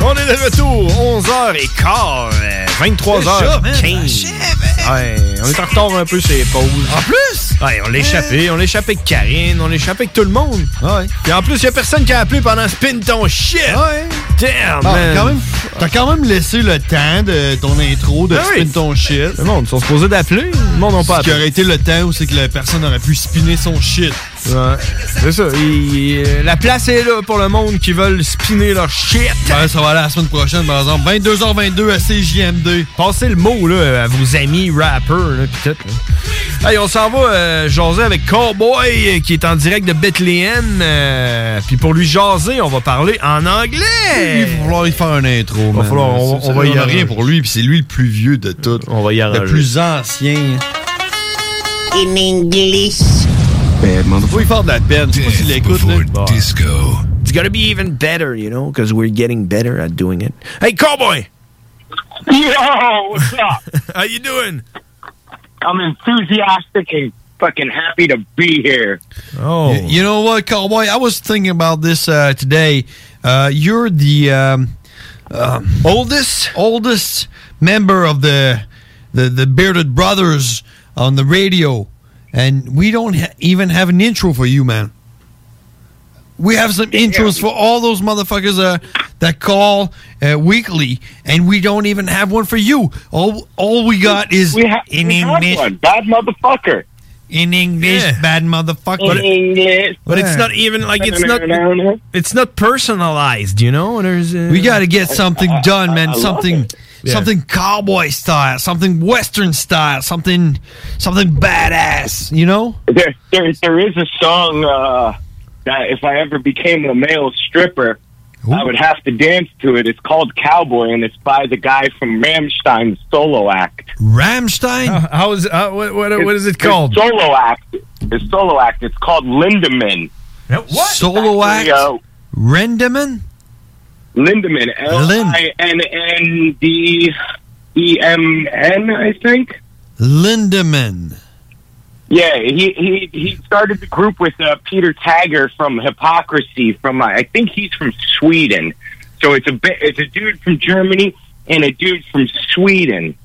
Speaker 1: On est de retour, 11h15, euh, 23h15. Ouais, on est en retard un peu sur les pauses. hein? En plus? Ouais, on l'a échappé, on l'a échappé avec Karine, on l'a échappé avec tout le monde. Ouais. Et en plus, il a personne qui a appelé pendant Spin ton shit. Ouais. Damn,
Speaker 2: Bon,
Speaker 1: man.
Speaker 2: Ah, quand même, t'as quand même laissé le temps de ton intro, de
Speaker 1: Ah oui.
Speaker 2: spin ton shit.
Speaker 1: Le monde, ils sont supposés d'appeler. Le monde n'a pas
Speaker 2: Ce qui
Speaker 1: appelé.
Speaker 2: aurait été le temps où c'est que la personne aurait pu spinner son shit.
Speaker 1: Ouais, c'est ça. Il- euh, la place est là pour le monde qui veulent spinner leur shit.
Speaker 2: Ben, ça va aller la semaine prochaine, par exemple. 22h22 à CJMD.
Speaker 1: Passez le mot là, à vos amis rappers, là, pis tout. là. Hey, on s'en va euh, jaser avec Cowboy euh, qui est en direct de Bethléem. euh, Puis pour lui jaser, on va parler en anglais.
Speaker 2: Il va falloir y faire un intro,
Speaker 1: Va
Speaker 2: man.
Speaker 1: falloir- on- on
Speaker 2: Ça, ça,
Speaker 1: va y
Speaker 2: a
Speaker 1: arranger.
Speaker 2: rien pour lui, puis c'est lui le plus vieux de tout.
Speaker 1: On va y
Speaker 2: Le
Speaker 1: arranger.
Speaker 2: plus ancien.
Speaker 15: In English.
Speaker 1: Ben, faut y faire de la peine. Je sais pas s'il l'écoute, là. Bon.
Speaker 15: It's
Speaker 1: gonna be even better, you know, because we're getting better at doing it. Hey, Cowboy!
Speaker 29: Yo, what's up?
Speaker 14: Oh,
Speaker 1: How you doing?
Speaker 29: I'm enthusiastic and
Speaker 14: fucking happy to be here.
Speaker 2: Oh. You, you know what, Cowboy? I was thinking about this uh, today. Uh, you're the um, um, oldest oldest member of the, the the bearded brothers on the radio, and we don't ha- even have an intro for you, man. We have some intros for all those motherfuckers uh, that call uh, weekly, and we don't even have one for you. All all we got is
Speaker 14: We ha-
Speaker 2: in
Speaker 14: we have
Speaker 2: English,
Speaker 14: one. bad motherfucker.
Speaker 2: In English, bad motherfucker.
Speaker 14: In English.
Speaker 1: But it's not even like it's not it's not personalized, you know. There's uh,
Speaker 2: We got to get something done, man.
Speaker 1: I love
Speaker 2: something,
Speaker 1: it. Yeah.
Speaker 2: something cowboy style, something western style, something, something badass. You know?
Speaker 14: There, there, there is a song uh, that if I ever became a male stripper, I would have to dance to it. It's called Cowboy, and it's by the guy from Ramstein's solo act.
Speaker 2: Ramstein.
Speaker 1: How, how is uh, what, what, what is
Speaker 14: His-
Speaker 1: it called?
Speaker 14: His solo act. His solo act. It's called Lindemann.
Speaker 2: What? Solo act.
Speaker 14: uh,
Speaker 2: Rendeman.
Speaker 14: Lindemann. L i n n d e m n. I think.
Speaker 2: Lindeman.
Speaker 14: Yeah, he he he started the group with uh, Peter Tagger from Hypocrisy. From uh, I think he's from Sweden. So it's a bit, it's a dude from Germany and a dude from Sweden,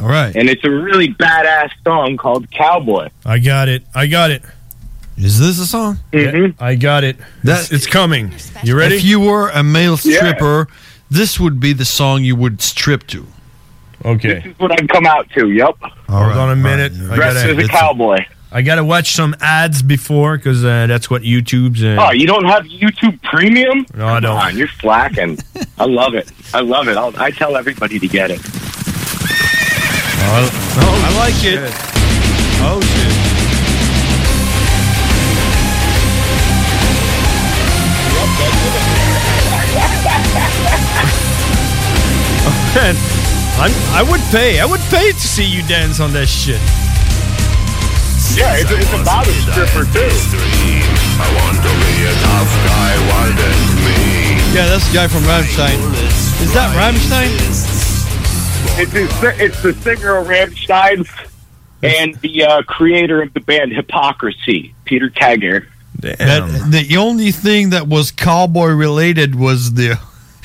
Speaker 2: All right.
Speaker 14: and it's a really badass song called Cowboy.
Speaker 1: I got it. I got it.
Speaker 2: Is this a song?
Speaker 14: Mm-hmm.
Speaker 1: I got it. It's, it's coming. You ready?
Speaker 2: If you were a male
Speaker 1: Yeah.
Speaker 2: stripper, this would be the song you would strip to.
Speaker 1: Okay.
Speaker 14: This is what I've come out to. Yep.
Speaker 1: Hold on a minute. I
Speaker 14: Dressed
Speaker 1: gotta-
Speaker 14: as a cowboy.
Speaker 1: I gotta watch some ads before because uh, that's what YouTube's. Uh,
Speaker 14: Oh, you don't have YouTube Premium?
Speaker 1: No, I don't.
Speaker 14: Come on, you're slacking. I love it. I love it. I'll, I tell everybody to get it.
Speaker 1: I like it. Oh shit. Man, I'm, I would pay. I would pay to see you dance on that shit.
Speaker 14: Yeah, it's, it's about a stripper too.
Speaker 7: I want to be a tough guy, why didn't me?
Speaker 2: Yeah, that's the guy from Ramstein. Is that Ramstein?
Speaker 14: It's, his- it's the singer of Rammstein and the uh, creator of the band Hypocrisy, Peter Tagger.
Speaker 2: That, the only thing that was cowboy related was the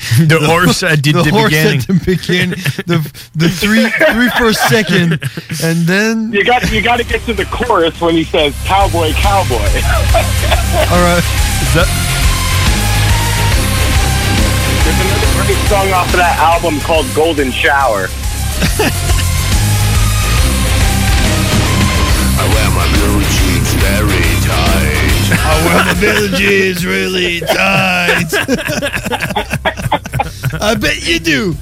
Speaker 1: the horse at the
Speaker 2: horse
Speaker 1: beginning.
Speaker 2: at the beginning, the the three three first second, and then
Speaker 14: you got you got to get to the chorus when he says "cowboy, cowboy."
Speaker 2: All right,
Speaker 1: is that
Speaker 14: There's another great song off of that album called "Golden Shower."
Speaker 7: I wear my blue jeans very tight.
Speaker 2: I wear my blue jeans really tight. I bet you do.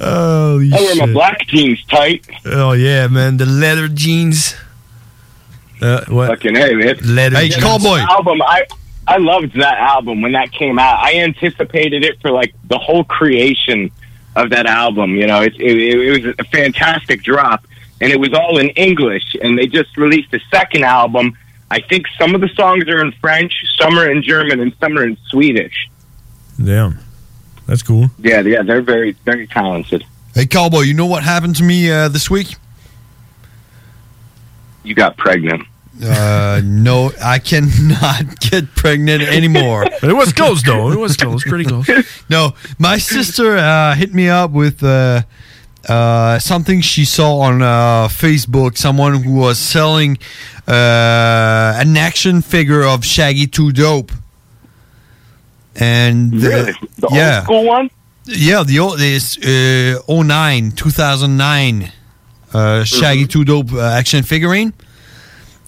Speaker 1: Oh,
Speaker 14: I wear my
Speaker 1: shit.
Speaker 14: black jeans tight.
Speaker 1: Oh yeah, man, the leather jeans. Uh, what?
Speaker 14: Fucking hey, man.
Speaker 1: Leather
Speaker 14: Hey,
Speaker 1: jeans.
Speaker 14: Cowboy. Album. I I loved that album when that came out. I anticipated it for like the whole creation of that album. You know, it it, it was a fantastic drop, and it was all in English. And they just released a second album. I think some of the songs are in French, some are in German, and some are in Swedish.
Speaker 1: Damn, that's cool.
Speaker 14: Yeah, yeah, they're very very talented.
Speaker 2: Hey, cowboy, you know what happened to me uh, this week?
Speaker 14: You got pregnant.
Speaker 2: Uh, no, I cannot get pregnant anymore.
Speaker 1: it was close though. It was close, pretty close.
Speaker 2: No, my sister uh, hit me up with uh, uh, something she saw on uh, Facebook. Someone who was selling uh, an action figure of Shaggy Two Dope, and uh,
Speaker 14: Really? The old
Speaker 2: yeah,
Speaker 14: school one?
Speaker 2: yeah, the old is uh, 09, 2009
Speaker 14: Mm-hmm.
Speaker 2: uh, Shaggy Two Dope uh, action figurine.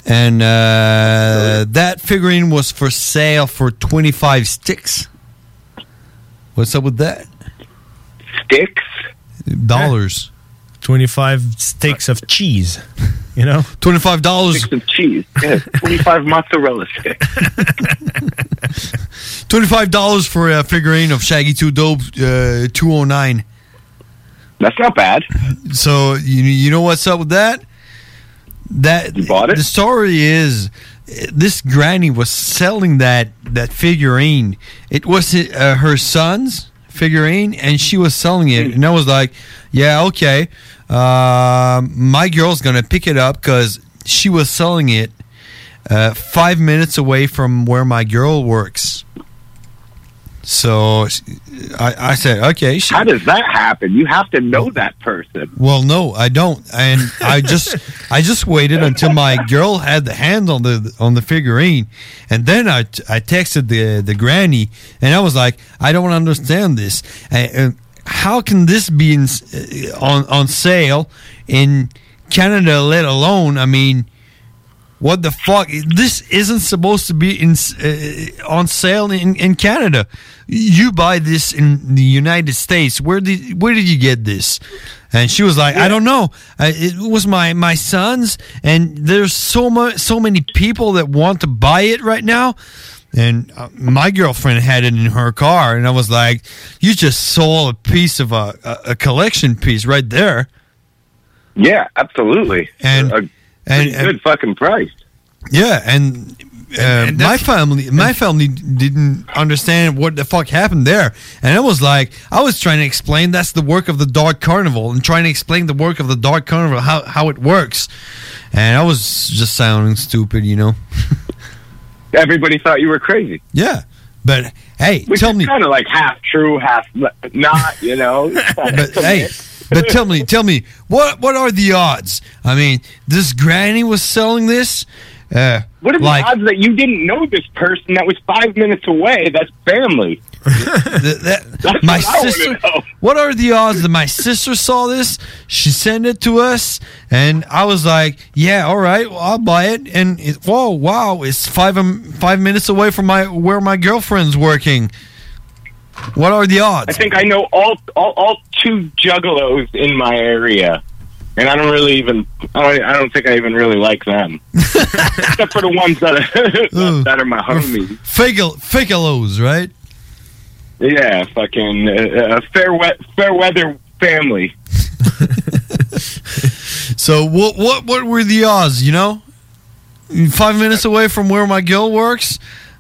Speaker 2: And uh, that figurine was for sale for 25 sticks. What's up with that?
Speaker 14: Sticks?
Speaker 2: Dollars.
Speaker 1: 25 sticks of cheese, you know?
Speaker 2: $25. Sticks
Speaker 14: of cheese. Yeah, 25 mozzarella sticks.
Speaker 2: $25 for a figurine of Shaggy 2 Dope uh, 209.
Speaker 14: That's not bad.
Speaker 2: So, you, you know what's up with that? That The story is eh, this granny was selling that, that figurine. It was uh, her son's figurine, and she was selling it. And I was like, yeah, okay. Uh, my girl's going to pick it up because she was selling it uh, five minutes away from where my girl works. So I, I said, okay. She,
Speaker 14: How does that happen? You have to know that person.
Speaker 2: Well, no, I don't, and I just I just waited until my girl had the hands on the on the figurine, and then I I texted the the granny, and I was like, I don't understand this. And, and how can this be in, uh, on on sale in Canada? Let alone, I mean. What the fuck? This isn't supposed to be in uh, on sale in, in Canada. You buy this in the United States. Where did where did you get this? And she was like, I don't know. Uh, it was my my son's, and there's so much so many people that want to buy it right now. And uh, my girlfriend had it in her car, and I was like, "You just sold a piece of a, a, a collection piece right there."
Speaker 14: Yeah, absolutely.
Speaker 2: And and,
Speaker 14: Pretty good fucking price.
Speaker 2: Yeah, and, uh, my family, my family didn't understand what the fuck happened there, and it was like I was trying to explain that's the work of the Dark Carnival, and trying to explain the work of the Dark Carnival how how it works, and I was just sounding stupid, you know.
Speaker 14: Everybody thought you were crazy.
Speaker 2: Yeah, but hey,
Speaker 14: Which tell me, kind of like half true, half not. You know,
Speaker 2: but hey, but tell me, tell me, what what are the odds? I mean, this granny was selling this. Uh,
Speaker 14: What are the
Speaker 2: like,
Speaker 14: odds that you didn't know this person that was five minutes away? That's family.
Speaker 2: my
Speaker 14: what I wanna
Speaker 2: sister. What are the odds that my sister saw this? She sent it to us, and I was like, "Yeah, all right, well, I'll buy it." And it, whoa, wow, it's five um, five minutes away from my where my girlfriend's working. What are the odds?
Speaker 14: I think I know all, all all two juggalos in my area, and I don't really even I don't, I don't think I even really like them, except for the ones that are, that are my homies.
Speaker 2: Figal, figalos, right?
Speaker 14: Yeah, fucking uh, uh, fair we- fair weather family.
Speaker 2: So what what what were the odds? You know, five minutes away from where my girl works.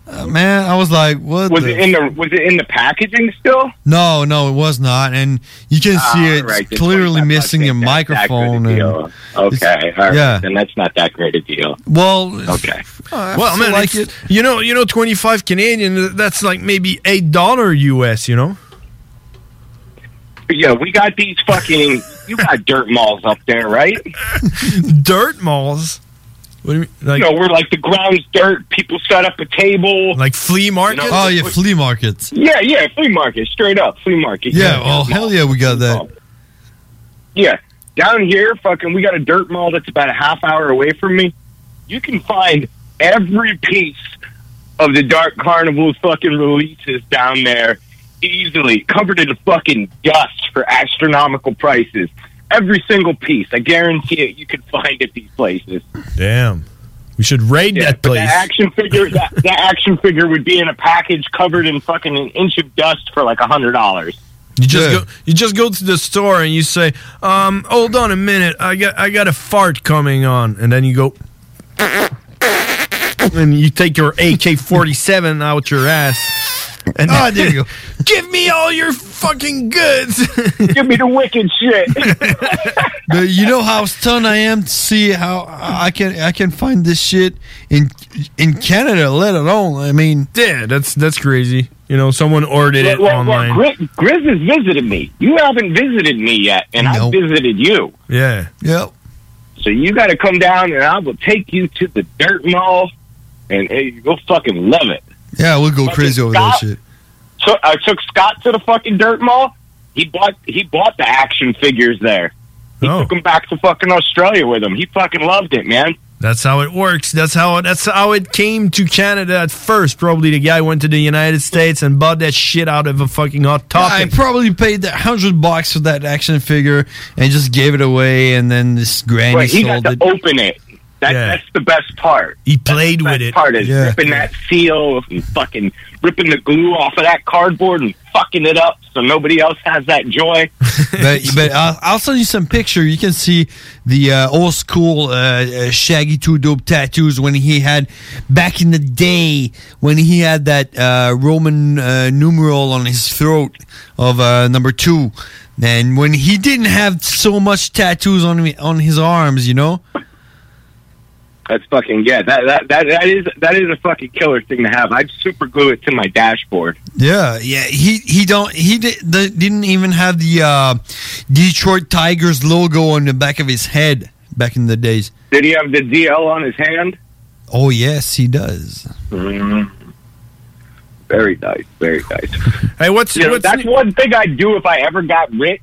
Speaker 2: Uh, man, I was like, "What?"
Speaker 14: Was
Speaker 2: the
Speaker 14: it in the was it in the packaging still?
Speaker 2: No, no, it was not, and you can
Speaker 14: Ah,
Speaker 2: see it's
Speaker 14: right, the
Speaker 2: clearly missing your
Speaker 14: That good a
Speaker 2: microphone. and-
Speaker 14: deal. Okay, all right.
Speaker 2: yeah.
Speaker 14: Then that's not that great a deal.
Speaker 2: Well,
Speaker 14: okay.
Speaker 1: well, man, like it. you know, you know, twenty five Canadian. That's like maybe eight dollar US. You know.
Speaker 14: Yeah, we got these fucking. You got dirt malls up there, right?
Speaker 1: dirt malls. What do you mean? Like,
Speaker 14: you know, we're like the ground's dirt. People set up a table,
Speaker 1: like flea market.
Speaker 2: oh yeah, flea markets.
Speaker 14: yeah, yeah, flea market, straight up flea market.
Speaker 2: Yeah, well, hell yeah, we got that.
Speaker 14: yeah. Down here, fucking, we got a dirt mall that's about a half hour away from me. You can find every piece of the Dark Carnival's fucking releases down there easily, covered in fucking dust for astronomical prices. Every single piece, I guarantee it, you can find at these places.
Speaker 1: Damn. We should raid that
Speaker 14: But
Speaker 1: place.
Speaker 14: that action figure, that, that action figure would be in a package covered in fucking an inch of dust for like a hundred dollars.
Speaker 1: You just go. You just go to the store and you say, um, "Hold on a minute, I got I got a fart coming on," and then you go, and you take your AK forty seven out your ass. And
Speaker 2: Ah, there you
Speaker 1: Give me all your fucking goods.
Speaker 14: Give me the wicked shit.
Speaker 2: But you know how stunned I am to see how I can I can find this shit in in Canada, let alone. I mean,
Speaker 1: yeah, that's that's crazy. You know, someone ordered it
Speaker 14: Well, well, well,
Speaker 1: online.
Speaker 14: Grizz, Grizz has visited me. You haven't visited me yet, and
Speaker 1: Nope.
Speaker 14: I visited you.
Speaker 1: yeah.
Speaker 2: Yep.
Speaker 14: So you got to come down, and I will take you to the dirt mall, and hey, you'll fucking love it.
Speaker 2: Yeah, we'll go
Speaker 14: Fucking
Speaker 2: crazy over that
Speaker 14: stop.
Speaker 2: shit.
Speaker 14: So I took Scott to the fucking dirt mall. He bought he bought the action figures there. He took them back to fucking Australia with him. He fucking loved it, man.
Speaker 1: That's how it works. That's how that's how it came to Canada at first. Probably the guy went to the United States and bought that shit out of a fucking hot
Speaker 2: I
Speaker 1: topic.
Speaker 2: probably paid that hundred bucks for that action figure and just gave it away, and then this granny
Speaker 14: Right, he got
Speaker 2: sold
Speaker 14: to
Speaker 2: it.
Speaker 14: open it. That, That's the best part.
Speaker 1: He played
Speaker 14: with it. Part is ripping that seal and fucking ripping the glue off of that cardboard and fucking it up so nobody else has that joy.
Speaker 2: but but I'll, I'll send you some picture. You can see the uh, old school uh, uh, Shaggy Two Dope tattoos when he had back in the day when he had that uh, Roman uh, numeral on his throat of uh, number two, and when he didn't have so much tattoos on me- on his arms, you know.
Speaker 14: That's fucking yeah. That that that, that is that is a fucking killer thing to have. I'd super glue it to my dashboard.
Speaker 2: Yeah, yeah. He he don't he di- the, didn't even have the uh, Detroit Tigers logo on the back of his head back in the days.
Speaker 14: Did he have the DL on his hand?
Speaker 2: Oh yes, he does.
Speaker 14: Very nice, very nice.
Speaker 1: Hey, what's,
Speaker 14: you know, that's one thing I'd do if I ever got rich.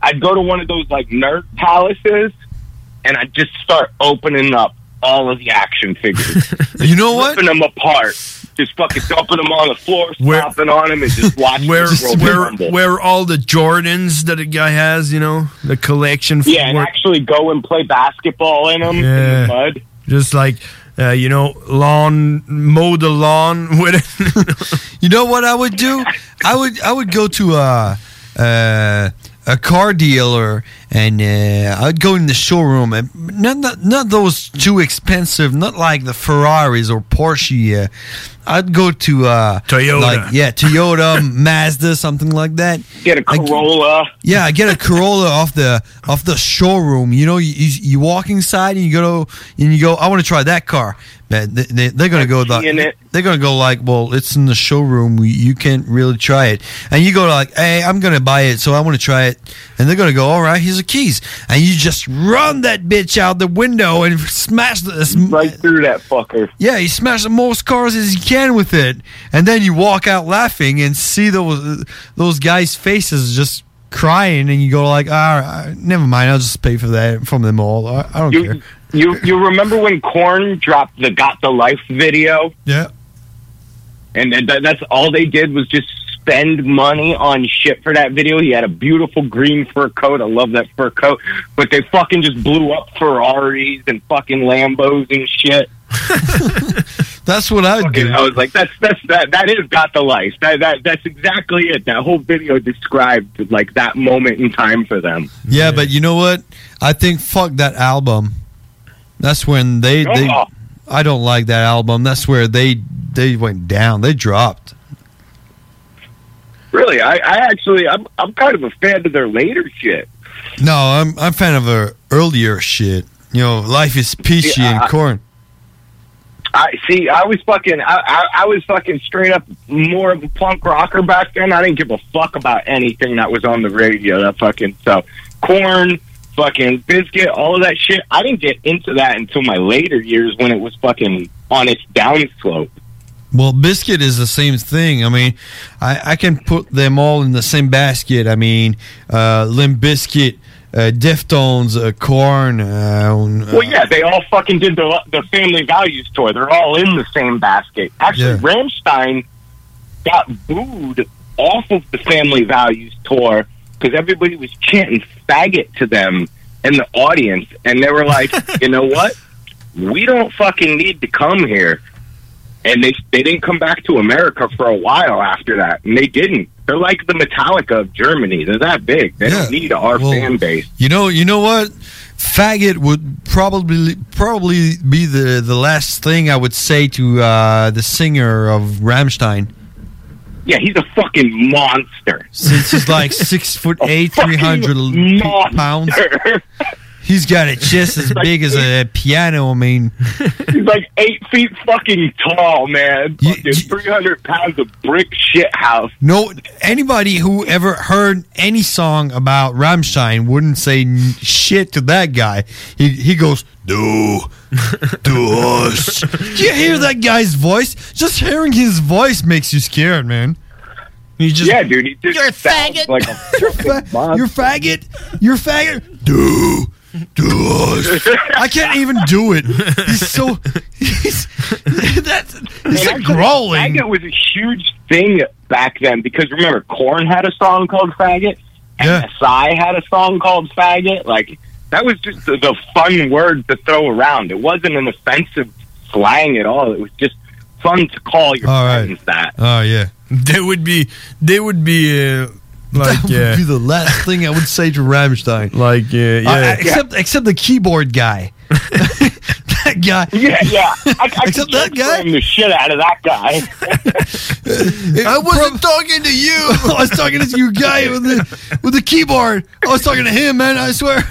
Speaker 14: I'd go to one of those like nerd palaces, and I'd just start opening up all of the action figures.
Speaker 2: you know what?
Speaker 14: Ripping them apart, just fucking dumping them on the floor, stomping on them, and just watching
Speaker 1: Where,
Speaker 14: them roll
Speaker 1: where,
Speaker 14: rumble.
Speaker 1: where all the Jordans that a guy has, you know, the collection.
Speaker 14: yeah, and actually go and play basketball in them in
Speaker 1: Yeah.
Speaker 14: the mud.
Speaker 1: Just like, uh, you know, lawn, mow the lawn with it.
Speaker 2: You know what I would do? I would I would go to a uh, a car dealer and uh, I'd go in the showroom and not, not not those too expensive, not like the Ferraris or Porsche. Uh, I'd go to uh,
Speaker 1: Toyota.
Speaker 2: like yeah, Toyota, Mazda, something like that.
Speaker 14: Get a Corolla.
Speaker 2: yeah, I get a Corolla off the off the showroom. You know, you, you, you walk inside and you go and you go. I want to try that car. Man, they, they, they're gonna go like
Speaker 14: in it.
Speaker 2: they're gonna go like, well, it's in the showroom. We, you can't really try it. And you go like, hey, I'm gonna buy it, so I want to try it. And they're gonna go, all right, here's the keys. And you just run that bitch out the window and smash the
Speaker 14: right through that fucker.
Speaker 2: Yeah, you smash the most cars as you can with it, and then you walk out laughing and see those those guys' faces just crying, and you go like, all right, never mind, I'll just pay for that from them all. I, I don't care.
Speaker 14: You you remember when Korn dropped the "Got the Life" video?
Speaker 2: Yeah.
Speaker 14: and th- th- that's all they did was just spend money on shit for that video. He had a beautiful green fur coat. I love that fur coat, but they fucking just blew up Ferraris and fucking Lambos and shit.
Speaker 2: That's what I
Speaker 14: do. I was like, that's that's that that is got the life. That that that's exactly it. That whole video described like that moment in time for them.
Speaker 2: Yeah, but you know what? I think fuck that album. That's when they they.
Speaker 14: Oh.
Speaker 2: I don't like that album. That's where they they went down. They dropped.
Speaker 14: Really, I, I actually I'm I'm kind of a fan of their later shit.
Speaker 2: No, I'm I'm a fan of her earlier shit. You know, life is peachy
Speaker 14: Yeah, I-
Speaker 2: and corn.
Speaker 14: I see. I was fucking. I, I, I was fucking straight up more of a punk rocker back then. I didn't give a fuck about anything that was on the radio. That fucking so corn, fucking biscuit, all of that shit. I didn't get into that until my later years when it was fucking on its downslope.
Speaker 2: Well, biscuit is the same thing. I mean, I, I can put them all in the same basket. I mean, uh, Limp Biscuit, uh, Deftones, uh, Corn. Uh,
Speaker 14: Well, yeah, they all fucking did the the Family Values tour. They're all in the same basket. Actually, Ramstein got booed off of the Family Values tour because everybody was chanting "faggot" to them in the audience, and they were like, "You know what? We don't fucking need to come here." And they they didn't come back to America for a while after that, and they didn't. They're like the Metallica of Germany. They're that big. They don't need our fan base.
Speaker 2: You know, you know what? Faggot would probably probably be the, the last thing I would say to uh, the singer of Ramstein.
Speaker 14: Yeah, he's a fucking monster.
Speaker 2: Since he's like six foot eight, three hundred pounds, he's got a chest as big as a piano. I mean,
Speaker 14: He's like eight feet fucking tall, man. Fucking 300 pounds of brick shit house.
Speaker 2: No, anybody who ever heard any song about Rammstein wouldn't say n- shit to that guy. He he goes, "Do, do us." you hear that guy's voice? Just hearing his voice makes you scared, man. You just
Speaker 14: yeah, dude. He just
Speaker 2: you're a
Speaker 14: faggot. Like a
Speaker 2: you're, fa- you're faggot. You're faggot. Do, do us. I can't even do it. He's so he's that's he's
Speaker 14: And
Speaker 2: a
Speaker 14: actually,
Speaker 2: growling.
Speaker 14: Faggot was a huge thing back then because remember, Korn had a song called Faggot. MSI had a song called Faggot. Like, that was just the, the fun word to throw around. It wasn't an offensive slang at all. It was just fun to call your
Speaker 1: All right.
Speaker 14: friends that.
Speaker 2: Oh yeah,
Speaker 1: they would be. They would be uh, like.
Speaker 2: That would
Speaker 1: uh,
Speaker 2: be the last thing I would say to Rammstein.
Speaker 1: Like, yeah,
Speaker 2: Uh, except except the keyboard guy. that guy.
Speaker 14: Yeah, yeah. I, I Except that guy. The shit out of that guy.
Speaker 2: I wasn't talking to you. I was talking to you guy with the with the keyboard. I was talking to him, man. I swear.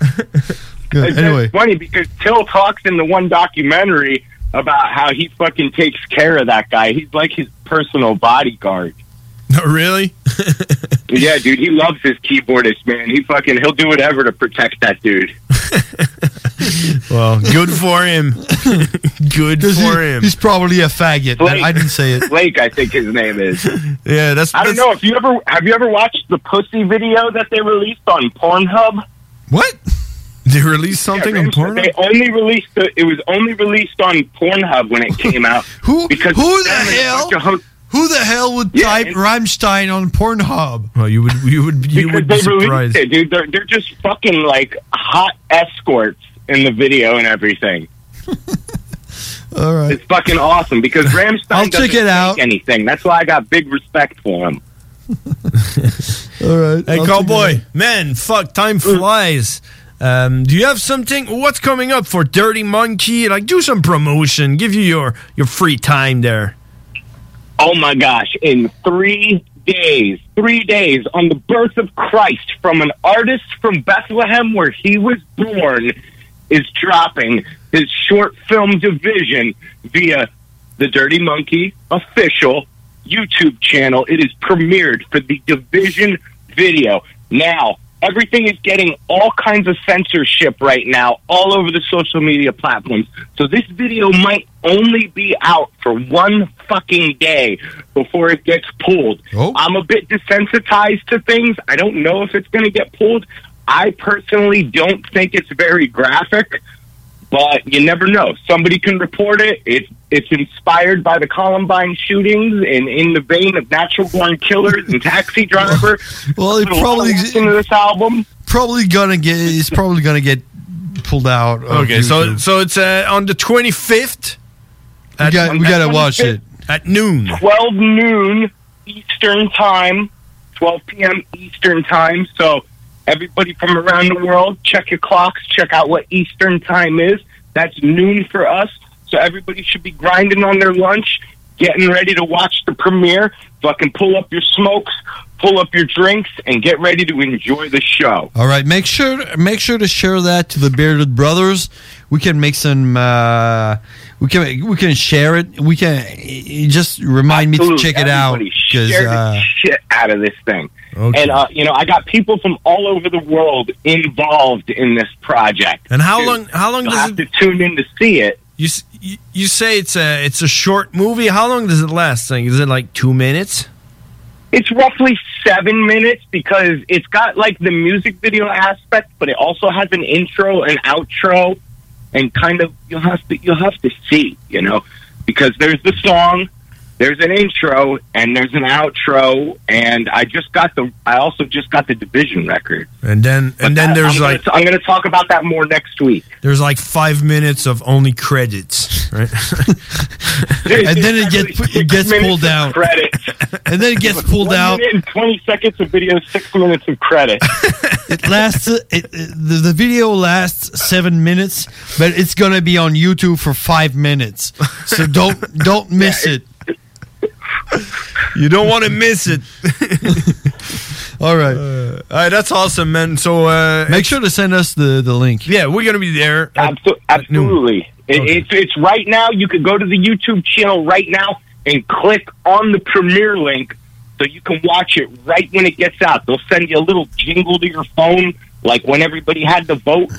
Speaker 14: It's
Speaker 2: anyway.
Speaker 14: just funny because Till talks in the one documentary about how he fucking takes care of that guy. He's like his personal bodyguard.
Speaker 1: really?
Speaker 14: yeah, dude, he loves his keyboardist, man. He fucking he'll do whatever to protect that dude.
Speaker 1: Well, good for him. good for him.
Speaker 2: He's probably a faggot.
Speaker 14: Blake.
Speaker 2: I didn't say it.
Speaker 14: Blake, I think his name is.
Speaker 1: Yeah, that's.
Speaker 14: I don't know if you ever have you ever watched the pussy video that they released on Pornhub.
Speaker 1: What? They released something on Pornhub?
Speaker 14: They only released the, it was only released on Pornhub when it came out.
Speaker 2: who
Speaker 14: because
Speaker 2: who the hell? Who the hell would type Rammstein on Pornhub?
Speaker 1: Well, you would you would you
Speaker 14: because
Speaker 1: would be
Speaker 14: they
Speaker 1: surprised.
Speaker 14: released it, dude. They're, they're just fucking like hot escorts in the video and everything.
Speaker 2: All right.
Speaker 14: It's fucking awesome because Ramstein
Speaker 2: I'll
Speaker 14: doesn't
Speaker 2: check it
Speaker 14: fake
Speaker 2: out.
Speaker 14: anything. That's why I got big respect for him.
Speaker 2: All right.
Speaker 1: Hey, cowboy, man, fuck, time
Speaker 14: Mm.
Speaker 1: flies. Um, do you have something? What's coming up for Dirty Monkey? Like, do some promotion. Give you your your free time there.
Speaker 14: Oh my gosh! In three days, three days on the birth of Christ from an artist from Bethlehem where he was born is dropping his short film division via the Dirty Monkey official YouTube channel. It is premiered for the division video. Now, everything is getting all kinds of censorship right now all over the social media platforms. So this video might only be out for one fucking day before it gets pulled. I'm a bit desensitized to things. I don't know if it's going to get pulled. I personally don't think it's very graphic but you never know. Somebody can report it. It's it's inspired by the Columbine shootings and in the vein of natural born killers and taxi driver.
Speaker 2: Well, it
Speaker 14: Put a lot
Speaker 2: probably
Speaker 14: of work into this album.
Speaker 2: Probably gonna get. It's probably gonna get pulled out. of
Speaker 1: Okay, so
Speaker 2: Oh, YouTube.
Speaker 1: so it's uh, on the twenty fifth.
Speaker 2: we got we gotta watch it.
Speaker 1: at noon.
Speaker 14: 12 noon Eastern time, 12 p.m. Eastern time. So everybody from around the world, check your clocks, check out what Eastern time is. That's noon for us. So everybody should be grinding on their lunch, getting ready to watch the premiere. Fucking pull up your smokes, pull up your drinks, and get ready to enjoy the show.
Speaker 2: All right, make sure make sure to share that to the bearded brothers. We can make some. Uh, we can we can share it. We can eh, just remind me
Speaker 14: Absolutely.
Speaker 2: to check it out
Speaker 14: Everybody share the
Speaker 2: uh,
Speaker 14: shit out of this thing.
Speaker 2: Okay.
Speaker 14: And uh, you know, I got people from all over the world involved in this project.
Speaker 1: And how
Speaker 14: too.
Speaker 1: long- how long
Speaker 14: You'll
Speaker 1: does
Speaker 14: have to tune in to see it?
Speaker 1: You s- you- you say it's a it's a short movie. How long does it last? Like, is it like two minutes?
Speaker 14: It's roughly seven minutes because it's got like the music video aspect, but it also has an intro and outro, and kind of you'll have to you'll have to see, you know, because there's the song, there's an intro, and there's an outro, and I just got the I also just got the division record.
Speaker 1: And then and then there's
Speaker 14: I'm
Speaker 1: like
Speaker 14: gonna, I'm going to talk about that more next week.
Speaker 1: there's like five minutes of only credits, right?
Speaker 2: and then it gets it gets pulled out. And then it gets pulled
Speaker 14: One
Speaker 2: out.
Speaker 14: minute and twenty seconds of video, six minutes of credit.
Speaker 2: It lasts. uh, It, it, the, the video lasts seven minutes, but it's gonna be on YouTube for five minutes. So don't don't miss it.
Speaker 1: You don't want to miss it.
Speaker 2: All right.
Speaker 1: Uh, all right, that's awesome, man. So uh,
Speaker 2: Make sure to send us the the link.
Speaker 1: Yeah, we're gonna be there.
Speaker 14: Absol- absolutely. It, it's, it's right now. You could go to the YouTube channel right now and click on the premiere link so you can watch it right when it gets out. They'll send you a little jingle to your phone, like when everybody had the vote.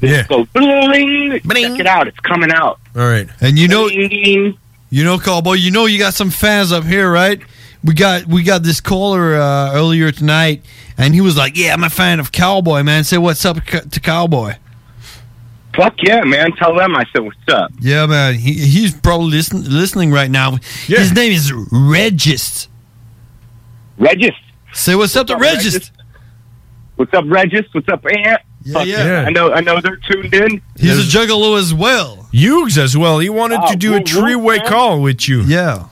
Speaker 2: Yeah.
Speaker 14: Go bling, check it out. It's coming out.
Speaker 1: All right.
Speaker 2: And you know,
Speaker 14: you
Speaker 2: know, cowboy, you know, you got some fans up here, right? We got we got this caller uh, earlier tonight, and he was like, "Yeah, I'm a fan of Cowboy, man. Say what's up co- to Cowboy."
Speaker 14: Fuck yeah, man! Tell them I said what's up.
Speaker 2: Yeah, man. He, he's probably listen, listening right now. His name is Regis.
Speaker 14: Regis.
Speaker 2: Say what's up to Regis.
Speaker 14: What's up, Regis? What's up, Ant?
Speaker 2: Yeah,
Speaker 14: Fuck
Speaker 2: yeah.
Speaker 14: I know. I know they're tuned in.
Speaker 2: He's a juggalo as well.
Speaker 1: Hughes as well. He wanted
Speaker 14: Ah,
Speaker 1: to do
Speaker 14: well,
Speaker 1: a three way
Speaker 14: well,
Speaker 1: call with you.
Speaker 2: Yeah.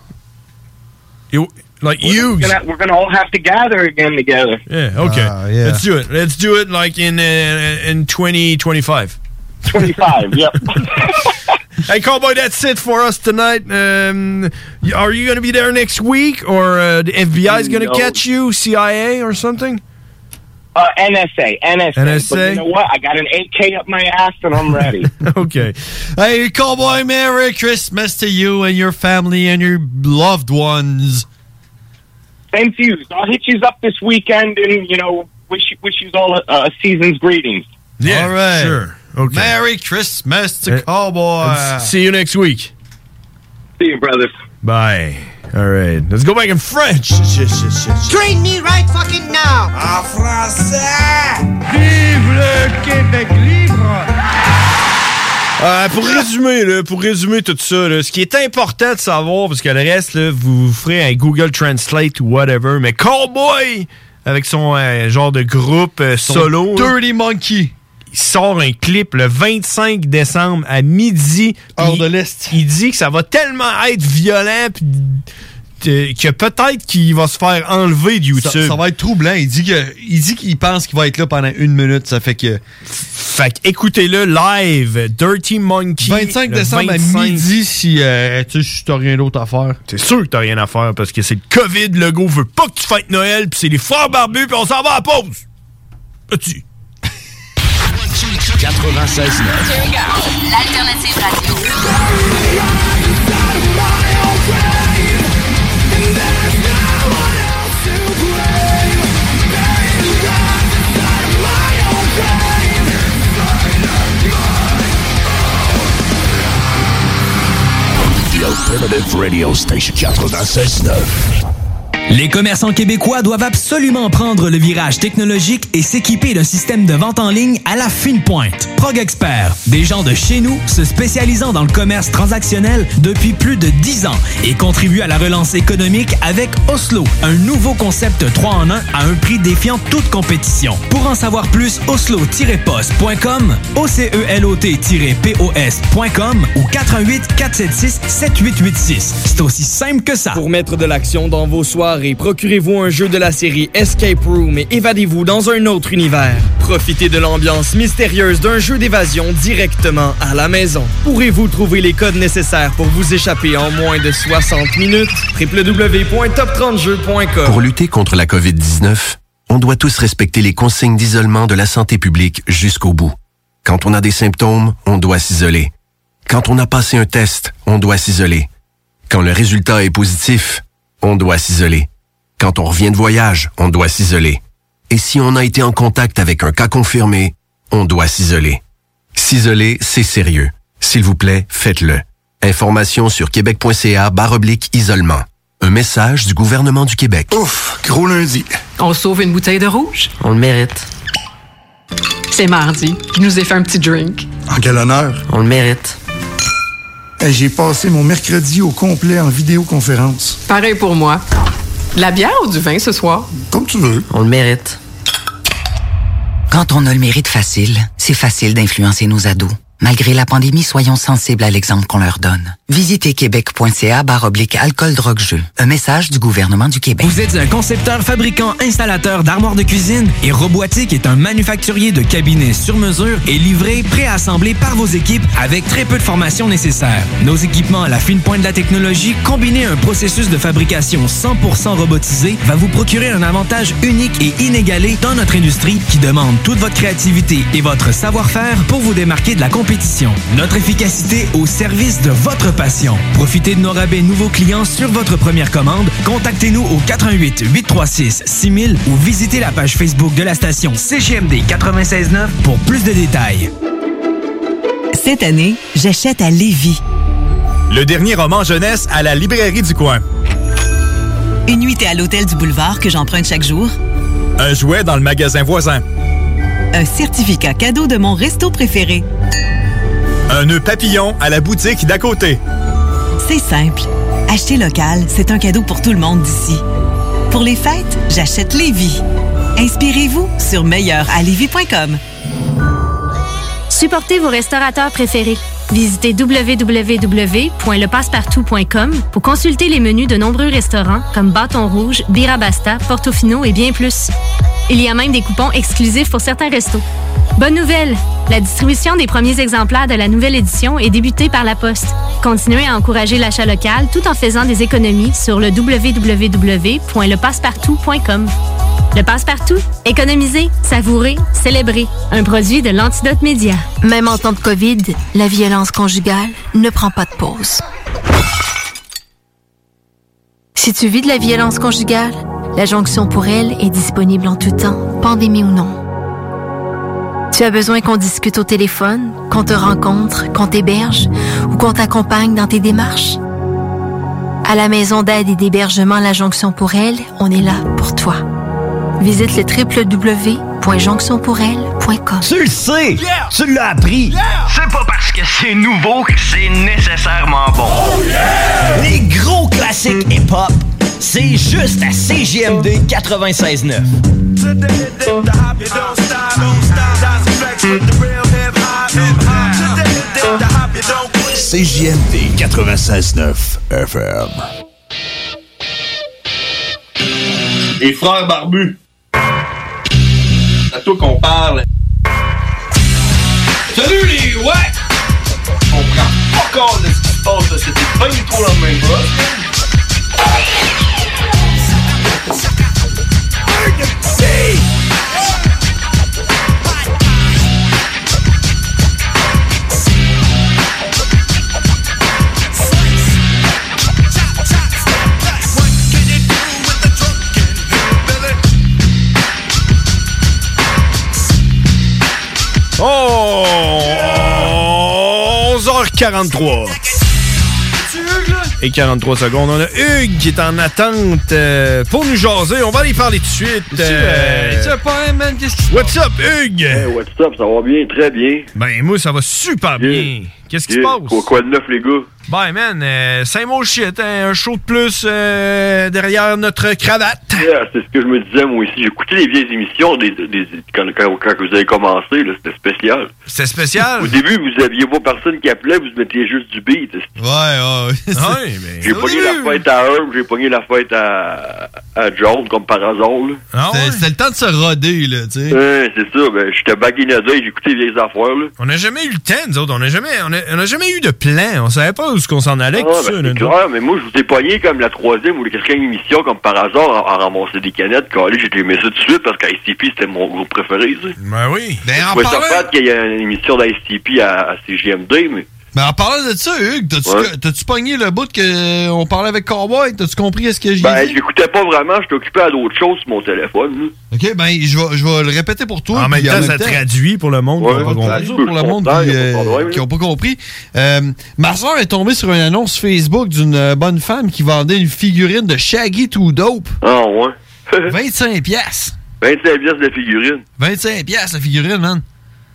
Speaker 1: You like
Speaker 14: We're
Speaker 1: Hughes.
Speaker 14: gonna, we're gonna all have to gather again together.
Speaker 1: Ah, Yeah. Okay.
Speaker 2: Ah,
Speaker 14: yeah.
Speaker 1: Let's do it. Let's do it like in uh, in twenty twenty five.
Speaker 14: 25, yep.
Speaker 1: hey, Cowboy, that's it for us tonight. Um, y- are you going to be there next week or uh, the FBI is going to
Speaker 14: No.
Speaker 1: catch you, CIA or something?
Speaker 14: Uh, NSA, NSA. But
Speaker 2: NSA?
Speaker 14: you know what? I got an 8K up my ass and I'm ready.
Speaker 2: okay. Hey, cowboy, Merry Christmas to you and your family and your loved ones.
Speaker 14: Same to you. I'll hit you up this weekend and, you know, wish, wish you all a, a season's greetings.
Speaker 2: Yeah, All right.
Speaker 14: sure.
Speaker 2: Okay. Merry Christmas to cowboy.
Speaker 1: Eh, See you next week.
Speaker 14: See you, brother.
Speaker 1: Bye. All right. Let's go back in French. Shit, shit, shit, shit.
Speaker 22: Train me right fucking now. En français. Vive le Québec libre.
Speaker 1: Euh, pour résumer, là, pour résumer tout ça, là, ce qui est important de savoir, parce que le reste, là, vous, vous ferez un Google Translate ou whatever, mais Cowboy, avec son euh, genre de groupe euh, solo. Dirty Monkey. Il sort un clip le 25 décembre à midi. Hors de l'Est. Il dit que ça va tellement être violent puis, euh, que peut-être qu'il va se faire enlever de YouTube.
Speaker 2: Ça, ça va être troublant. Il dit que, il dit qu'il pense qu'il va être là pendant une minute. Ça fait que.
Speaker 1: Fait que écoutez-le live, Dirty Monkey.
Speaker 2: 25
Speaker 1: le
Speaker 2: décembre
Speaker 1: 25.
Speaker 2: à midi si euh, tu sais, si t'as rien d'autre à faire.
Speaker 1: C'est sûr que t'as rien à faire parce que c'est le COVID, le go veut pas que tu fêtes Noël, puis c'est les frères barbus, puis on s'en va à la pause. As-tu?
Speaker 8: 96
Speaker 29: L'alternative radio.
Speaker 30: The alternative radio station 96.9.
Speaker 11: Les commerçants québécois doivent absolument prendre le virage technologique et s'équiper d'un système de vente en ligne à la fine pointe. Prog Expert, des gens de chez nous se spécialisant dans le commerce transactionnel depuis plus de 10 ans et contribuent à la relance économique avec Oslo, un nouveau concept 3 en 1 à un prix défiant toute compétition. Pour en savoir plus, oslo-post.com, E OCELOT-POS.com ou 88 476 7886. C'est aussi simple que ça.
Speaker 23: Pour mettre de l'action dans vos soirées, procurez-vous un jeu de la série Escape Room et évadez-vous dans un autre univers. Profitez de l'ambiance mystérieuse d'un jeu d'évasion directement à la maison. Pourrez-vous trouver les codes nécessaires pour vous échapper en moins de 60 minutes? www.top30jeux.com
Speaker 17: Pour lutter contre la COVID-19, on doit tous respecter les consignes d'isolement de la santé publique jusqu'au bout. Quand on a des symptômes, on doit s'isoler. Quand on a passé un test, on doit s'isoler. Quand le résultat est positif, on doit s'isoler. Quand on revient de voyage, on doit s'isoler. Et si on a été en contact avec un cas confirmé, on doit s'isoler. S'isoler, c'est sérieux. S'il vous plaît, faites-le. Information sur québec.ca barre oblique isolement. Un message du gouvernement du Québec. Ouf, gros lundi.
Speaker 4: On sauve une bouteille de rouge?
Speaker 30: On le mérite.
Speaker 4: C'est mardi. Je nous ai fait un petit drink.
Speaker 30: En quel honneur. On le mérite.
Speaker 31: Hey, J'ai passé mon mercredi au complet en vidéoconférence.
Speaker 4: Pareil pour moi. De la bière ou du vin ce soir?
Speaker 31: Comme tu veux.
Speaker 24: On le mérite. Quand on a le mérite facile, c'est facile d'influencer nos ados. Malgré la pandémie, soyons sensibles à l'exemple qu'on leur donne. Visitez québec.ca barre oblique alcool drogue jeu. Un message du gouvernement du Québec.
Speaker 11: Vous êtes un concepteur, fabricant, installateur d'armoires de cuisine et Robotique est un manufacturier de cabinets sur mesure et livré, préassemblé par vos équipes avec très peu de formation nécessaire. Nos équipements à la fine pointe de la technologie, combinés à un processus de fabrication 100% robotisé, va vous procurer un avantage unique et inégalé dans notre industrie qui demande toute votre créativité et votre savoir-faire pour vous démarquer de la compétition. Notre efficacité au service de votre passion. Profitez de nos rabais nouveaux clients sur votre première commande. Contactez-nous au 88 836 6000 ou visitez la page Facebook de la station CGMD 969 pour plus de détails.
Speaker 25: Cette année, j'achète à Lévis.
Speaker 32: Le dernier roman jeunesse à la librairie du coin.
Speaker 25: Une nuitée à l'hôtel du boulevard que j'emprunte chaque jour.
Speaker 32: Un jouet dans le magasin voisin.
Speaker 25: Un certificat cadeau de mon resto préféré.
Speaker 32: Un nœud papillon à la boutique d'à côté.
Speaker 25: C'est simple. Acheter local, c'est un cadeau pour tout le monde d'ici. Pour les fêtes, j'achète Lévis. Inspirez-vous sur meilleuralevis.com.
Speaker 26: Supportez vos restaurateurs préférés. Visitez www.lepassepartout.com pour consulter les menus de nombreux restaurants comme Bâton Rouge, Birabasta, Portofino et bien plus. Il y a même des coupons exclusifs pour certains restos. Bonne nouvelle! La distribution des premiers exemplaires de la nouvelle édition est débutée par la Poste. Continuez à encourager l'achat local tout en faisant des économies sur le www.lepassepartout.com. Le passe-partout, économiser, savourer, célébrer. Un produit de l'Antidote Média.
Speaker 19: Même en temps de COVID, la violence conjugale ne prend pas de pause. Si tu vis de la violence conjugale, la jonction pour elle est disponible en tout temps, pandémie ou non. Tu as besoin qu'on discute au téléphone, qu'on te rencontre, qu'on t'héberge ou qu'on t'accompagne dans tes démarches. À la maison d'aide et d'hébergement La Jonction pour elle, on est là pour toi. Visite le www.jonctionpourelle.com.
Speaker 9: Tu le sais! Tu l'as appris! C'est pas parce que c'est nouveau que c'est nécessairement bon.
Speaker 1: Oh,
Speaker 9: Les gros classiques hip-hop, c'est juste à CGMD 96.9.
Speaker 30: CJMD 96.9 FM.
Speaker 14: Les frères barbus. C'est à toi qu'on parle. Salut les ouais! On
Speaker 6: Oh,
Speaker 14: comprend pas encore de ce qui se passe, là. c'était pas du tout la même chose.
Speaker 1: Oh! 11h43. Et 43 secondes. On a Hugues qui est en attente euh, pour nous jaser. On va aller parler tout de suite. Euh,
Speaker 2: Tu pas, man, qu'est-ce qui se
Speaker 1: What's up, Hugues?
Speaker 20: what's up? Ça va bien, très bien.
Speaker 1: Ben, moi, ça va super bien. Qu'est-ce qui se
Speaker 20: Yeah.
Speaker 1: passe?
Speaker 20: Quoi, quoi de neuf, les gars?
Speaker 1: Ben, man, euh, c'est mon shit. hein. un show de plus euh, derrière notre cravate.
Speaker 20: Yeah, c'est ce que je me disais, moi aussi. J'écoutais les vieilles émissions des, des- quand, quand- quand vous avez commencé, là, c'était spécial.
Speaker 1: C'était spécial?
Speaker 20: Au début, vous aviez pas personne qui appelait, vous mettiez juste du beat.
Speaker 2: Ouais, ouais.
Speaker 1: ouais mais...
Speaker 20: J'ai pogné la fête à Herb, j'ai pogné la fête à, à John, comme par hasard. là.
Speaker 1: Ah,
Speaker 2: C'était- C'était le temps de se roder, là, tu sais.
Speaker 20: Ouais, c'est ça, ben, j'étais baguinada et j'écoutais les vieilles affaires. Là.
Speaker 1: On n'a jamais eu le temps, nous autres. On n'a jamais, on a- on a jamais eu de plan. On savait pas où ce qu'on s'en allait. avec
Speaker 20: Ah,
Speaker 1: tout ça,
Speaker 20: ben,
Speaker 1: nous
Speaker 20: c'est
Speaker 1: autres.
Speaker 20: clair, mais moi, je vous ai pogné comme la troisième ou la quatrième émission, comme par hasard, à, à ramasser des canettes. Quand j'ai aimé ça tout de suite parce qu'ICP, c'était mon groupe préféré. ça.
Speaker 1: Ben oui.
Speaker 20: Je
Speaker 2: Ben, en
Speaker 20: trouvais ça
Speaker 2: parlant-
Speaker 20: plate qu'il y ait une émission d'ICP à, à CGMD, mais
Speaker 2: Mais en parlant de ça, Hugues, t'as-tu
Speaker 20: Ouais.
Speaker 2: t'as-tu pogné le bout que euh, on parlait avec Cowboy? T'as-tu compris ce que j'ai
Speaker 20: ben,
Speaker 2: dit?
Speaker 20: j'écoutais pas vraiment, j'étais occupé à d'autres choses sur mon téléphone.
Speaker 2: Ok, ben, je vais, je vais le répéter pour toi.
Speaker 20: En même
Speaker 2: puis
Speaker 20: temps, ça
Speaker 1: traduit pour le monde.
Speaker 2: Ouais,
Speaker 20: qui a pas compris.
Speaker 2: traduit pour le monde qui, euh, qui ont pas compris. Euh, ma soeur est tombée sur une annonce Facebook d'une euh, bonne femme qui vendait une figurine de Shaggy Too Dope.
Speaker 20: Ah ouais?
Speaker 2: 25 piastres.
Speaker 20: 25 pièces de figurines,
Speaker 2: 25 piastres la figurine, man.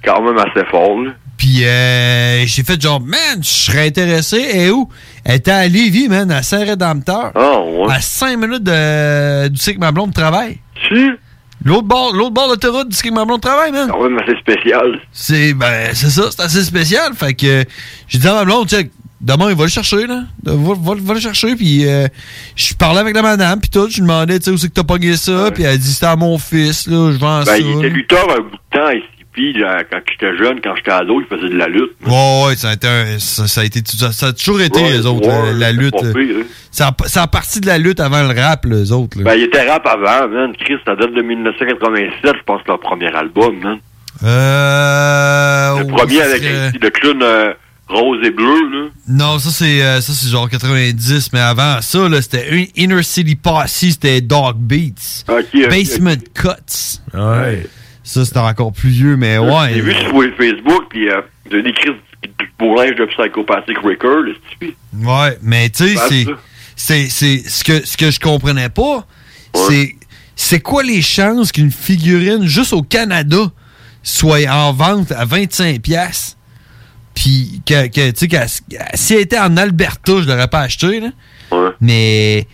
Speaker 20: quand même assez fort, là.
Speaker 2: Puis euh, j'ai fait genre, man, je serais intéressé. Et où? Elle était à Lévis, man, à Saint-Rédempteur.
Speaker 20: Oh,
Speaker 2: À 5 minutes de, du cycle ma blonde travaille.
Speaker 20: Tu?
Speaker 2: L'autre bord, l'autre bord de l'autoroute du cycle ma blonde travaille, man.
Speaker 20: quand même assez spécial.
Speaker 2: C'est ben c'est ça, c'est assez spécial. Fait que euh, j'ai dit à ma blonde, check, demain il va le chercher, là. De- Va, va- va le chercher. Puis euh, je parlais avec la madame, puis tout, je lui demandais tu sais, où c'est que t'as pogné ça, puis elle dit c'était à mon fils, là, je vends
Speaker 20: Ben,
Speaker 2: Ah, ça.
Speaker 20: il était lutteur un bout de temps, ICP, là, quand j'étais jeune, quand j'étais ado, il faisait de la lutte.
Speaker 2: Ouais, ouais, ça a, été un- ça, ça a été tout- ça- ça a toujours été
Speaker 20: Ouais,
Speaker 2: les autres,
Speaker 20: ouais,
Speaker 2: la, la
Speaker 20: c'est
Speaker 2: lutte.
Speaker 20: pas
Speaker 2: là.
Speaker 20: pire, hein.
Speaker 2: Ça a, ça a parti de la lutte avant le rap, les autres. là.
Speaker 20: Ben, il était rap avant, man. Chris, ça date de 1987, je pense, leur premier album, man.
Speaker 2: Euh,
Speaker 20: Le
Speaker 2: ouais,
Speaker 20: premier
Speaker 2: ça
Speaker 20: avec
Speaker 2: serait-
Speaker 20: le clown euh, rose et bleu, là.
Speaker 2: Non, ça c'est euh, ça c'est genre 90, mais avant ça là, c'était une Inner City Posse, c'était Dog Beats,
Speaker 20: ok,
Speaker 2: Basement Cuts. Ouais. Ça c'était encore plus vieux, mais Eh ouais.
Speaker 20: J'ai vu sur Facebook, puis euh, j'ai des crises du bourringe de Psychopathic Record, là, c'est-tu?
Speaker 2: Ouais, mais tu sais,
Speaker 20: Pas
Speaker 2: c'est,
Speaker 20: ça.
Speaker 2: c'est, c'est ce que ce que je comprenais pas, c'est c'est quoi les chances qu'une figurine juste au Canada soit en vente à 25 pièces, puis que, que, tu sais qu'elle- si elle était en Alberta, je l'aurais pas acheté là. Mais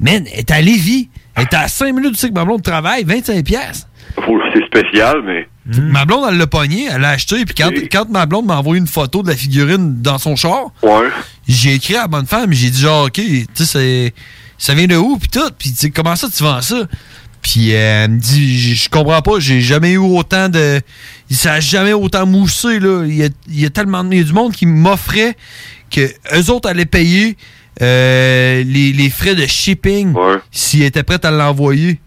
Speaker 2: man, elle est à Lévis, elle est à 5 minutes du cycle ma blonde travail, 25 pièces.
Speaker 20: Faut- C'est spécial, mais.
Speaker 2: Ma blonde, elle l'a pogné, elle l'a acheté, puis quand, quand ma blonde m'a envoyé une photo de la figurine dans son char,
Speaker 20: Ouais.
Speaker 2: j'ai Ah, écrit à la bonne femme, j'ai dit genre, OK, tu sais, c'est- ça vient de où, puis tout, puis tu sais, comment ça tu vends ça? Puis euh, elle me dit, J- je comprends pas, j'ai jamais eu autant de... Ça a jamais autant moussé, là. Il y a, il y a tellement de... il y a du monde qui m'offrait que eux autres allaient payer euh, les, les frais de shipping s'ils étaient prêts à l'envoyer.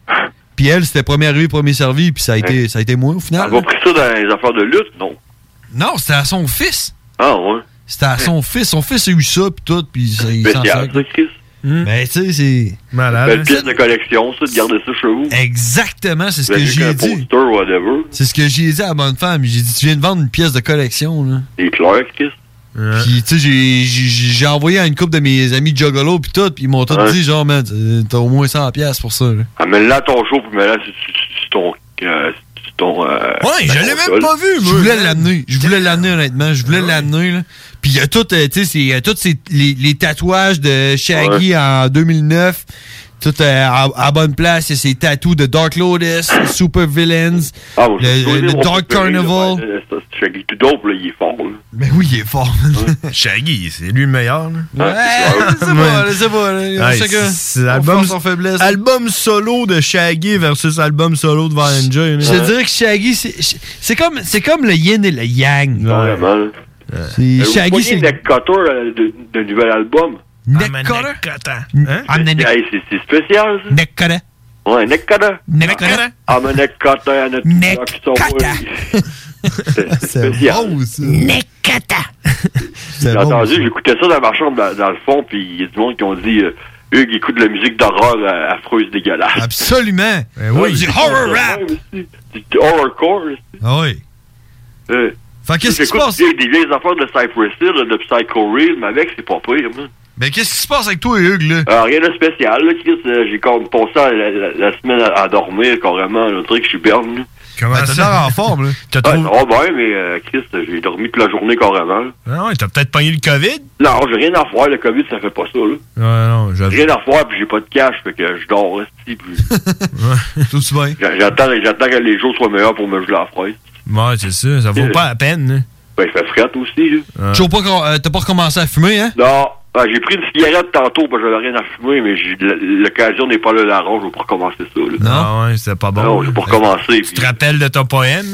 Speaker 2: Puis elle, c'était premier arrivé, premier servi, puis ça a, été, ça a été moi, au final.
Speaker 20: Elle va pris ça dans les affaires de lutte, non?
Speaker 2: Ah, Non, c'était à son fils.
Speaker 20: Ah, ouais.
Speaker 2: C'était à son fils. Son fils a eu ça, puis tout, puis ça- il s'en
Speaker 20: Spécial,
Speaker 2: sort.
Speaker 20: ça, Ben, Chris. Ben,
Speaker 2: Mais tu sais, c'est...
Speaker 20: Belle pièce de collection, ça, de garder ça chez vous.
Speaker 2: Exactement, c'est ce
Speaker 20: Vous
Speaker 2: que
Speaker 20: avez
Speaker 2: j'ai
Speaker 20: qu'un
Speaker 2: dit.
Speaker 20: poster, whatever.
Speaker 2: C'est ce que j'ai dit à la bonne femme. J'ai dit, tu viens de vendre une pièce de collection, là.
Speaker 20: C'est clair, Chris.
Speaker 2: Puis, tu sais, j'ai- j'ai- j'ai envoyé à une couple de mes amis Juggalo, puis tout, puis ils m'ont tous
Speaker 20: Ouais.
Speaker 2: dit, genre, man, t'as au moins 100 pièces pour ça, là.
Speaker 20: Amène-la à ton show, puis mets-la sur sur- sur ton... euh, sur ton euh,
Speaker 2: Ouais,
Speaker 20: ta
Speaker 2: je l'ai même
Speaker 20: console.
Speaker 2: pas vu, Ben Je voulais l'amener. Je voulais l'amener, honnêtement. Je voulais l'amener, là. Puis il y a tout, euh, tu sais, c'est- il y a tous ces- les, les tatouages de Shaggy en 2009. Tout euh, à, à bonne place. Il y a ses tatous de Dark Lotus, Super Villains,
Speaker 20: Ah, bon,
Speaker 2: le- le, le Dark Carnival.
Speaker 20: ben, euh, Shaggy tout dope, là, il est fort, là.
Speaker 2: Mais oui, il est fort.
Speaker 1: Shaggy, c'est lui le meilleur.
Speaker 2: Ouais, c'est pas, c'est pas. là, chacun- on force, on faiblesse.
Speaker 1: album solo de Shaggy versus album solo de Valen
Speaker 2: Je te dirais que Shaggy, c'est- c'est comme, c'est comme le yin et le yang.
Speaker 20: Vraiment.
Speaker 2: C'est-
Speaker 20: Euh,
Speaker 2: Shaggy,
Speaker 20: vous
Speaker 2: c'est- Ah,
Speaker 20: voyez Neck Cutter euh, de, de nouvel album.
Speaker 2: Neck Ah,
Speaker 20: Hey, c'est- c'est spécial, ça.
Speaker 2: Neck Cutter.
Speaker 20: Ouais, Ah, Neck Cutter.
Speaker 2: Neck Cutter.
Speaker 20: I'm a Neck Cutter and a Neck Cutter.
Speaker 2: C'est
Speaker 20: beau,
Speaker 2: ça.
Speaker 20: Neck
Speaker 2: J'ai
Speaker 20: J'ai entendu, j'écoutais ça dans ma chambre, dans, dans le fond, puis il y a du monde qui ont dit euh, Hugues écoute de la musique d'horreur euh, affreuse, dégueulasse.
Speaker 2: Absolument. Du horror rap.
Speaker 20: Du horrorcore.
Speaker 2: Ah oui.
Speaker 20: Euh,
Speaker 2: fait qu'est-ce qui se passe?
Speaker 20: Des, des vieilles affaires de Cypress Hill, là, de Psycho Real, mais avec, c'est pas pire, moi.
Speaker 2: Mais qu'est-ce qui se passe avec toi, Hugues, là?
Speaker 20: Euh, rien de spécial, là, Chris. Euh, J'ai comme passé la, la- la semaine à, à dormir, carrément. Le truc, je suis berne, là.
Speaker 1: Comment
Speaker 2: Ben, T'as l'air en forme, là.
Speaker 20: Ah, ça va bien, mais euh, Chris, j'ai dormi toute la journée, carrément. là.
Speaker 1: Ah ouais, t'as peut-être pogné le COVID?
Speaker 20: Non, j'ai rien à faire, le COVID, ça fait pas ça, là.
Speaker 1: Ouais, non, j'avoue.
Speaker 20: J'ai rien à faire, puis j'ai pas de cash, fait que je dors, resti, puis...
Speaker 2: Tout se bien.
Speaker 20: J'a- J'attends j'attends que les jours soient meilleurs pour me geler la fraise.
Speaker 1: Ouais, c'est ça, ça vaut pas la peine.
Speaker 20: Ben, il fait frette aussi, là.
Speaker 2: Toujours pas qu'on- euh, T'as pas recommencé à fumer, hein?
Speaker 20: Non, ben, j'ai pris une cigarette tantôt, parce que j'avais rien à fumer, mais j'ai- l'occasion n'est pas là la ronge, je vais pas recommencer ça, là.
Speaker 1: Non? Ah ouais, c'était pas bon.
Speaker 20: Non, je vais pas recommencer, puis...
Speaker 1: Tu te rappelles de ton poème,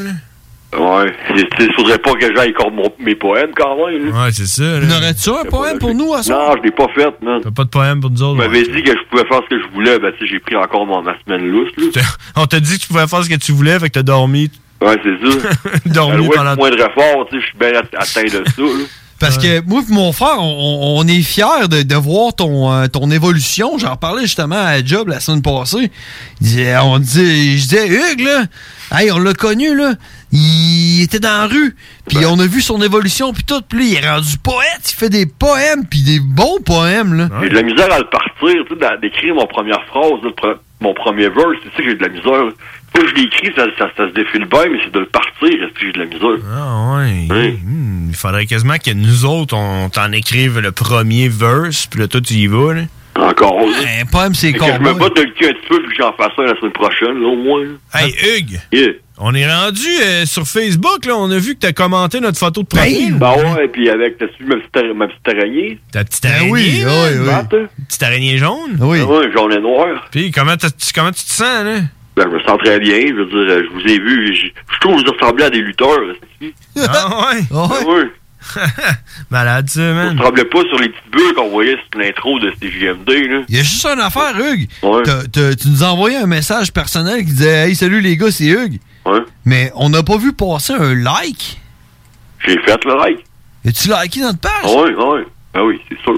Speaker 20: Ouais, c'est- c'est- il faudrait pas que j'aille comme mon- mes poèmes, quand même, là.
Speaker 1: là? Ouais, c'est ça, là.
Speaker 2: N'aurais-tu un poème pour nous, à
Speaker 20: Non, je l'ai pas fait, non.
Speaker 1: T'as pas de poème pour nous
Speaker 20: Tu
Speaker 1: autres?
Speaker 20: m'avais dit que je pouvais faire ce que je voulais, ben, tu sais, j'ai pris encore mon- ma semaine lousse, là.
Speaker 1: On t'a dit que tu pouvais faire ce que tu voulais, fait que t'as dormi.
Speaker 20: Ouais, c'est ça.
Speaker 1: dormi
Speaker 20: Dormir
Speaker 1: pendant-
Speaker 20: moins de effort, tu sais, je suis bien at- atteint de ça, là.
Speaker 2: Parce que moi et mon frère, on, on- on est fiers de, de voir ton, euh, ton évolution. J'en parlais justement à Job la semaine passée. Il disait- on disait, je disais, Hugues, là, hey, on l'a connu, là. Il était dans la rue. Puis on a vu son évolution, puis tout. Puis là, il est rendu poète. Il fait des poèmes, puis des bons poèmes, là.
Speaker 20: J'ai de la misère à le partir, tu sais, d'à- d'écrire mon première phrase, là, le pre- mon premier verse, c'est ça que j'ai de la misère. là. Pas que je l'écris, ça, ça, ça se défile bien, mais c'est de le partir, est-ce que j'ai de la misère.
Speaker 1: Ah ouais. Hmm, il faudrait quasiment que nous autres, on t'en écrive le premier verse, puis là, toi, tu y vas, là. Ah,
Speaker 20: Encore.
Speaker 2: Un poème, c'est hein.
Speaker 20: Fait que
Speaker 1: con.
Speaker 20: je me batte le cul un petit peu, puis que j'en fasse un la semaine prochaine, là, au moins. là.
Speaker 1: Hey, Hugues!
Speaker 20: Yeah.
Speaker 1: On est rendu euh, sur Facebook, là. On a vu que t'as commenté notre photo de
Speaker 2: Ben
Speaker 1: profil.
Speaker 20: Bah ouais, puis avec, t'as-tu ma petite, ara- ma petite araignée?
Speaker 1: Ta petite araignée. oui, oui, Petite araignée jaune.
Speaker 2: Ben Oui.
Speaker 20: Ah ouais, jaune et noir.
Speaker 1: Puis comment, t'as- tu- comment tu te sens, là?
Speaker 20: Ben, je me sens très bien, je veux dire, euh, je vous ai vu, je, je trouve que vous ressemblez à des lutteurs, là, c'est-tu?
Speaker 1: Ah ouais?
Speaker 20: Ouais.
Speaker 1: Malade, ça,
Speaker 20: Je
Speaker 1: man.
Speaker 20: tremblais pas sur les petites bulles qu'on voyait sur l'intro de CGMD, là.
Speaker 2: Il y a juste une affaire, Hugues.
Speaker 20: Ouais.
Speaker 2: T'as- t'as- tu nous as envoyé un message personnel qui disait Hey, salut les gars, c'est Hugues.
Speaker 20: Ouais.
Speaker 2: Mais on n'a pas vu passer un like.
Speaker 20: J'ai fait le like. Ah
Speaker 2: Et tu liké notre page?
Speaker 20: Ouais, ouais. Ben oui, c'est sûr.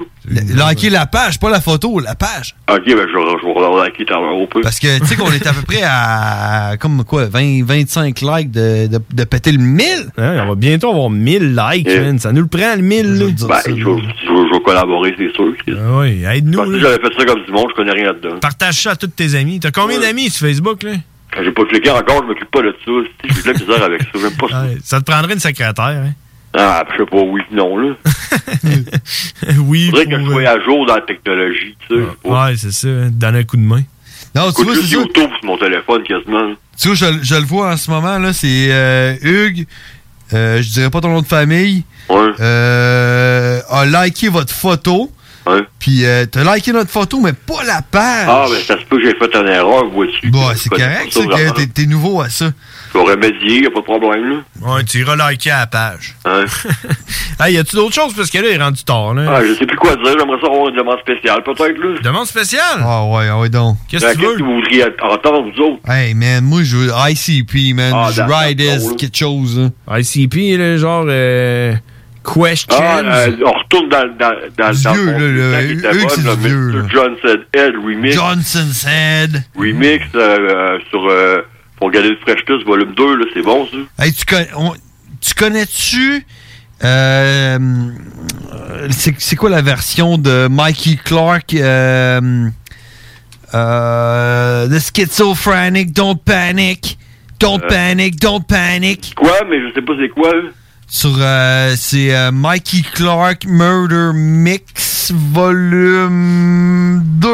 Speaker 2: Liker la page, pas la photo, la page.
Speaker 20: Ok, ben je vais je vais leur liker tard un peu.
Speaker 2: Parce que, tu sais, qu'on est à peu près à, comme quoi, 20, 25 likes de, de, de péter le 1000.
Speaker 1: on va bientôt avoir 1000 likes, man. Ça nous le prend, le 1000, là.
Speaker 20: Ben, je, vais- je vais- je vais collaborer, c'est sûr. Chris.
Speaker 1: Ah oui, aide-nous,
Speaker 20: Parce que
Speaker 1: là.
Speaker 20: j'avais fait ça comme du monde, je connais rien là-dedans.
Speaker 1: Partage ça à tous tes amis. T'as combien d'amis sur Facebook, là?
Speaker 20: J'ai pas cliqué encore, je m'occupe pas de ça. Si, J'ai de la misère avec ça, j'aime pas ça.
Speaker 1: Ouais, ça te prendrait une secrétaire, hein?
Speaker 20: Ah, je sais pas, oui, non, là.
Speaker 1: oui.
Speaker 20: Faudrait que je sois à jour dans la technologie, tu sais.
Speaker 1: Ouais, c'est ça. hein, Donner un coup de main.
Speaker 2: Non, Ah. tu
Speaker 20: Écoute
Speaker 2: vois,
Speaker 20: juste
Speaker 2: c'est ça.
Speaker 20: YouTube sur mon téléphone, quasiment. là.
Speaker 2: Tu vois, je, je le vois en ce moment, là, c'est euh, Hugues, euh, je dirais pas ton nom de famille,
Speaker 20: Ouais.
Speaker 2: euh, a liké votre photo,
Speaker 20: Hein?
Speaker 2: Puis euh, t'as liké notre photo, mais pas la page.
Speaker 20: Ah, mais ça se peut que j'ai fait une erreur, vois-tu.
Speaker 2: Bon, c'est correct,
Speaker 20: ça,
Speaker 2: c'est que t'es- t'es nouveau à ça.
Speaker 20: Je vais remédier, y a pas de problème, là.
Speaker 1: Ouais, tu iras liker à la page.
Speaker 20: Hein?
Speaker 1: hey, y a-tu d'autres choses? Parce que là, il est rendu tard, là.
Speaker 20: Ah, je sais plus quoi dire, j'aimerais ça avoir une demande spéciale, peut-être, là.
Speaker 1: Demande spéciale?
Speaker 2: Ah ouais, ah ouais donc.
Speaker 20: Ben, Qu'est-ce que vous voudriez entendre, vous autres?
Speaker 2: Hey man, moi je veux ICP, man.
Speaker 20: Ah,
Speaker 2: je
Speaker 20: d'accord,
Speaker 2: ride this,
Speaker 20: drôle.
Speaker 2: quelque chose. hein.
Speaker 1: ICP, là, genre. Euh, questions.
Speaker 20: Ah, euh, on retourne dans, dans, dans, dans mon
Speaker 2: vieux, là,
Speaker 20: temps qui
Speaker 2: eux-
Speaker 20: était
Speaker 2: eux
Speaker 20: bon,
Speaker 2: qui sont
Speaker 20: là,
Speaker 2: du vieux,
Speaker 20: Mr. Johnson Head Remix.
Speaker 2: Johnson's Head.
Speaker 20: Remix euh, euh, sur euh, Pour garder le Fresh Tous, volume 2, là, c'est bon, ça.
Speaker 2: Hey, tu, con- on- tu connais-tu. euh, euh, c'est c'est quoi la version de Mikey Clark? euh, euh, the Schizophrenic, Don't Panic. Don't
Speaker 20: Euh.
Speaker 2: Panic, Don't Panic.
Speaker 20: Quoi? Mais je sais pas c'est quoi, là.
Speaker 2: Sur euh, c'est euh, Mikey Clark Murder Mix volume 2.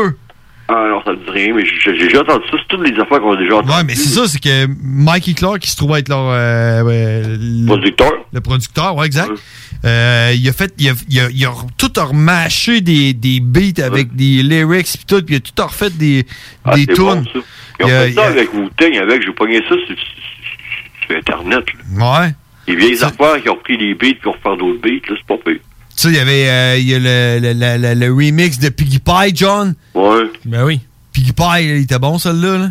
Speaker 20: Ah non, ça me dit rien, mais j'ai j'ai déjà entendu ça. C'est toutes les affaires qu'on a déjà entendues.
Speaker 2: Ouais, mais c'est ça, c'est que Mikey Clark, qui se trouve être leur. euh, euh, le
Speaker 20: producteur.
Speaker 2: Le producteur, ouais, exact. Euh, il a fait. Il a, il a- il a tout remâché des, des beats avec des lyrics pis tout, pis il a tout refait des,
Speaker 20: Ah,
Speaker 2: des
Speaker 20: c'est
Speaker 2: tunes.
Speaker 20: Bon, ça. Ils ont
Speaker 2: Il y a-
Speaker 20: fait ça
Speaker 2: il y a-
Speaker 20: avec Wu-Tang, avec, j'ai pogné ça sur, sur- sur Internet. là.
Speaker 2: Ouais.
Speaker 20: Les vieilles affaires qui ont repris les beats, qui ont refait d'autres beats, là, c'est pas pire.
Speaker 2: Tu sais, il y avait euh, il y a le, le- le- le- le remix de Piggy Pie, John.
Speaker 20: Ouais.
Speaker 1: Ben oui.
Speaker 2: Piggy Pie, il était bon, celle-là, là.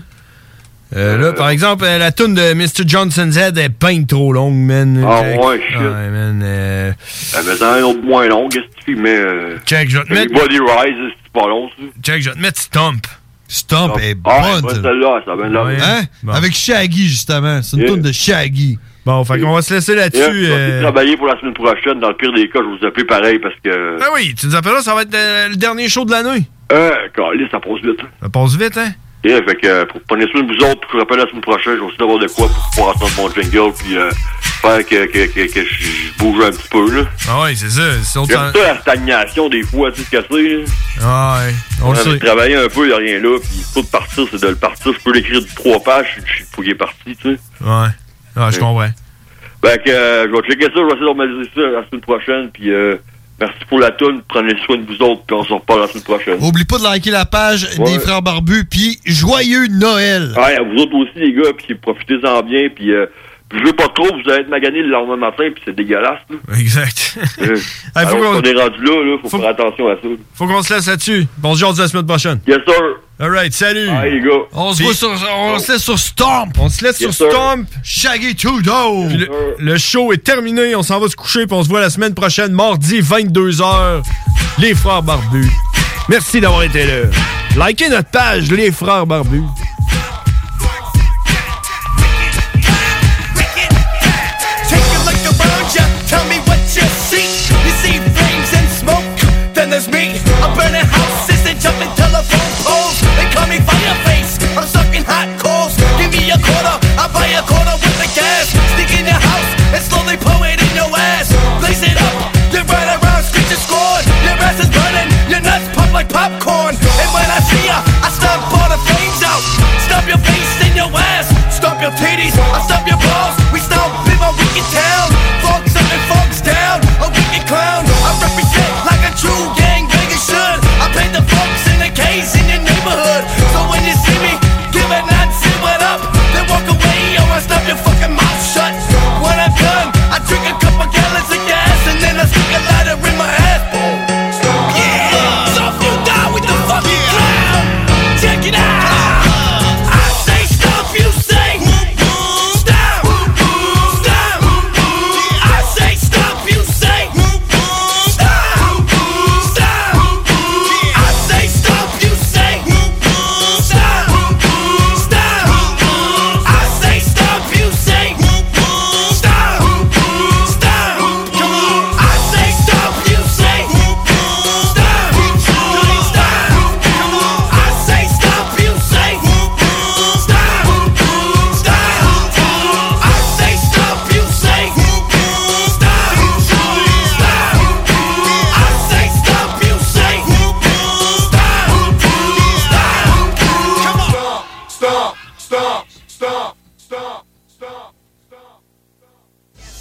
Speaker 1: Euh, là, par exemple, euh, la tune de Mr. Johnson Z est peinte trop longue, man.
Speaker 20: Ah
Speaker 1: Check.
Speaker 20: ouais, shit.
Speaker 1: Ouais, man. euh,
Speaker 20: Elle met un autre moins long, qu'est-ce que tu fais, mais... Euh,
Speaker 1: Check, je vais te
Speaker 20: les
Speaker 1: mettre-
Speaker 20: Body Rise, c'est pas long, ça.
Speaker 1: Check, je vais te mettre Stomp.
Speaker 2: Stomp est
Speaker 20: Ah, ouais, celle-là, ça va de la
Speaker 2: Hein? Avec Shaggy, justement. C'est une
Speaker 20: Yeah.
Speaker 2: toune de Shaggy.
Speaker 1: Bon, fait qu'on va se laisser là-dessus.
Speaker 20: Yeah, je vais
Speaker 1: euh,
Speaker 20: travailler pour la semaine prochaine. Dans le pire des cas, je vais vous appelle pareil parce que...
Speaker 1: Ah oui, tu nous appelles là, ça va être euh, le dernier show de l'année.
Speaker 20: Euh, caliste, ça passe vite.
Speaker 1: Ça passe vite, hein?
Speaker 20: Yeah, fait que euh, pour prenez soin de vous autres, puis je vous rappelle la semaine prochaine, je vais aussi avoir de quoi pour pouvoir entendre mon jingle, puis euh, faire que, que, que, que je bouge un petit peu, là.
Speaker 1: Ah ouais, c'est ça. c'est autre-
Speaker 20: J'aime ça la stagnation des fois, tu sais ce que c'est, là.
Speaker 1: Ah ouais, on le
Speaker 20: Ouais,
Speaker 1: sait.
Speaker 20: mais Travailler un peu, il n'y a rien là, puis tout partir, c'est de le partir. Je peux l'écrire de trois pages, je suis fouillé parti, tu sais.
Speaker 1: Ouais. Ah, je
Speaker 20: Ouais.
Speaker 1: comprends.
Speaker 20: Fait que euh, je vais checker ça, je vais essayer d'organiser ça la semaine prochaine, puis euh, merci pour la toune, prenez soin de vous autres, puis on se reparle la semaine prochaine.
Speaker 2: Oublie pas de liker la page des
Speaker 20: Ouais.
Speaker 2: Frères Barbus, puis joyeux Noël!
Speaker 20: Ouais, à vous autres aussi, les gars, puis profitez-en bien, puis euh, puis je veux pas trop, vous allez être magané le lendemain matin, puis c'est dégueulasse, là.
Speaker 1: Exact.
Speaker 20: Euh,
Speaker 1: Ah, faut
Speaker 20: alors,
Speaker 1: qu'on-
Speaker 20: on est rendu là, là, faut, faire attention à ça.
Speaker 1: Faut qu'on se laisse là-dessus. Bon, se jase la semaine prochaine.
Speaker 20: Yes, sir.
Speaker 1: All right, salut.
Speaker 20: Bye, les gars.
Speaker 2: On se voit sur. On se laisse sur Stomp!
Speaker 1: On se laisse
Speaker 2: Yes,
Speaker 1: sur
Speaker 2: sir.
Speaker 1: Stomp.
Speaker 2: Shaggy Tudo.
Speaker 1: Le, le show est terminé. On s'en va se coucher. Puis on se voit la semaine prochaine, mardi 22h. Les Frères Barbus. Merci d'avoir été là. Likez notre page, Les Frères Barbus.
Speaker 22: Take a look around ya, tell me what you see. You see flames and smoke, then there's me. I'm burning houses and jumping telephone poles. They call me Fireface, I'm sucking hot coals. Give me a quarter, I buy a quarter with the gas. Stick in your house and slowly pour it in your ass. Blaze it up, you run around screeching scorn. Your ass is burning, your nuts pop like popcorn. And when I see ya, I stomp all the flames out. Stomp your face and your ass, stomp your titties, I stomp your balls. We stomp in my wicked town. Fogs up and fogs down, a wicked clown. I represent like a true gang should. I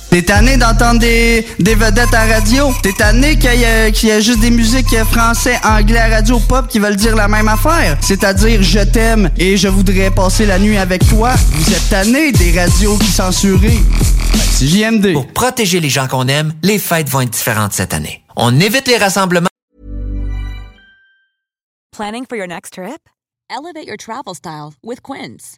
Speaker 33: T'es tanné d'entendre des, des vedettes à radio? T'es tanné qu'il y, a- qu'il y a juste des musiques français, anglais, à radio, pop qui veulent dire la même affaire? C'est-à-dire je t'aime et je voudrais passer la nuit avec toi? Vous êtes tanné des radios qui censurent? C'est JMD.
Speaker 23: Pour protéger les gens qu'on aime, les fêtes vont être différentes cette année. On évite les rassemblements.
Speaker 19: Planning for your next trip? Elevate your travel style with Quince.